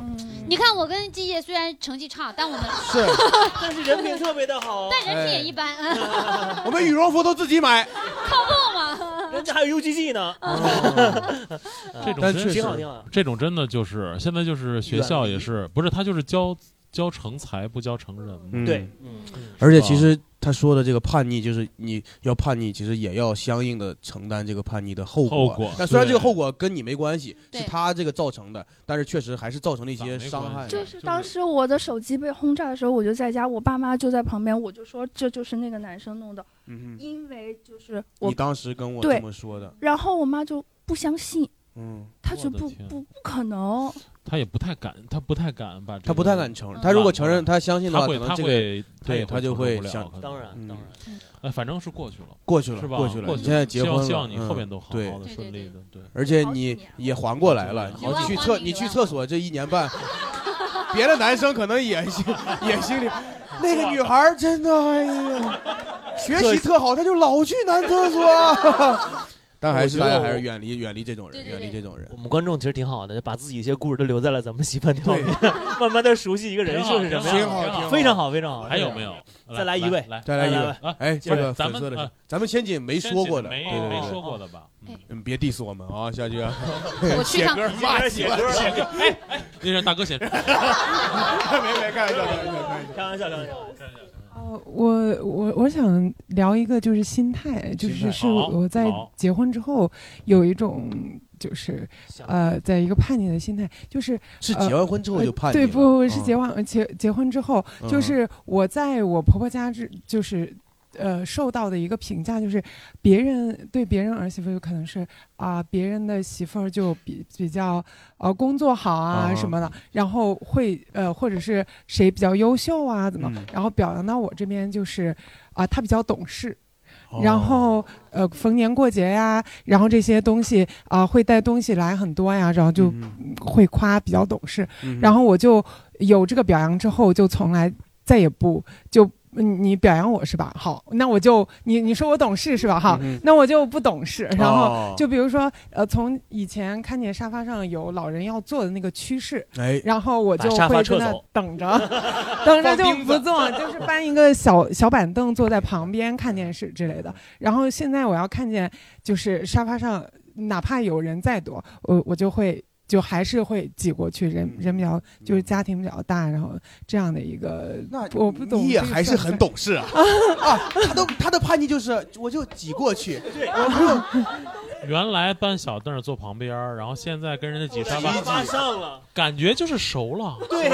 C: 你看我跟季叶虽然成绩差，但我们
D: 是，
B: 但是人品特别的好，
C: 但人品也一般，
D: 我们羽绒服都自己买，
C: 靠谱嘛。
B: 人家还有 UGG 呢，
D: 哦
B: 嗯
E: 这种
D: 但
E: 真
D: 确实
B: 挺好挺好。
E: 这种真的就是现在就是学校也是，不是他就是教教成才不教成人嘛。
D: 嗯
B: 对，嗯，
D: 而且其实他说的这个叛逆，就是你要叛逆，其实也要相应的承担这个叛逆的后
E: 后
D: 果。
E: 果
D: 但虽然这个
E: 对
D: 后果跟你没关系，
C: 对
D: 是他这个造成的，但是确实还是造成了一些
E: 没
D: 伤
E: 关
D: 害。
E: 系
K: 就是当时我的手机被轰炸的时候，我就在家，我爸妈就在旁边，我就说这就是那个男生弄的，
D: 嗯哼，
K: 因为就是我
D: 你，当时跟我
K: 对
D: 这么说
E: 嗯
D: 的，
K: 然后我妈就不相信，
D: 嗯，
K: 她觉得
E: 我的
K: 不
E: 天
K: 不不可能，
E: 他也不太敢，他不太敢把这个
D: 他不太敢承
B: 嗯
D: 认，他如果承认，他相信的
E: 他
D: 话，
E: 会
D: 可
E: 他
D: 能这个
E: 会
D: 对
E: 也
D: 他就会
E: 承受
D: 想
E: 不了。
B: 当然当然，
E: 哎，反正是过去了，
D: 过去了，
E: 是吧？
D: 过去
E: 了，
D: 了，你现在结
E: 希望
D: 婚了，
E: 希望你
D: 嗯
E: 后面都好
D: 对
E: 好的
C: 对
E: 顺
C: 对
E: 利的，对。
D: 而且
K: 好几
D: 你
K: 年了
D: 也缓过来了，
E: 好
C: 几
D: 你去
C: 年
D: 厕
C: 了
D: 你去厕所这一年半，别的男生可能也心也心里，那个女孩儿真的哎呀， 学习特好，她就老去男厕所。但还是
B: 我
D: 大
B: 觉得
D: 家
B: 我
D: 还是远离远离这种
C: 对
D: 人，
C: 对
D: 远离这种人
B: 我。们观众其实挺好的，把自己一些故事都留在了咱们喜欢跳里，慢慢的 熟悉一个人设是什么
D: 挺
B: 样
D: 好，
B: 的，
D: 挺好。
B: 非常好，非常好。
E: 还有没有？
B: 再来一位
E: 来
D: 再来一
B: 来
D: 个
B: 来，
E: 来
D: 哎，这
E: 来
D: 个
E: 咱
D: 粉色
E: 们
D: 的
E: 呃
D: 是，咱们千姐没
E: 先
D: 说
E: 进
D: 过的，
E: 没
D: 对对
E: 没
D: 对
E: 说过的吧？嗯
D: 嗯别 diss 我们啊，下去啊，
C: 我去趟，
B: 开始写歌了，
E: 哎那让大哥先。
D: 没没开玩笑，开玩笑，开玩笑。
B: 开玩笑，开玩笑。
L: 呃，我我我想聊一个就是心态，就
D: 心
L: 是
D: 态
L: 是
E: 好
L: 我在
E: 好
L: 结婚之后有一种就是呃，在一个叛逆的心态，就是呃
D: 是结完婚之后就叛逆
L: 对
D: 了？
L: 不是
D: 嗯
L: 结婚结结婚之后，
D: 嗯
L: 就
D: 哼
L: 是我在我婆婆家之就是。呃，受到的一个评价就是，别人对别人儿媳妇有可能是啊、别人的媳妇儿就比比较呃工作好啊
D: 啊
L: 什么的，然后会呃或者是谁比较优秀啊怎么，
D: 嗯
L: 然后表扬到我这边就是啊、她比较懂事，然后呃，逢年过节呀，然后这些东西啊、会带东西来很多呀，然后就会夸比较懂事。然
D: 后
L: 后我就有这个表扬之后，就从来再也不就嗯你表扬我是吧？好，那我就你你说我懂事是吧？好，
D: 嗯哼
L: 那我就不懂事。然
D: 哦
L: 后就比如说呃，从以前看见沙发上有老人要坐的那个趋势，
D: 哎，
L: 然后我就
B: 把沙发
L: 会
B: 撤
L: 在那
B: 走
L: 等着，等着就
D: 放钉子
L: 不坐，就是搬一个小小板凳坐在旁边看电视之类的。然后现在我要看见，就是沙发上哪怕有人再多，我我就会就还是会挤过去，人人比较就是家庭比较大，然后这样的一个，
D: 那
L: 我不懂
D: 你也
L: 这个
D: 还是
L: 算不
D: 很
L: 算
D: 懂 事啊！啊，他都他的叛逆就是，我就挤过去，我
E: 原来搬小凳儿坐旁边儿，然后现在跟人家挤沙
B: 沙
E: 发，
B: 发上了，
E: 感觉就是熟了。
D: 不对，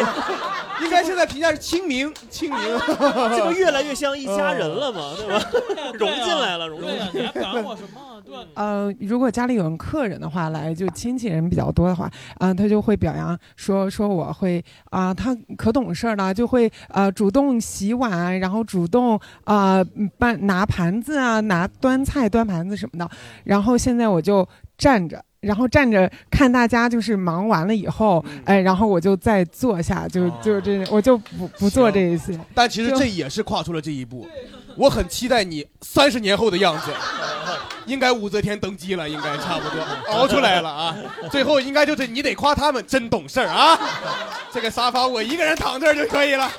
D: 应该现在评价是清明，清明，
B: 这不越来越像一家人了 吗？对
E: 啊
B: 吧？融进来了，融进
E: 对
B: 来
E: 呀
B: 了，。
E: 你还
D: 啊
E: 管我什么？对吧，
L: 呃，如果家里有客人的话来，就亲戚人比较多的话，啊、他就会表扬说说我会啊、他可懂事儿了，就会呃主动洗碗，然后主动啊、呃搬拿盘子啊，拿端菜端盘子什么的。然后现在我就站着。然后站着看大家就是忙完了以后，哎，然后我就再坐下，就就这，我就不不做这一些。
D: 但其实
L: 就
D: 这也是跨出了这一步。我很期待你三十年后的样子，应该武则天登基了，应该差不多熬出来了啊。最后应该就是你得夸他们真懂事儿啊。这个沙发我一个人躺这儿就可以了。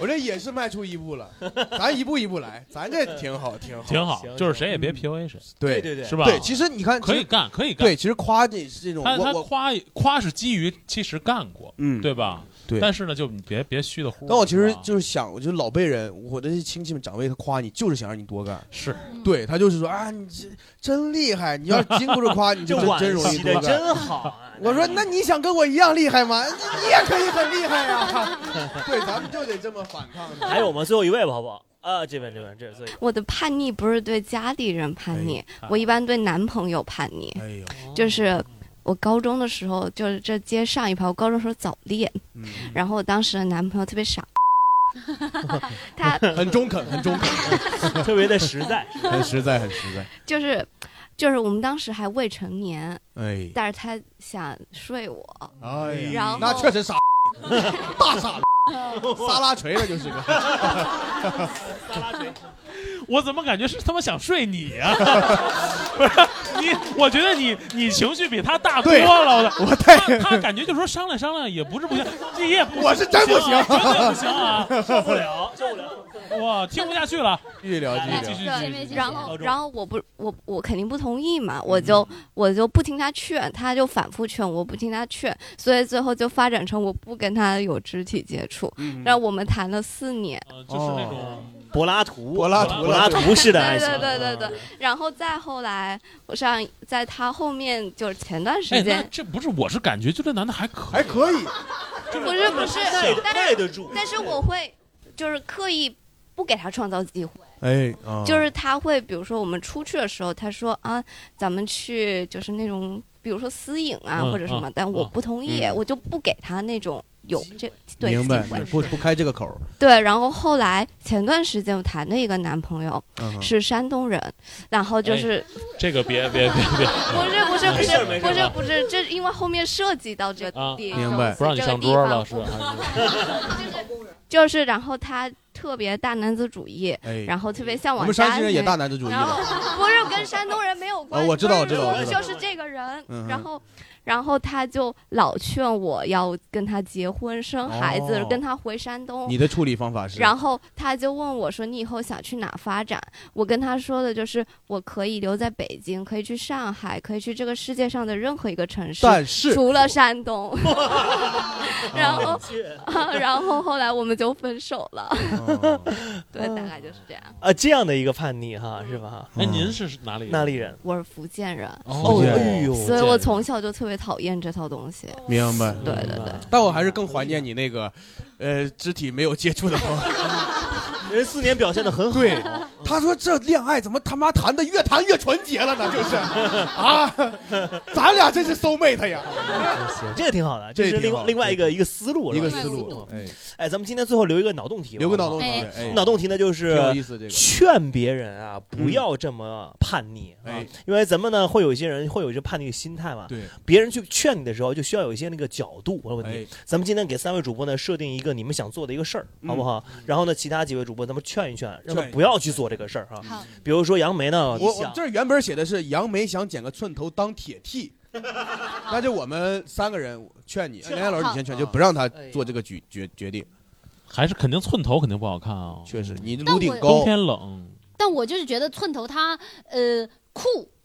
D: 我这也是迈出一步了，咱一步一步来，咱这挺好，挺好，嗯
E: 挺好，就是谁也别 PUA 谁，
D: 对
E: 是吧？
D: 对，其实你看，
E: 可
D: 其
E: 以
D: 实
E: 干，可以干，
D: 对，其实夸这这种，
E: 他
D: 我
E: 他
D: 我
E: 夸夸是基于其实干过，
D: 嗯
E: 对吧？
D: 对
E: 但是呢，就你别别虚的乎。
D: 但我其实就是想，我就老辈人，我的亲戚们长辈，他夸你就是想让你多干，
E: 是
D: 对他就是说啊，你这真厉害，你要是经不住夸，你就真真容易多
B: 的
D: 干。
B: 真好，
D: 我说那你想跟我哎一样厉害吗？你也可以很厉害啊！对，咱们就得这么反抗。
B: 还有我们最后一位吧，好不好？啊，这边这边这边，所以
M: 我的叛逆不是对家里人叛逆，我一般对男朋友叛逆。就是我高中的时候，就是这街上一排，我高中时候早恋，
D: 嗯
M: 然后我当时的男朋友特别傻， 他
D: 很中肯，很 中肯，
B: 特别的实在，
D: 很实在，很实在。
M: 就是就是我们当时还未成年，
D: 哎
M: 但是他想睡我，
D: 哎呀
M: 然后
D: 那确实傻， 大傻， 沙拉锤了就是个。
E: 我怎么感觉是他妈想睡你呀、不是你，我觉得你你情绪比他大多
D: 对
E: 了。我
D: 我太
E: 他他感觉就说商量商量也不是不行，这也不行
D: 我是真不行
E: 啊真的不行 啊，
D: 受不
B: 了，受不
E: 了，哇，听不下去了，哎
D: 继续聊，
E: 继续聊，继续
M: 然后，然后我不，我我肯定不同意嘛，我就我就不听他劝，他就反复劝，我不听他劝，所以最后就发展成我不跟他有肢体接触
B: 嗯，
M: 然后我们谈了四年，
E: 就是那种
B: 柏拉图，
D: 哦柏拉图
B: 柏拉图式的 爱情，
M: 对对对对对。然后再后来，我上在他后面就是前段时
E: 哎，那
M: 间，
E: 这不是，我是感觉就这男的还可
D: 还可以，
M: 不是不是，
B: 耐得
M: 但
B: 耐得住
M: 但是我会就是刻意不给他创造机会。
D: 哎，啊
M: 就是他会，比如说我们出去的时候，他说啊，咱们去就是那种，比如说私隐啊、
D: 嗯
M: 或者什么，
D: 嗯
M: 但我
D: 嗯
M: 不同意，
D: 嗯
M: 我就不给他那种有这对
D: 明白
M: 机会，
D: 不不开这个口儿。
M: 对，然后后来前段时间我谈的一个男朋友、
D: 嗯哼哎
M: 是山东人，然后就是、
E: 这个别别别别，
M: 不是不是不
E: 没事
M: 是
E: 儿没事儿
M: 不是
E: 啊
M: 不是，这因为后面涉及到这
E: 啊
M: 地，
E: 明白不让你
M: 这个
E: 上
M: 地
E: 桌
M: 方
E: 了是吧
M: 就是然后他特别大男子主义，
D: 哎
M: 然后特别向往
D: 我们山西
M: 家
D: 人也
M: 庭
D: 大男子主义
M: 然后
D: 了
M: 不是跟山东人没有关系，
D: 啊我知道
M: 不是
D: 我知道我
M: 说
D: 知道
M: 就是这个人
D: 嗯，哼
M: 然后。然后他就老劝我要跟他结婚生孩子，
D: 哦
M: 跟他回山东。
D: 你的处理方法是？
M: 然后他就问我说：“你以后想去哪发展？”我跟他说的就是，我可以留在北京，可以去上海，可以去这个世界上的任何一个城市，
D: 但是
M: 除了山东。
D: 嗯
M: 然后、 然后后来我们就分手了。
D: 哦
M: 对，大概就是这样。
B: 啊，这样的一个叛逆哈，是吧？
E: 哎，您是哪里人
B: 哪里人？
M: 我是福建人，
B: 哦
D: 哎呦
M: 所以我从小就特别讨厌这套东西。
D: 明白，
M: 对对对。
D: 但我还是更怀念你那个，呃，肢体没有接触的朋友。
B: 人四年表现的很好。
D: 对，他说这恋爱怎么他妈谈的越谈越纯洁了呢？ 就是啊， 咱俩真是 soul mate 呀。
B: 行， 这个挺好的，这
D: 这
B: 是
D: 个挺
B: 另外
D: 好
B: 另外一个
D: 这个
B: 一个思路，
D: 一个
B: 是吧
D: 思路。哎，
B: 哎，咱们今天最后留一个脑洞题吧，
D: 留个
B: 好不
D: 脑
B: 好
D: 洞题哎哎
B: 脑洞题呢就是
D: 挺有意思这个嗯
B: 劝别人啊不要这么叛逆啊
D: 哎，
B: 因为咱们呢会有一些人会有一些叛逆的心态嘛，
D: 对，
B: 别人去劝你的时候就需要有一些那个角度和问
D: 哎
B: 题。咱们今天给三位主播呢设定一个你们想做的一个事儿，
D: 嗯
B: 好不好？然后呢，其他几位主播咱们劝一劝，让他
D: 劝一
B: 不要去做这个事儿啊。比如说杨梅呢，
D: 我
B: 哦你
D: 我
B: 想
D: 这儿原本写的是杨梅想剪个寸头当铁剃，但是我们三个人劝你，
B: 劝
D: 梁岩老师你先劝，就不让他
E: 哎
D: 做这个决决决定。
E: 还是肯定寸头肯定不好看啊。
D: 确实， 你
M: 嗯
C: 但
D: 颅
C: 我
D: 顶
E: 冬
D: 高
E: 天冷，
C: 但我就是觉得寸头它呃酷，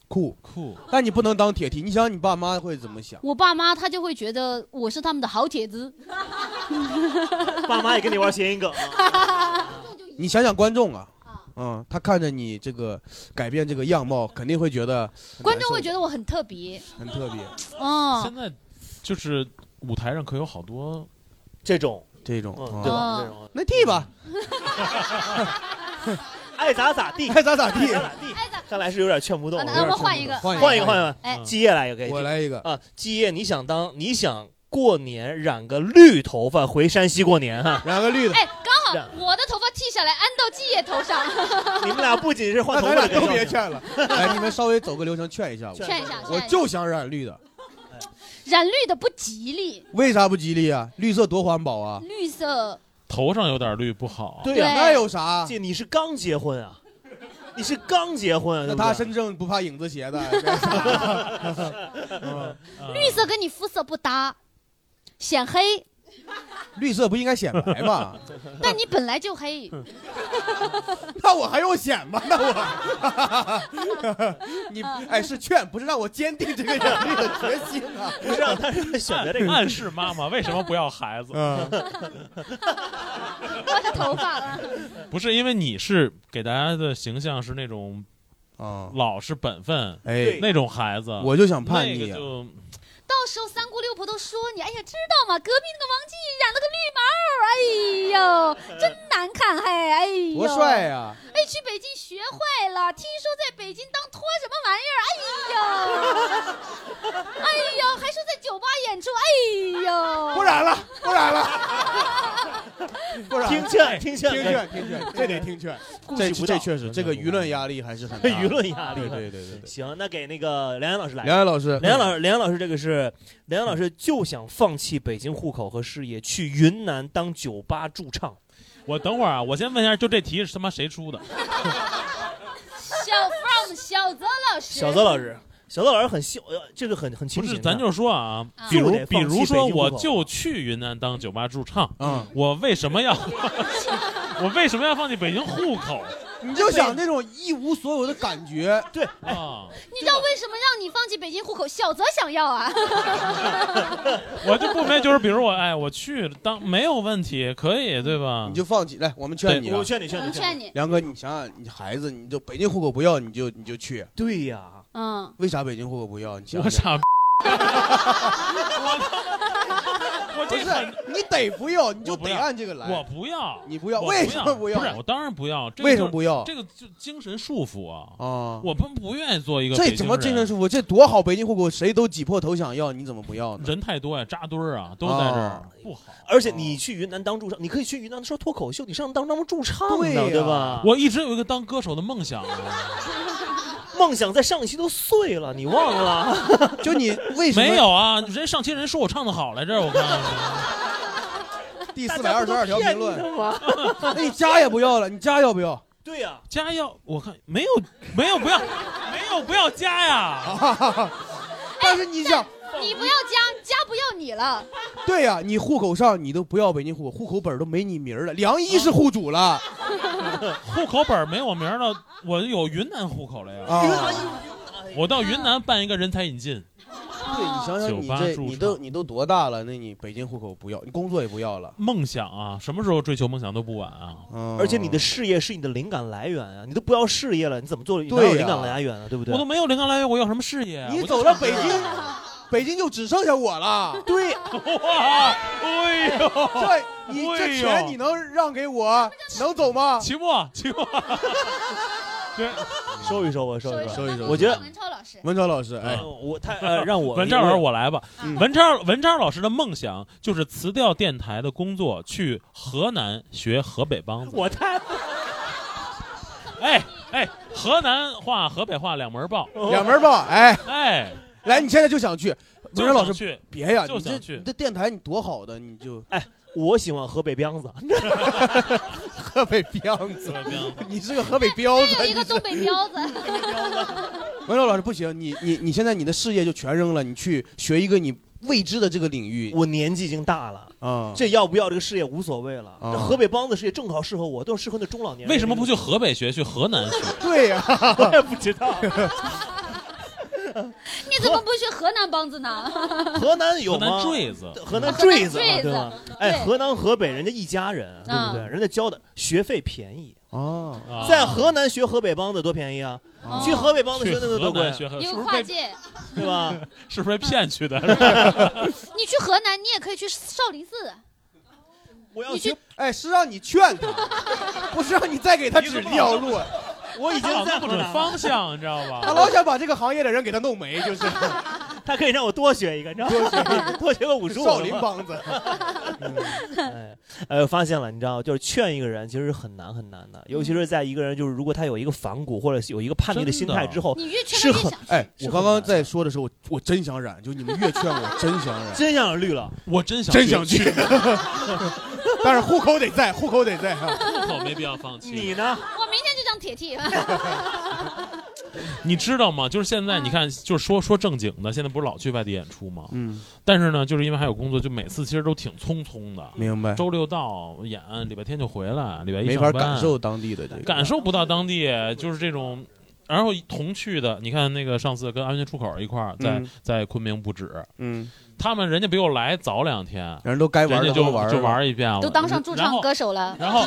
D: 酷
E: 酷，
D: 但你不能当铁剃。你想你爸妈会怎么想？
C: 我爸妈他就会觉得我是他们的好铁 子。
B: 爸妈也跟你玩谐音梗啊，
D: 你想想观众啊，嗯，他看着你这个改变这个样貌，肯定会觉得
C: 观众会觉得我很特别，
D: 很特别。
C: 嗯
E: 现，在就是舞台上可有好多
B: 这种
D: 这种，
E: 对
M: 哦
E: 吧？
C: 嗯
E: 这种
D: 那剃吧，
B: 爱咋咋地，
D: 爱咋咋地
B: 爱咋咋地。看来是有点劝不动。
C: 啊那
B: 有点
C: 我
B: 劝不
C: 们换一
B: 动
C: 个
B: 换
C: 换
B: 一
C: 一
B: 个，嗯
C: 个
B: 换一
C: 哎
B: 个。基业来一个，
D: 我来一个
B: 啊，基业，你想当，你想过年染个绿头发回山西过年啊哈，
D: 染个绿的
C: 哎，刚好我的头发剃下来安到季爷头上，
B: 你们俩不仅是换
D: 那
B: 头
D: 咱
B: 发
D: 俩
B: 的跟
D: 都
B: 上
D: 别
B: 去
D: 劝了，来，你们稍微走个流程劝一下我，
C: 劝一下
D: 我
C: 劝一下
D: 就想染绿的，
C: 染绿的不吉利，
D: 为啥不吉利啊？绿色多环保啊！
C: 绿色
E: 头上有点绿不好。
B: 对呀、
C: 哦对
D: 那有啥？
B: 姐，你是刚结婚啊？你是刚结婚，
D: 那
B: 对不
D: 他
B: 对
D: 身正不怕影子斜的。 啊
C: 绿色跟你肤色不搭，显 黑，
D: 绿色不应该显白吗？
C: 但你本来就 黑。
D: 那我还用显吗？ 那我，你
C: 嗯
D: 哎是劝，不是让我坚定这个人这个决心啊，
B: 不是让他选择这个
E: 暗暗示妈妈为什么不要孩子？
D: 嗯
C: 我的头发了。
E: 不是因为你是给大家的形象是那种，老实本分，
D: 嗯哎
E: 那种孩子，
D: 我就想叛逆
E: 那个
D: 啊
E: 就
C: 到时候三姑六婆都说你，哎呀，知道吗？隔壁那个王继染了个绿毛，哎呦，真难看，嘿，哎呦，
D: 多帅啊呀！
C: 哎，去北京学坏了，听说在北京当托什么玩意儿，哎 呦，哎呦，还说在酒吧演出，哎呦，
D: 不然了，不然了，不然了
B: 听劝听劝哎
D: 听劝，听劝，这得听劝。
B: 顾
D: 这
B: 及不到
D: 这确实，这个舆论压力还是 很大的
B: 舆论压力。啊
D: 对对对对。
B: 行，那给那个梁岩老师来。
D: 梁岩老师
B: 梁岩老师，梁岩老师，这个是梁岩老师就想放弃北京户口和事业，去云南当酒吧驻唱。
E: 我等会儿啊，我先问一下，就这题是他妈谁出的？
C: 小 from 小泽老师，
B: 小泽老师，小泽老师很秀，呃这个很很清
E: 不
B: 醒
E: 是，
B: 的。
E: 咱就说啊，
B: 啊
E: 比
B: 就
E: 如
B: 得放弃
E: 比如
B: 北京
E: 说，
B: 户
E: 我
B: 口
E: 就去云南当酒吧驻唱，
D: 嗯，
E: 我为什么要，我为什么要放弃北京户口？
D: 你就想那种一无所有的感觉，
B: 对
E: 啊，
C: 你知道为什么让你放弃北京户口？小泽想要啊，
E: 我就不非就是，比如我哎，我去当没有问题，可以对吧？你
D: 就放弃，来，我们劝你啊，
C: 我们劝你，
D: 梁哥，你想想，你孩子，你就北京户口不要，你就你就去。
B: 对呀，
C: 嗯，
D: 为啥北京户口不要？你想
E: 我傻，
D: 想我不是你得不要，你就得按这个来。
E: 我不要，
D: 你不要，
E: 我
D: 为什么
E: 不
D: 要？
E: 是，我当然不要。这个
D: 为什么
E: 就
D: 不要
E: 这个就精神束缚啊！
D: 啊，
E: 我们不愿意做一个
D: 这
E: 北
D: 怎
E: 京
D: 么
E: 人
D: 精神束缚？这多好，北京户口谁都挤破头想要，你怎么不要呢？
E: 人太多呀，扎堆儿啊，都在这儿。不好。
B: 而
D: 哦
B: 且你去云南当驻唱，你可以去云南说脱口秀，你上当当驻唱
E: 对
B: 呢，
E: 呀
B: 对吧？
E: 我一直有一个当歌手的梦想啊，
B: 梦想在上一期都碎了，你忘了？
D: 就你
E: 没有啊？人上期人说我唱的好来着，我看
D: 第
B: 大
D: 四百
B: 家
D: 二
B: 不
D: 十
B: 都
D: 二条
B: 骗
D: 评
B: 你
D: 论
B: 的吗，
D: 那你家也不要了，你家要不要？
B: 对呀，
E: 家要我看没有没有不要没有不要家呀。
D: 但是你想，
C: 你不要家，家不要你了。
D: 对呀、你户口上你都不要北京户口，户口本都没你名儿了，梁一是户主了。
E: 户口本没我名儿了，我有云南户口了呀。
D: 啊
E: 我到云南办一个人才引进，
D: 对你想想，你
E: 酒吧
D: 这
E: 驻
D: 你都你都多大了？那你北京户口不要，你工作也不要了。
E: 梦想啊，什么时候追求梦想都不晚啊。
D: 哦嗯
B: 而且你的事业是你的灵感来源啊，你都不要事业了，你怎么做？你哪
E: 对
B: 有
E: 呀
B: 灵感来源啊？对不对？
E: 我都没有灵感来源，我要什么事业啊？
D: 你
E: 我就
D: 走了
E: 唱歌
D: 北京， 啊北京就只剩下我了。
B: 对，
E: 哇，哎呦，
D: 对，你
E: 哎
D: 这
E: 呦
D: 钱你能让给我，能走吗？
E: 期末，期末，对，
B: 收一收吧，收一收，
D: 收一收
B: 我觉得
C: 文超老师，
D: 文超老师，
E: 哎，
B: 我太呃让我
E: 文超老师我来吧
B: 嗯。
E: 文超文超老师的梦想就是辞掉电台的工作，去河南学河北梆子。
B: 我太
E: 哎哎，河南话、河北话两门儿报，
D: 两门儿报，哎
E: 哎，
D: 来，你现在就想去，
E: 就
D: 文超老
E: 想
D: 师
E: 去，
D: 别呀，
E: 就
D: 你这
E: 想去
D: 你这电台你多好的，你就
B: 哎，我喜欢河北彪子，
D: 河北彪子，你是个河北彪子，
C: 还哎有一个东北彪子，
D: 文超老师不行，你你你现在你的事业就全扔了，你去学一个你未知的这个领域。
B: 我年纪已经大了
D: 啊，
B: 这要不要这个事业无所谓了。
D: 啊
B: 这河北梆子事业正好适合我，都是适合那中老年人。
E: 为什么不去河北学，去河南学？
D: 对呀、
B: 我也不知 道。
C: 你怎么不学河南梆子呢？
B: 河南有吗？
E: 河南坠子
B: 河南坠子
C: 河南
B: 嘛，
C: 坠子嗯
B: 对吧？哎，
C: 对
B: 河南河北人家一家人，对不对？
C: 嗯
B: 人家交的学费便宜，
D: 哦
E: 啊
B: 在河南学河北梆子多便宜啊！
C: 哦
B: 去河北梆子学那个多
E: 去河
B: 贵啊
E: 南，学河
C: 有跨 界。
B: 对吧？
E: 是不是被骗去的？
C: 你去河南，你也可以去少林寺。
B: 我要
C: 你去，
D: 哎，是让你劝他， 不是让你再给他指这条路。
B: 我已经
E: 他老
B: 在
E: 弄不
B: 河
E: 准
B: 南了，
E: 方向，你知道 吧？
D: 他老想把这个行业的人给他弄没，就是
B: 他可以让我多学一个，你知道吗？多学个武术，
D: 少林 梆子。
B: 哎，我发现了，你知道，就是劝一个人其实是很难很难的，尤其
C: 嗯
B: 是在一个人就是如果他有一个反骨或者有一个叛逆的心态之后，
C: 你越劝他
B: 是
C: 越
B: 很
C: 想
D: 哎，我刚刚在说的时候，我我真想染，就你们越劝我真想染，
B: 真想绿了，
E: 我真想
D: 真想
E: 去，
D: 去，但是户口得在，户口得在啊。
E: 户口没必要放弃。
B: 你呢？
C: 我明天就想铁 T。
E: 你知道吗？就是现在，你看，就是说说正经的，现在不是老去外地演出吗？嗯。但是呢，就是因为还有工作，就每次其实都挺匆匆的。
D: 明白
E: 周六到哦演，礼拜天就回来，礼拜一
D: 没法
E: 上班
D: 感受当地的这个
E: 感受不到当地就是这种。然后同去的，你看那个上次跟安全出口一块儿在、
D: 嗯
E: 在昆明布置，
D: 嗯，
E: 他们人家比我来早两天，
D: 人都该玩的
E: 人家
D: 都
E: 就
D: 玩了
E: 就玩一遍了，
C: 都当上驻
E: 然
C: 唱
E: 后
C: 歌手了。
E: 然后，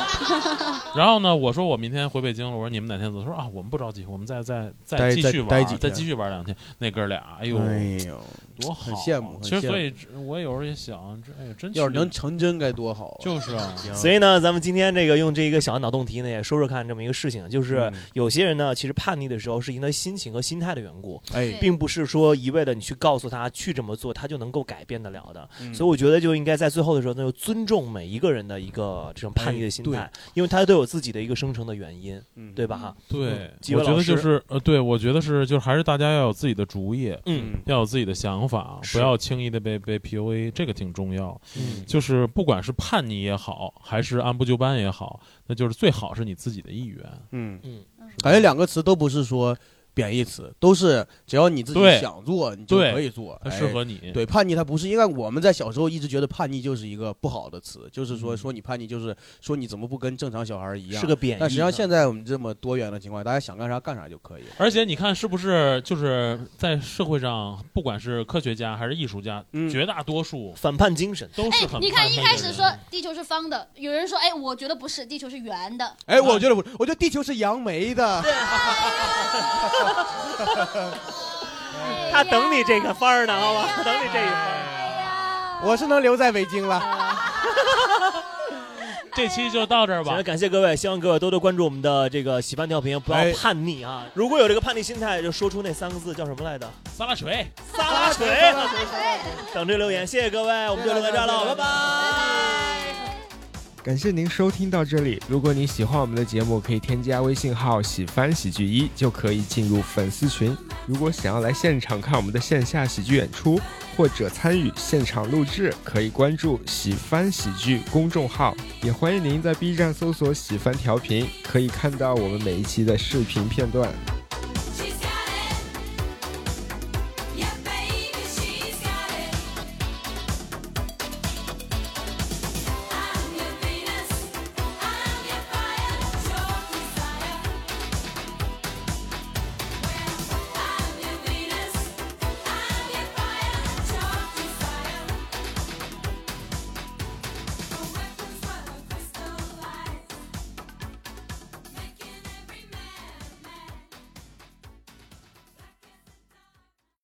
E: 然后呢，我说我明天回北京了，我说你们哪天走？他说啊，我们不着急，我们再再再
D: 待
E: 继
D: 再
E: 续玩，
D: 待
E: 再
D: 几天
E: 继续玩两天。那哥俩，哎呦，
D: 哎呦
E: 多好
D: 很
E: 啊，
D: 羡慕很
E: 其实
D: 羡
E: 所
D: 慕
E: 以我有时候也想，这哎呦，真
D: 要是
E: 去
D: 能成真该多好啊！
E: 就是啊
B: 所以呢，咱们今天这个用这一个小脑洞题呢，也说说看这么一个事情，就是
E: 嗯
B: 有些人呢，其实叛逆的时候是因为心情和心态的缘故，
D: 哎对
B: 并不是说一味的你去告诉他去这么做，他就能够改变得了的。
D: 嗯
B: 所以我觉得就应该在最后的时候呢，就尊重每一个人的一个这种叛逆的心态，
E: 哎
B: 因为他都有自己的一个生成的原因，
D: 嗯
B: 对吧？哈，
E: 对，
B: 几
E: 我
B: 位
E: 觉
B: 老
E: 得
B: 师
E: 就是呃，对我觉得是就是还是大家要有自己的主意，
B: 嗯，
E: 要有自己的想法，
B: 是
E: 不要轻易的被被 PUA，这个挺重要。
B: 嗯
E: 就是不管是叛逆也好，还是按部就班也好，那就是最好是你自己的意愿。
D: 嗯
B: 嗯，
D: 感觉两个词都不是说贬义词，都是只要你自己
E: 对
D: 想做，你就
E: 对
D: 可以做，
E: 它
D: 哎
E: 适合你
D: 对，叛逆它不是，因为我们在小时候一直觉得叛逆就是一个不好的词，就是说说你叛逆就是说你怎么不跟正常小孩一样，
E: 是个贬义
D: 但实际上现在我们这么多元的情况，大家想干啥干啥就可以。
E: 而且你看，是不是就是在社会上，不管是科学家还是艺术家，绝大多
B: 嗯
E: 数
B: 反叛精神
E: 都是很
C: 哎你看一
E: 叛逆的
C: 开始
E: 人
C: 说地球是方的，有人说哎，我觉得不是，地球是圆的。
D: 哎，我觉得不，我觉得地球是杨梅的。
B: 他等你这个分儿呢，好吧？他等你这一分儿。
D: 我是能留在北京了。
E: 这期就到这儿
B: 吧。感谢各位，希望各位多多关注我们的这个喜欢调频，不
E: 哎
B: 要
D: 哎
B: 叛逆啊！如果有这个叛逆心态，就说出那三个字叫什么来着？
E: 撒拉锤，
B: 撒拉锤，等着留言，谢谢各位，我们就留在这儿了，拜 拜。
A: 感谢您收听到这里。如果您喜欢我们的节目，可以添加微信号“喜翻喜剧一”就可以进入粉丝群。如果想要来现场看我们的线下喜剧演出，或者参与现场录制，可以关注“喜翻喜剧”公众号。也欢迎您在 B 站搜索“喜翻调频”，可以看到我们每一期的视频片段。